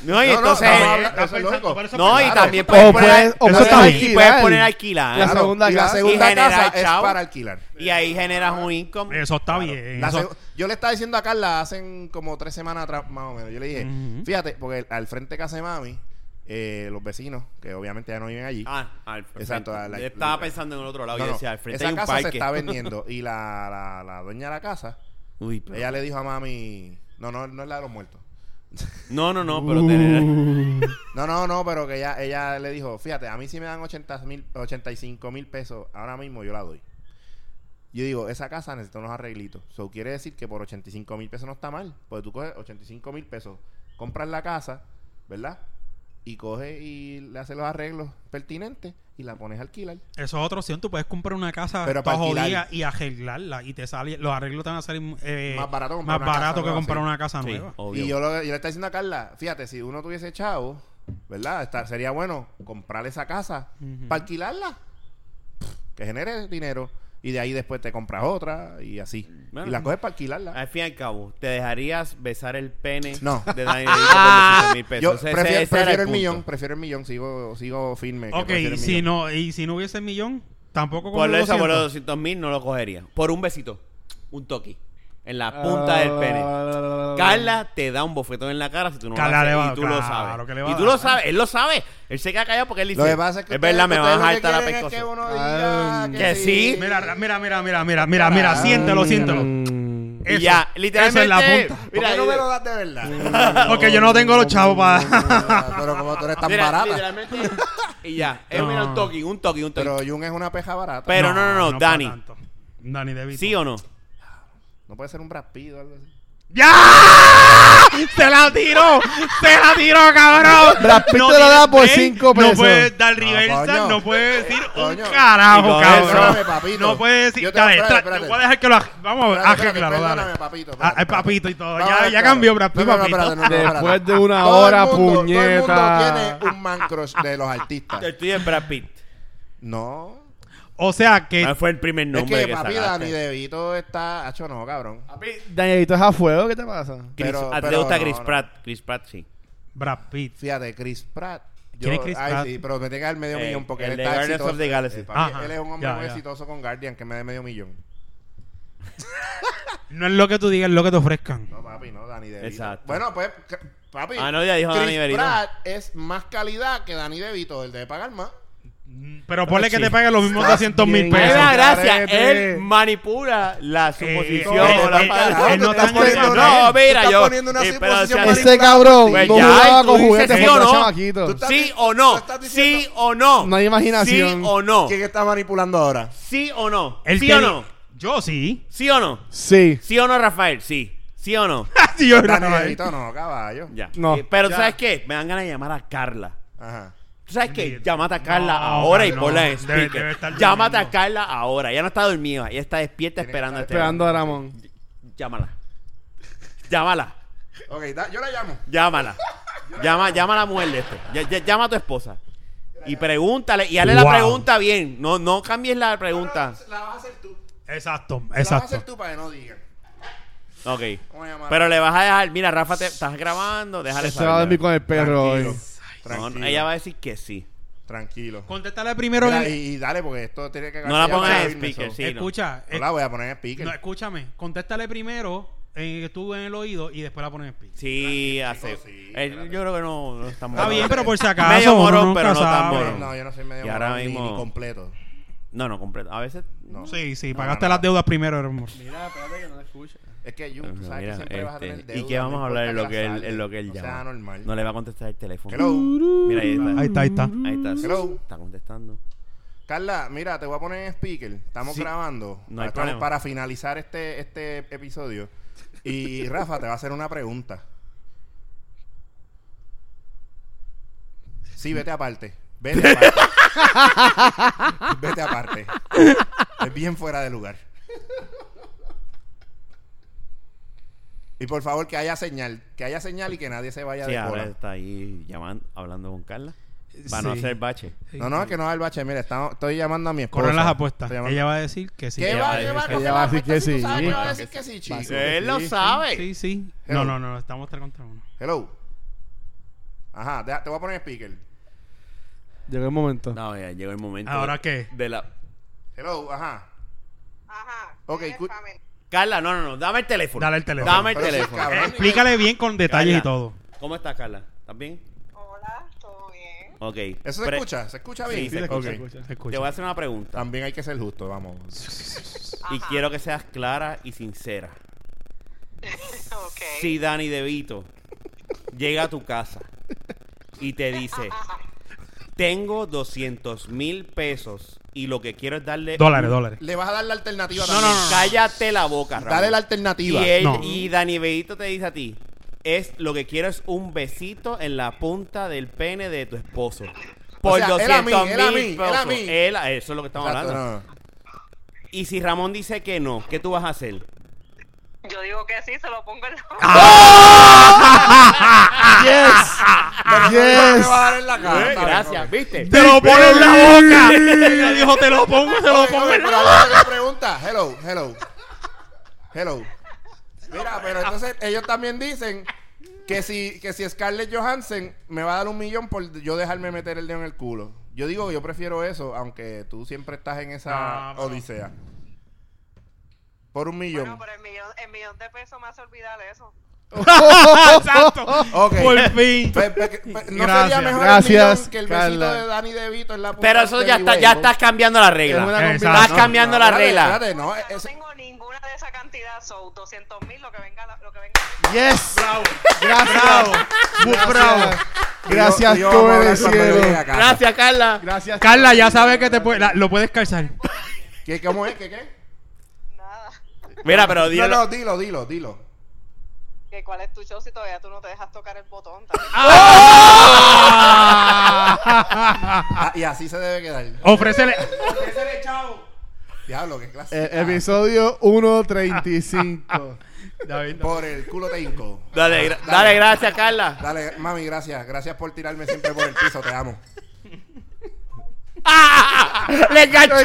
S1: No, y
S4: No, no,
S1: entonces... eh,
S4: estamos hablando-
S3: estás
S4: eso es
S3: pensando,
S4: lógico.
S3: por eso-
S1: No, y
S4: Claro.
S1: también
S4: O
S1: puedes poner,
S2: puedes- o
S1: puedes
S2: puedes
S1: poner- y
S2: alquilar.
S1: puedes poner alquilar.
S2: La
S4: Claro,
S2: segunda
S4: y la
S2: casa.
S4: segunda
S1: Y generar
S4: casa es
S1: chavo.
S4: para alquilar.
S1: Y ahí generas un income.
S3: Eso está bien.
S4: La
S3: eso-
S4: seg- yo le estaba diciendo a Carla hace como tres semanas atrás, más o menos. Yo le dije,
S3: Ujú.
S4: fíjate, porque al frente de casa de mami, eh, los vecinos, que obviamente ya no viven allí,
S1: Ah, al frente.
S4: Exacto, a la-
S1: Yo estaba pensando en el otro lado.
S4: No,
S1: yo
S4: no,
S1: decía, al frente
S4: esa
S1: hay un
S4: casa
S1: parque.
S4: se está vendiendo y la, la, la dueña de la casa,
S1: Uy, pero-
S4: ella le dijo a mami, no, no, no es la de los muertos.
S1: No, no, no, pero tener...
S4: Uh. No, no, no, pero que ella, ella le dijo, fíjate, a mí si me dan 80 mil, 85 mil pesos, ahora mismo yo la doy. Yo digo, esa casa necesita unos arreglitos. So, quiere decir que por 85 mil pesos no está mal. Porque tú coges 85 mil pesos, compras la casa, ¿verdad? Y coges y le haces los arreglos pertinentes y la pones a alquilar.
S3: Eso es otra opción. Tú puedes comprar una casa
S4: Pero
S3: toda
S4: para alquilar.
S3: jodida y arreglarla. Y te sale, los arreglos te van a salir eh,
S4: Más barato comprar
S3: más
S4: una casa
S3: barato que
S4: nueva,
S3: comprar
S4: sí.
S3: una casa
S1: Sí,
S3: nueva.
S1: obvio.
S4: Y yo, lo- yo le estaba diciendo a Carla, fíjate, si uno tuviese chavo, ¿verdad? Está- sería bueno comprar esa casa
S3: Ujú.
S4: para alquilarla, que genere dinero, y de ahí después te compras otra y así.
S1: Bueno. Ah,
S4: y la coges para alquilarla.
S1: Al fin y al cabo, ¿te dejarías besar el pene
S4: No.
S1: de Daniel por 25 mil pesos?
S4: Yo
S1: Ese- ese-
S4: prefiero,
S1: ese era
S4: prefiero el,
S1: punto.
S4: millón, prefiero el millón, sigo, sigo firme. que
S3: Ok,
S4: prefiero
S3: y
S4: el
S3: si,
S4: millón.
S3: no, y si no hubiese el millón, tampoco con
S1: Por
S3: los
S1: eso, por
S3: 200.
S1: los 200 mil no lo cogería. Por un besito. Un toqui. En la punta del pene.
S2: Ah,
S1: Carla te da un bofetón en la cara si tú no
S3: Ah. Carla
S1: lo haces,
S3: le va-
S1: y tú
S3: claro
S1: lo sabes.
S3: que le va
S1: y
S3: a
S1: tú
S3: dar.
S1: lo sabes, él lo sabe. Él se queda callado porque él dice,
S4: Lo que pasa es que ustedes-
S1: verdad, me van
S4: ustedes lo
S1: a
S4: que
S1: hartar la
S4: quieren es
S1: pescosa.
S4: que uno
S2: Ah,
S4: diga
S1: que sí.
S3: Mira, mira, mira, mira, mira, mira, mira, siéntelo, siéntelo.
S1: Y
S2: mm.
S3: Eso,
S1: ya, literalmente.
S3: Eso es la punta.
S4: ¿Por
S1: Mira, Mm.
S4: qué no me lo das de verdad?
S3: Porque yo no tengo los chavos para.
S4: Ah, pero como tú eres tan
S1: mira,
S4: barata.
S1: literalmente. Y ya, es
S3: No.
S1: mira, un toqui, un toqui, un toqui.
S4: Pero Jun es una peja barata.
S1: Pero- no, no, no,
S3: para
S1: Dani.
S3: tanto. Dani de
S1: ¿Sí o no?
S4: No puede ser un braspido o algo así.
S3: ¡Ya! ¡Se la tiró! ¡Se la tiró, cabrón!
S2: Brad Pitt te la da por
S3: tiene break,
S2: cinco
S3: No
S2: pesos.
S3: puede dar
S4: Ah,
S3: reversa,
S4: coño.
S3: no puede decir un
S4: Coño.
S1: Y
S3: carajo,
S1: con
S3: cabrón.
S4: eso, papito.
S3: No puede decir.
S4: Yo te-
S3: Dale,
S4: espérate,
S3: tra-
S4: espérate.
S3: te voy a dejar que lo. Vamos a
S4: Espérate, espérate,
S3: arreglarlo, dale.
S4: perdóname, papito,
S3: Ah,
S4: espérate,
S3: es papito y todo.
S4: Vamos a
S3: Ya,
S4: ver,
S3: ya
S4: claro.
S3: cambió Brad Pitt,
S4: No, no, no,
S3: papito.
S4: espérate, no, no, espérate.
S2: Después de una
S4: Todo el
S2: hora,
S4: mundo- Todo el
S2: puñeta.
S4: mundo tiene un man crush de los
S1: Yo
S4: artistas.
S1: estoy en Brad Pitt.
S4: No.
S3: O sea que.
S1: Ah, fue el primer
S4: Es
S1: nombre
S4: que,
S1: que,
S4: papi,
S1: sacaste.
S4: Dani DeVito está... Hacho, no, cabrón.
S2: Danielito es a fuego, ¿qué te pasa?
S1: Chris-
S4: Pero-
S1: ¿A ti te
S4: pero
S1: gusta
S4: no,
S1: Chris
S4: no.
S1: Pratt? Chris Pratt, sí.
S3: Brad Pitt.
S4: Fíjate, Chris Pratt. Yo,
S3: ¿Quién es Chris
S4: ay,
S3: Pratt?
S4: sí, pero me tenga el medio
S1: Eh,
S4: millón porque
S1: el
S4: él
S1: de
S4: está
S1: Guardians
S4: exitoso.
S1: of the Galaxy.
S4: Eh, papi,
S3: Ajá,
S4: él es un hombre
S3: ya,
S4: muy
S3: ya.
S4: exitoso con Guardian que me dé medio millón.
S3: No es lo que tú digas, es lo que te ofrezcan.
S4: No, papi, no, Dani DeVito.
S1: Exacto.
S4: Bueno, pues, c- papi.
S1: Ah, no, ya dijo
S4: Chris
S1: Dani DeVito.
S4: Pratt es más calidad que Dani DeVito. Él debe pagar más.
S3: Pero ponle que
S1: sí.
S3: te paguen los mismos 200 mil
S2: Pero-
S1: Pero,
S3: pesos.
S1: gracias,
S2: Carete.
S1: él manipula la suposición
S3: eh,
S1: o la
S3: eh,
S1: palabra.
S3: él no
S4: Tú estás
S3: está en el-
S4: poniendo-
S1: No,
S4: tú
S1: mira,
S4: estás
S1: yo-
S4: poniendo una
S1: eh, pero
S4: suposición
S1: si a-
S4: manipulable.
S2: Ese cabrón
S1: Pues
S2: no
S1: ya,
S2: jugaba
S1: tú
S2: con
S1: dices
S2: juguetes
S1: sí
S2: cuando
S1: o
S2: era
S1: no.
S2: este chamaquito.
S4: Tú estás-
S1: Sí
S4: di-
S1: o no,
S4: tú estás diciendo-
S1: sí o no.
S2: No hay imaginación.
S1: Sí o no,
S4: ¿Quién está manipulando ahora?
S1: sí o no,
S3: El
S1: sí
S3: que
S1: o
S3: di-
S1: no,
S3: Yo sí.
S1: sí o no,
S2: Sí.
S1: sí o no, Rafael, sí, sí o no.
S3: Sí, yo
S4: Dani
S3: no.
S4: DeVito no, caballo.
S1: Ya.
S2: No.
S1: Eh, pero
S2: Ya.
S1: ¿sabes qué? Me dan ganas de llamar a Carla.
S4: Ajá.
S1: ¿Tú sabes qué?
S3: Sí.
S1: Llámate a Carla
S3: No,
S1: ahora y
S3: no,
S1: ponla en
S3: debe-
S1: speaker.
S3: debe estar
S1: Llámate a
S3: durmiendo.
S1: Carla ahora. Ella no está dormida, ella está despierta esperando este
S2: Esperando a Ramón.
S1: Llámala. Llámala.
S4: Ok, da- yo la llamo.
S1: Llámala. Llama, llama a la mujer de este. Ya- ya- llama a tu esposa. Y pregúntale. Y hazle la
S3: Wow.
S1: pregunta bien. No, no cambies la pregunta.
S4: La vas a hacer tú.
S3: Exacto,
S4: La vas a hacer
S3: exacto.
S4: tú para que no digan.
S1: Ok.
S4: Vamos a llamar.
S1: Pero le vas a dejar. Mira, Rafa, te estás grabando. Déjale
S3: Este
S2: Se va a
S1: saber.
S2: dormir con el perro
S4: Tranquilo.
S2: hoy.
S1: No, no,
S4: Tranquilo.
S1: ella va a decir que sí.
S4: Tranquilo.
S3: Contéstale primero.
S4: Mira,
S3: en-
S4: y, y dale, porque esto tiene que
S1: No la
S4: ya
S1: pongas
S4: para
S1: en
S4: irme,
S1: speaker,
S4: so.
S1: sí. no.
S3: Escucha,
S4: No
S3: eh,
S4: la voy a poner en
S3: no,
S4: speaker.
S3: escúchame. Contéstale primero eh, tú en el oído y después la pones en speech.
S1: Sí, hace.
S4: sí,
S1: Eh,
S4: espérate.
S1: yo creo que no, no está
S3: Está
S1: mal.
S3: bien, pero por si acaso.
S1: Medio
S3: uno
S1: morón,
S3: nunca
S1: pero no tan
S3: sabe.
S1: morón.
S4: No, yo no soy medio
S1: Y ahora
S4: morón ni-
S1: mismo-
S4: ni completo.
S1: No, no, completo. A veces.
S4: No.
S3: Sí, sí,
S4: No,
S3: pagaste
S4: no, no.
S3: las deudas primero, hermano.
S2: Mira, espérate que no la escucha.
S4: Es que, Jun,
S1: Ajá,
S4: tú sabes
S1: mira,
S4: que siempre vas a tener
S1: este,
S4: deuda,
S1: ¿Y qué vamos
S4: no
S1: a hablar en
S4: importa
S1: lo que
S4: que la
S1: él, en lo que él
S4: salde.
S1: llama?
S4: No sea normal.
S1: No le va a contestar el teléfono.
S4: Hello.
S1: Mira, ahí está.
S3: Ahí está, ahí está.
S1: Ahí está.
S4: Hello.
S1: Está contestando.
S4: Carla, mira, te voy a poner en speaker. Estamos
S1: Sí.
S4: grabando.
S1: No hay
S4: Estamos
S1: problema.
S4: para finalizar este, este episodio. Y Rafa te va a hacer una pregunta. Sí, vete aparte. Vete aparte. vete aparte. Es bien fuera de lugar. Y por favor, que haya señal. Que haya señal y que nadie se vaya
S1: Sí,
S4: de
S1: ahora
S4: cola.
S1: está ahí llamando, hablando con Carla. Para no
S3: Sí.
S1: hacer bache.
S4: No, no, es que no va el bache. Mira, estamos- estoy llamando a mi esposa.
S3: Corren las apuestas.
S4: Estoy llamando-
S3: Ella va a decir que sí.
S4: ¿Qué
S1: ella
S4: va,
S1: va a
S4: qué
S1: decir que
S4: va? ¿Cómo que
S2: sí. Ella va a
S4: apuesta
S2: decir
S4: si
S2: que
S4: tú sabes
S2: sí.
S4: que va a decir que sí, chico?
S2: Fácil. Él lo
S1: sabe.
S3: Sí, sí.
S4: Hello.
S3: No, no, no, estamos 3 contra 1.
S4: Hello. Ajá, deja- te voy a poner speaker.
S2: Llegó el momento.
S1: No, ya llegó el momento.
S3: ¿Ahora qué?
S1: De la...
S4: Hello, ajá.
S5: Ajá.
S4: Ok,
S5: tiene
S4: cu-
S5: examen.
S1: Carla, no, no, no. Dame el teléfono.
S3: Dale el teléfono.
S1: Dame el
S4: Pero sí,
S1: teléfono.
S4: cabrón.
S1: Eh,
S3: Explícale bien con detalles
S1: Carla,
S3: y todo.
S1: ¿Cómo estás, Carla? ¿Estás bien?
S5: Hola, ¿todo bien?
S1: Ok.
S4: ¿Eso se
S1: Pre-
S4: escucha? ¿Se escucha
S1: Sí,
S4: bien?
S1: se escucha,
S4: Ok.
S1: se
S3: Se
S1: Te
S3: escucha.
S1: voy a hacer una pregunta.
S4: También hay que ser justo, vamos.
S1: Y
S5: Ajá.
S1: quiero que seas clara y sincera.
S5: Ok.
S1: Si Dani DeVito llega a tu casa y te dice, tengo 200 mil pesos y lo que quiero es darle...
S3: Dólares, dólares.
S4: Le vas a dar la alternativa
S1: No, no,
S4: también.
S1: no, no. Cállate la boca, Ramón.
S4: Dale la
S1: y,
S4: alternativa.
S1: él-
S3: No.
S1: y Dani DeVito te dice a ti, es lo que quiero es un besito en la punta del pene de tu esposo. Por
S4: sea, él a mí,
S1: 200
S4: él a mí,
S1: mil
S4: él a
S1: pesos.
S4: mí.
S1: Él a- eso es lo que estamos
S4: Exacto,
S1: hablando.
S4: no, no.
S1: Y si Ramón dice que no, ¿qué tú vas a hacer?
S5: Yo digo que sí, se lo pongo en la
S2: Ah, ¡Yes!
S4: Ah, No
S2: ¡Yes!
S4: me va a dar en la cara,
S1: Eh,
S4: está bien,
S1: gracias,
S4: ok.
S1: ¿viste?
S3: ¡Te lo pongo en la boca! Ella dijo, te lo pongo, te lo
S4: Ok,
S3: pongo
S4: ok,
S3: en la
S4: pero ahora la pregunta. Hello, hello. Hello. Mira, pero entonces ellos también dicen que si, que si Scarlett Johansson me va a dar un millón por yo dejarme meter el dedo en el culo. Yo digo que yo prefiero eso, aunque tú siempre estás en esa
S3: No, pero-
S4: odisea. Por un millón.
S5: Bueno, pero el millón, el millón de pesos me hace olvidar eso.
S3: boca. Exacto.
S4: Ok.
S3: Por fin.
S4: Pe- pe- pe- no sería
S3: Gracias.
S4: mejor el
S2: Gracias,
S4: millón que el
S2: Carla.
S4: besito de Danny DeVito en la punta
S1: Pero eso
S4: del
S1: ya está, ya
S4: Weibo.
S1: estás cambiando la
S4: Es una
S1: regla.
S4: combinación.
S1: Estás cambiando la
S4: Espérate,
S1: regla.
S4: espérate,
S5: No,
S4: Eh, no,
S5: no
S4: ese-
S5: tengo ninguna de esa cantidad, son 200 mil, lo que venga. la- Lo que venga.
S2: ¡Yes!
S3: Bravo.
S2: Gracias.
S3: Bravo.
S2: Bravo. Gracias,
S4: Yo- yo
S2: tú
S4: voy a hablar
S2: eres
S4: cuando llegue a
S2: cielo.
S4: casa.
S1: Gracias, Carla.
S2: Gracias.
S3: Carla, ya sabes que te puede- la- lo puedes calzar.
S4: ¿Qué, ¿Cómo es? ¿Qué qué?
S5: Nada.
S1: Mira, pero dilo.
S4: No, no, dilo, dilo, dilo.
S5: ¿Que ¿Cuál es tu show si todavía tú no te dejas tocar el botón? también?
S4: Ah, y así se debe quedar.
S3: Ofrécele.
S4: Diablo, qué clase.
S2: Eh, episodio 135.
S3: David, no.
S4: Por el culo te hinco.
S1: Dale, gra- dale, gracias, Carla.
S4: Dale, mami, gracias. Gracias por tirarme siempre por el piso, te amo.
S1: ¡Le enganchó!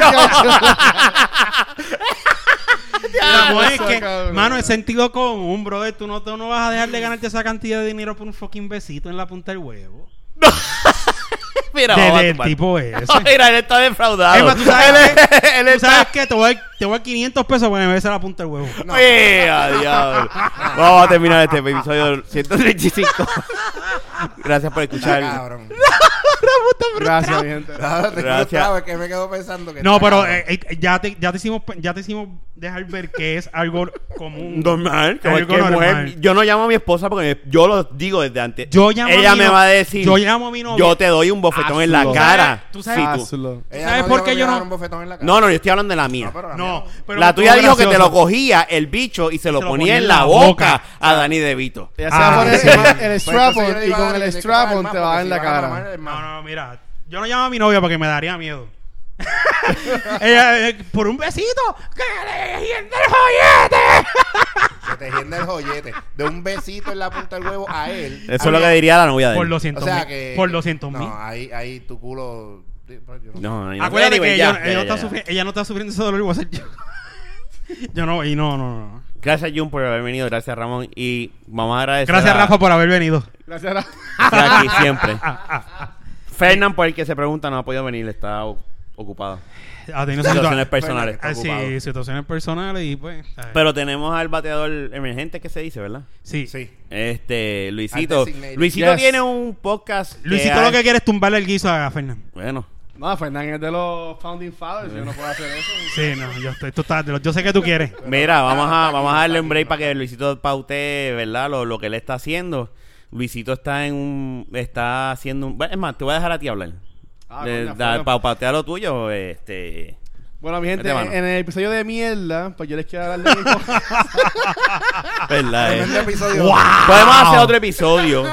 S3: La mujer es
S2: Eso,
S3: que,
S2: cabrón.
S3: mano, es sentido común, brother. Tú no, tú no vas a dejar de ganarte esa cantidad de dinero por un fucking besito en la punta del huevo.
S1: Mira,
S3: De-
S1: vamos a
S3: del
S1: tumbar.
S3: tipo ese.
S1: Oh, mira, él está defraudado.
S3: Emma, ¿tú sabes
S1: él, él
S3: ¿Tú sabes
S1: está...
S3: qué? Te voy a dar, te voy a dar 500 pesos para que me besar la punta del huevo.
S4: No.
S1: Mira, diablo. Vamos a terminar este episodio 135. gracias por
S4: Está
S1: escuchar.
S4: cabrón.
S2: Gracias, mi gente.
S4: Claro, te
S1: Gracias.
S4: frustraba, es que me quedo pensando que.
S3: No,
S4: está
S3: pero
S4: cabrón.
S3: eh, eh, ya, te, ya, te hicimos, pe- ya te hicimos dejar ver que es algo común.
S1: Normal, como
S3: Algo
S1: es que mujer-
S3: normal.
S1: yo no llamo a mi esposa porque me- yo lo digo desde antes.
S3: Yo llamo a
S1: Ella
S3: mi
S1: me
S3: no-
S1: va a decir.
S3: yo llamo a mi novia.
S1: Yo te doy un bofetón en la
S2: Hazlo.
S1: cara.
S3: Tú sabes-
S1: si tú-
S2: Hazlo.
S4: Ella
S3: ¿sabes
S4: no
S3: por
S4: dijo
S3: qué
S4: que
S3: yo
S4: me
S3: no-
S4: dieron un bofetón en la cara. Ah,
S1: No, no, yo estoy hablando de la mía.
S4: pero la
S3: No,
S4: mía Pues,
S3: pero
S1: la tuya
S3: estuvo
S1: dijo que te lo
S3: gracioso.
S1: cogía el bicho y se lo, ponía, en la boca, a Dani DeVito.
S2: Ella se va a
S3: Ah,
S2: poner
S3: sí.
S2: encima el
S4: Pues entonces yo
S2: strap-on
S4: le
S2: y
S4: iba a
S2: con
S4: dar-
S2: el
S4: le tocaba
S2: strap-on
S4: más
S2: te va a dar
S4: porque
S2: en
S4: si
S2: la
S4: iban a
S2: cara.
S4: mamar, es
S3: No,
S4: más.
S3: no, mira. Yo no llamo a mi novia porque me daría miedo. Ella, eh, por un besito. ¡Que le hiende el joyete!
S4: Que te hiende el joyete. De un besito en la punta del huevo a él.
S1: Eso es lo que diría la novia de
S3: Por
S1: él.
S3: 200
S4: O sea
S3: mil.
S4: que.
S3: por 200 mil. eh.
S4: No, ah. ahí, ahí tu culo. pues, yo no-
S1: No, no, no.
S3: Acuérdate
S1: Anyway,
S3: que
S1: ya,
S3: ella,
S1: ya,
S3: ella no
S1: ya,
S3: está
S1: ya.
S3: sufri- ella no está sufriendo ese dolor igual a ser yo. Yo no, y no, no, no.
S1: Gracias, Jun, por haber venido. Gracias, Ramón. Y vamos a agradecer.
S3: Gracias,
S1: a-
S3: Rafa, por haber venido.
S2: Gracias, Ra-
S1: estar aquí siempre. Fernan, por el que se pregunta, no ha podido venir. Está o- ocupado.
S3: Ha
S1: Situaciones
S3: tenido situaciones,
S1: personales.
S4: Fernan, ocupado.
S3: Ah, sí, situaciones personales y pues. ¿sabes?
S1: Pero tenemos al bateador emergente que se dice, ¿verdad?
S3: sí.
S4: Sí.
S1: Este, Luisito.
S4: Al designated.
S1: Luisito
S2: Yes.
S1: tiene un podcast.
S3: Luisito
S1: ha-
S3: lo que quiere es tumbarle el guiso a Fernán.
S1: Bueno.
S2: No, Fernán es de los Founding Fathers. Yo no puedo hacer eso.
S3: Sí, no, yo, estoy, tú estás- yo sé que tú quieres.
S1: Mira, vamos
S4: está
S1: a,
S4: aquí,
S1: vamos a
S4: está
S1: darle
S4: aquí,
S1: un break
S4: está
S1: para que Luisito paute, ¿verdad? Lo, lo que él está haciendo. Luisito está en un. Está haciendo un. bueno, es más, te voy a dejar a ti hablar.
S2: Ah,
S1: De-
S2: coño,
S1: da-
S2: fuera.
S1: pa- pautea lo tuyo, este.
S2: Bueno, mi gente,
S1: Mete mano.
S2: en el episodio de mierda, pues yo les quiero hablar de mi co-
S1: ¿Verdad? eh?
S4: Tremendo episodio.
S1: Podemos hacer otro episodio.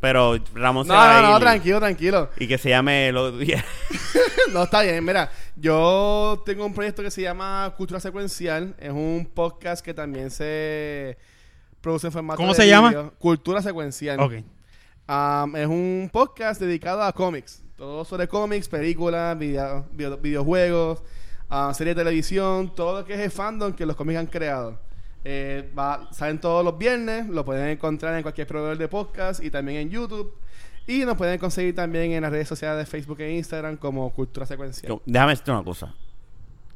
S1: Pero Ramón se
S2: Ah. No,
S1: va a
S2: no,
S1: ir
S2: no,
S1: y-
S2: tranquilo, tranquilo.
S1: Y que se llame el otro día.
S2: No, está bien, mira, yo tengo un proyecto que se llama Cultura Secuencial, es un podcast que también se produce en formato
S3: ¿Cómo
S2: de
S3: se llama?
S2: video. Cultura Secuencial.
S3: Ok.
S2: Am, es un podcast dedicado a cómics, todo sobre cómics, películas, video- video- videojuegos, ah, series de televisión, todo lo que es el fandom que los cómics han creado. Eh, va- salen todos los viernes, lo pueden encontrar en cualquier proveedor de podcast y también en YouTube. Y nos pueden conseguir también en las redes sociales de Facebook e Instagram como Cultura Secuencial.
S1: Yo- Déjame decirte una cosa.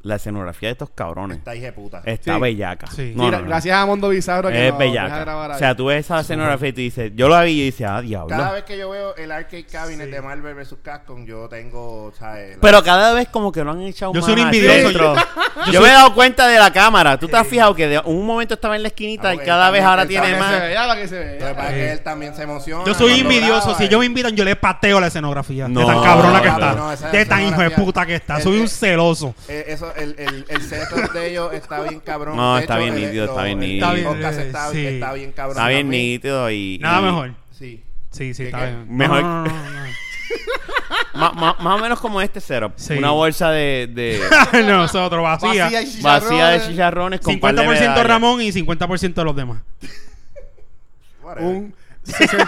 S1: La escenografía de estos cabrones
S4: Esta hija de puta.
S1: está
S2: Sí.
S1: bellaca.
S3: Sí.
S1: No,
S2: Y
S1: no,
S2: gra-
S1: no.
S2: Gracias a Mondo Bizarro que
S1: Es
S2: nos deja grabar
S1: bellaca. O sea,
S2: ahí.
S1: tú ves esa escenografía y tú dices, yo la vi y dices, ah, diablo.
S4: Cada vez que yo veo el arcade cabinet
S3: Sí.
S4: de Marvel vs. Capcom, yo tengo, ¿sabes? La-
S1: Pero cada vez como que lo han echado
S3: Yo
S1: más
S3: soy un
S1: al
S3: envidioso,
S1: centro.
S3: yo-
S1: Yo,
S3: yo
S1: me he
S3: soy-
S1: dado cuenta de la cámara. Tú te has fijado que de un momento estaba en la esquinita
S4: Ah,
S1: y
S4: porque
S1: cada vez
S4: también
S1: ahora
S4: el
S1: tiene
S4: cabrón
S2: Para que se
S1: más.
S2: vea, para que se vea.
S4: Lo que pasa es que
S3: Eh.
S4: él también se emociona.
S3: Yo soy
S4: cuando
S3: envidioso.
S4: graba,
S3: Si
S4: eh.
S3: ellos me invitan, yo le pateo la escenografía.
S1: No,
S3: de tan cabrona que
S1: no,
S3: está.
S4: no, esa
S3: de tan hijo de
S4: escenografía- eh.
S3: puta que está.
S4: Es
S3: Soy
S4: que-
S3: un celoso.
S4: Eh, eso, el, el, el setup de ellos está bien cabrón.
S1: No,
S4: De
S1: está bien
S4: el-
S1: nítido, está
S4: lo-
S1: bien
S4: el
S1: nítido.
S3: Está
S4: podcast
S3: bien,
S4: está,
S3: sí.
S4: está bien cabrón.
S1: Está bien
S4: también.
S1: nítido y...
S3: Nada
S1: y-
S3: mejor.
S4: Sí.
S3: Sí, sí,
S4: ¿Qué,
S3: está
S4: qué?
S3: bien.
S1: Mejor-
S3: No, no, no, no, no.
S1: Ma- ma- más o menos como este setup.
S3: Sí.
S1: Una bolsa de... de
S3: no, eso es otro vacía.
S2: Vacía y chicharrones.
S1: vacía de chicharrones con par de
S3: 50%
S1: medallas.
S3: Ramón y 50% de los demás.
S4: Whatever.
S2: Un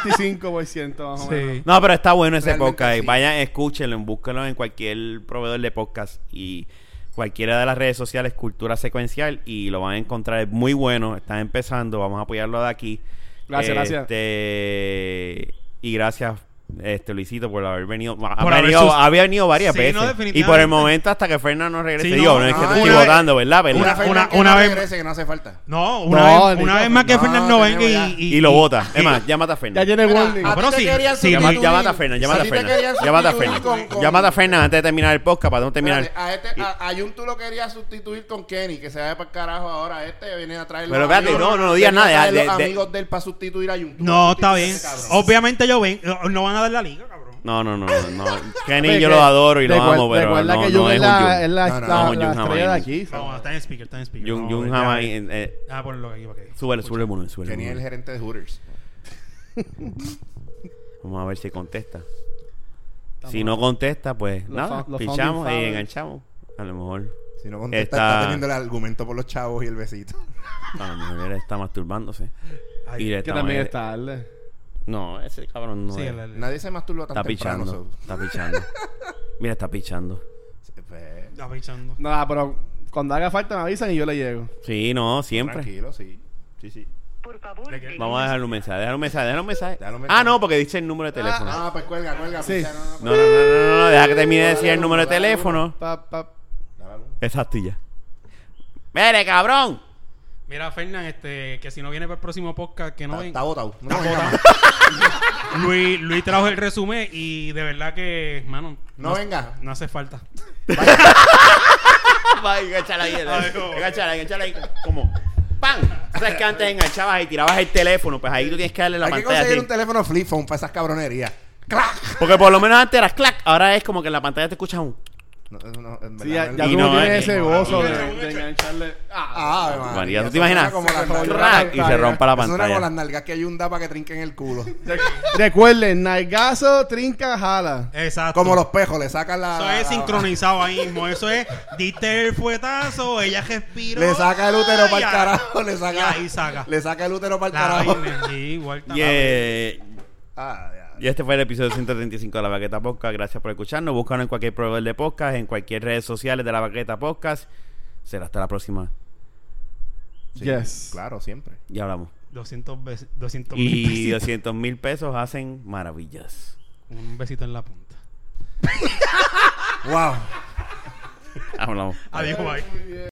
S2: 65% más o menos.
S3: Sí.
S1: No, pero está bueno ese
S4: Realmente
S1: podcast.
S4: sí.
S1: Vayan, escúchenlo, búsquenlo en cualquier proveedor de podcast y cualquiera de las redes sociales, Cultura Secuencial, y lo van a encontrar. Es muy bueno, están empezando, vamos a apoyarlo de aquí.
S2: Gracias, gracias.
S1: gracias. Y gracias, este, Luisito, por haber venido. Ha
S3: Por haber
S1: venido
S3: sus-
S1: había venido varias
S3: Sí, no,
S1: veces. y por
S3: definitivamente.
S1: el momento, hasta que Fernando no regrese.
S3: Sí,
S1: Digo,
S3: no,
S1: no, es que
S4: no,
S1: te estoy
S4: una vez-
S1: votando, ¿verdad? ¿verdad?
S4: Una,
S3: una-
S4: una, que
S3: una
S4: no
S3: vez-
S4: regrese, que no hace falta.
S3: No, una,
S2: No,
S3: vez, una
S2: ni-
S3: vez más que
S4: no,
S3: Fernán no venga
S4: tenemos
S3: y,
S4: ya.
S1: y lo vota. Es más, llámate a
S2: Ya
S1: Fernando.
S2: tiene warning.
S4: a
S3: pero
S4: ti te
S3: sí,
S4: querían
S3: sí,
S1: Llama-
S4: sustituir.
S1: Llámate a Fernan, llámate a
S4: ti te querían
S1: Fernan. Llámate a
S4: sustituir
S1: Fernan.
S4: con- con-
S1: Llámate a Fernan antes de terminar el podcast para no terminar.
S4: Espérate, A, este, a, a Jun tú lo querías sustituir con Kenny, que se vaya para el carajo ahora. Este viene a traer los
S1: Pero espérate,
S4: amigos-
S1: no, no, no digas
S4: viene a
S1: nada,
S4: traer
S1: de-
S4: los
S1: de-
S4: amigos de él para sustituir a Jun. Tú
S3: No,
S4: no
S3: está bien.
S4: sustituyes a ese cabrón.
S3: Obviamente ellos ven, no van a dar la liga, cabrón.
S1: No, no, no, no. Kenny
S2: Oye,
S1: yo
S2: que
S1: lo adoro y lo
S2: recuer-
S1: amo, pero
S2: recuerda
S1: no,
S2: que
S1: no
S2: Jung
S1: es
S2: es
S1: un
S2: la, es
S1: Jung.
S2: la,
S4: No, no,
S1: no,
S2: la- la
S1: Jung
S2: estrella de
S1: jamás.
S2: aquí. ¿sabes?
S3: No, está en speaker, está en speaker.
S1: Jung-
S3: No,
S1: Jung
S3: ya,
S1: jamás-
S3: eh,
S1: eh,
S3: Ah, ponlo aquí para que.
S1: Súbele, súbele el volumen, súbele el
S4: Kenny es el
S2: eh.
S1: volumen.
S4: gerente de Hooters.
S1: Vamos a ver si contesta. Si no contesta, pues nada,
S2: fa- los
S1: pichamos
S2: founding
S1: y
S2: fathers.
S1: enganchamos. A lo mejor,
S4: Si no contesta,
S1: Está-
S4: está... teniendo el argumento por los chavos y el besito.
S1: a lo mejor él está masturbándose.
S3: Ay,
S1: Y de
S2: Que
S1: esta
S2: también
S1: manera-
S2: está tarde.
S1: No, ese cabrón no
S3: Sí,
S1: es.
S3: el- el-
S4: Nadie se masturba tan
S1: Está
S4: temprano.
S1: pichando, está pichando. Mira, está pichando.
S4: so- Pues,
S3: está pichando.
S2: Nada, pero cuando haga falta me avisan y yo le llego.
S1: Sí, no, siempre.
S4: Tranquilo, sí. Sí, sí.
S1: Vamos a dejarle un mensaje, dejarle un mensaje, dejarle un mensaje.
S4: Dale
S1: Ah,
S4: un mensaje.
S1: no, porque dice el número de teléfono.
S4: Ah, pues cuelga, cuelga.
S2: Sí.
S4: picha, no, no, pues,
S1: No, no, no, no, no, no, deja que termine de decir el número de teléfono.
S2: Pa, pa.
S4: Dale, dale.
S1: Exacto, y ya. ¡Mere, cabrón!
S3: Mira, Fernán, este, que si no viene para el próximo podcast,
S1: Ah,
S3: que no
S4: Está, está
S3: venga.
S4: botado. No, venga más.
S3: Luis, Luis trajo el resumen y de verdad que, mano,
S4: No venga.
S3: No hace falta.
S1: Ay, enganchala ahí,
S3: Ay, no.
S1: enganchala, enganchala ahí, como ¡pam! ¿Sabes que antes enganchabas y tirabas el teléfono? Pues ahí tú tienes que darle la
S4: Hay que
S1: pantalla
S4: conseguir
S1: así.
S4: un teléfono flip phone para esas cabronerías. ¡Clac!
S1: Porque por lo menos antes era clac, ahora es como que en la pantalla te escuchas un
S4: No, no, en
S2: Sí,
S4: verdad,
S2: ya,
S4: en
S2: ya
S1: Y
S2: tú
S1: no,
S2: tienes
S1: eh,
S2: ese
S1: no,
S2: gozo
S3: no,
S2: de,
S3: no, no,
S2: de
S3: no.
S2: engancharle. Ah,
S4: Ah, Ave
S1: María,
S4: María,
S1: ¿tú te imaginas?
S4: Eso suena como las nalgas-
S1: crack y se rompa la
S4: eso suena como las
S1: pantalla.
S4: nalgas que hay un da para que trinquen el culo.
S2: Recuerden, nalgazo, trinca, jala.
S3: Exacto.
S4: Como los pejos, le sacan la.
S3: Eso es
S4: la-
S3: sincronizado ahí mismo. Eso es, diste el fuetazo, ella respiró.
S4: Le saca el útero para
S3: ya.
S4: el carajo, le
S3: Y
S4: saca.
S3: ahí saca.
S4: Le saca el útero para el
S3: La
S4: carajo.
S3: vaina, sí, igual
S1: Y, eh,
S4: Ah, ya.
S1: y este fue el episodio 135 de La Baqueta Podcast. Gracias por escucharnos. Búscanos en cualquier proveedor de podcast, en cualquier redes sociales de La Baqueta Podcast. Será hasta la próxima.
S4: Sí,
S2: Yes.
S4: Claro, siempre.
S1: Ya hablamos.
S3: 200 veces, 200
S1: Y
S3: mil
S1: 200 mil pesos hacen maravillas.
S3: Un besito en la punta.
S4: Wow.
S1: Hablamos.
S3: Adiós, bye.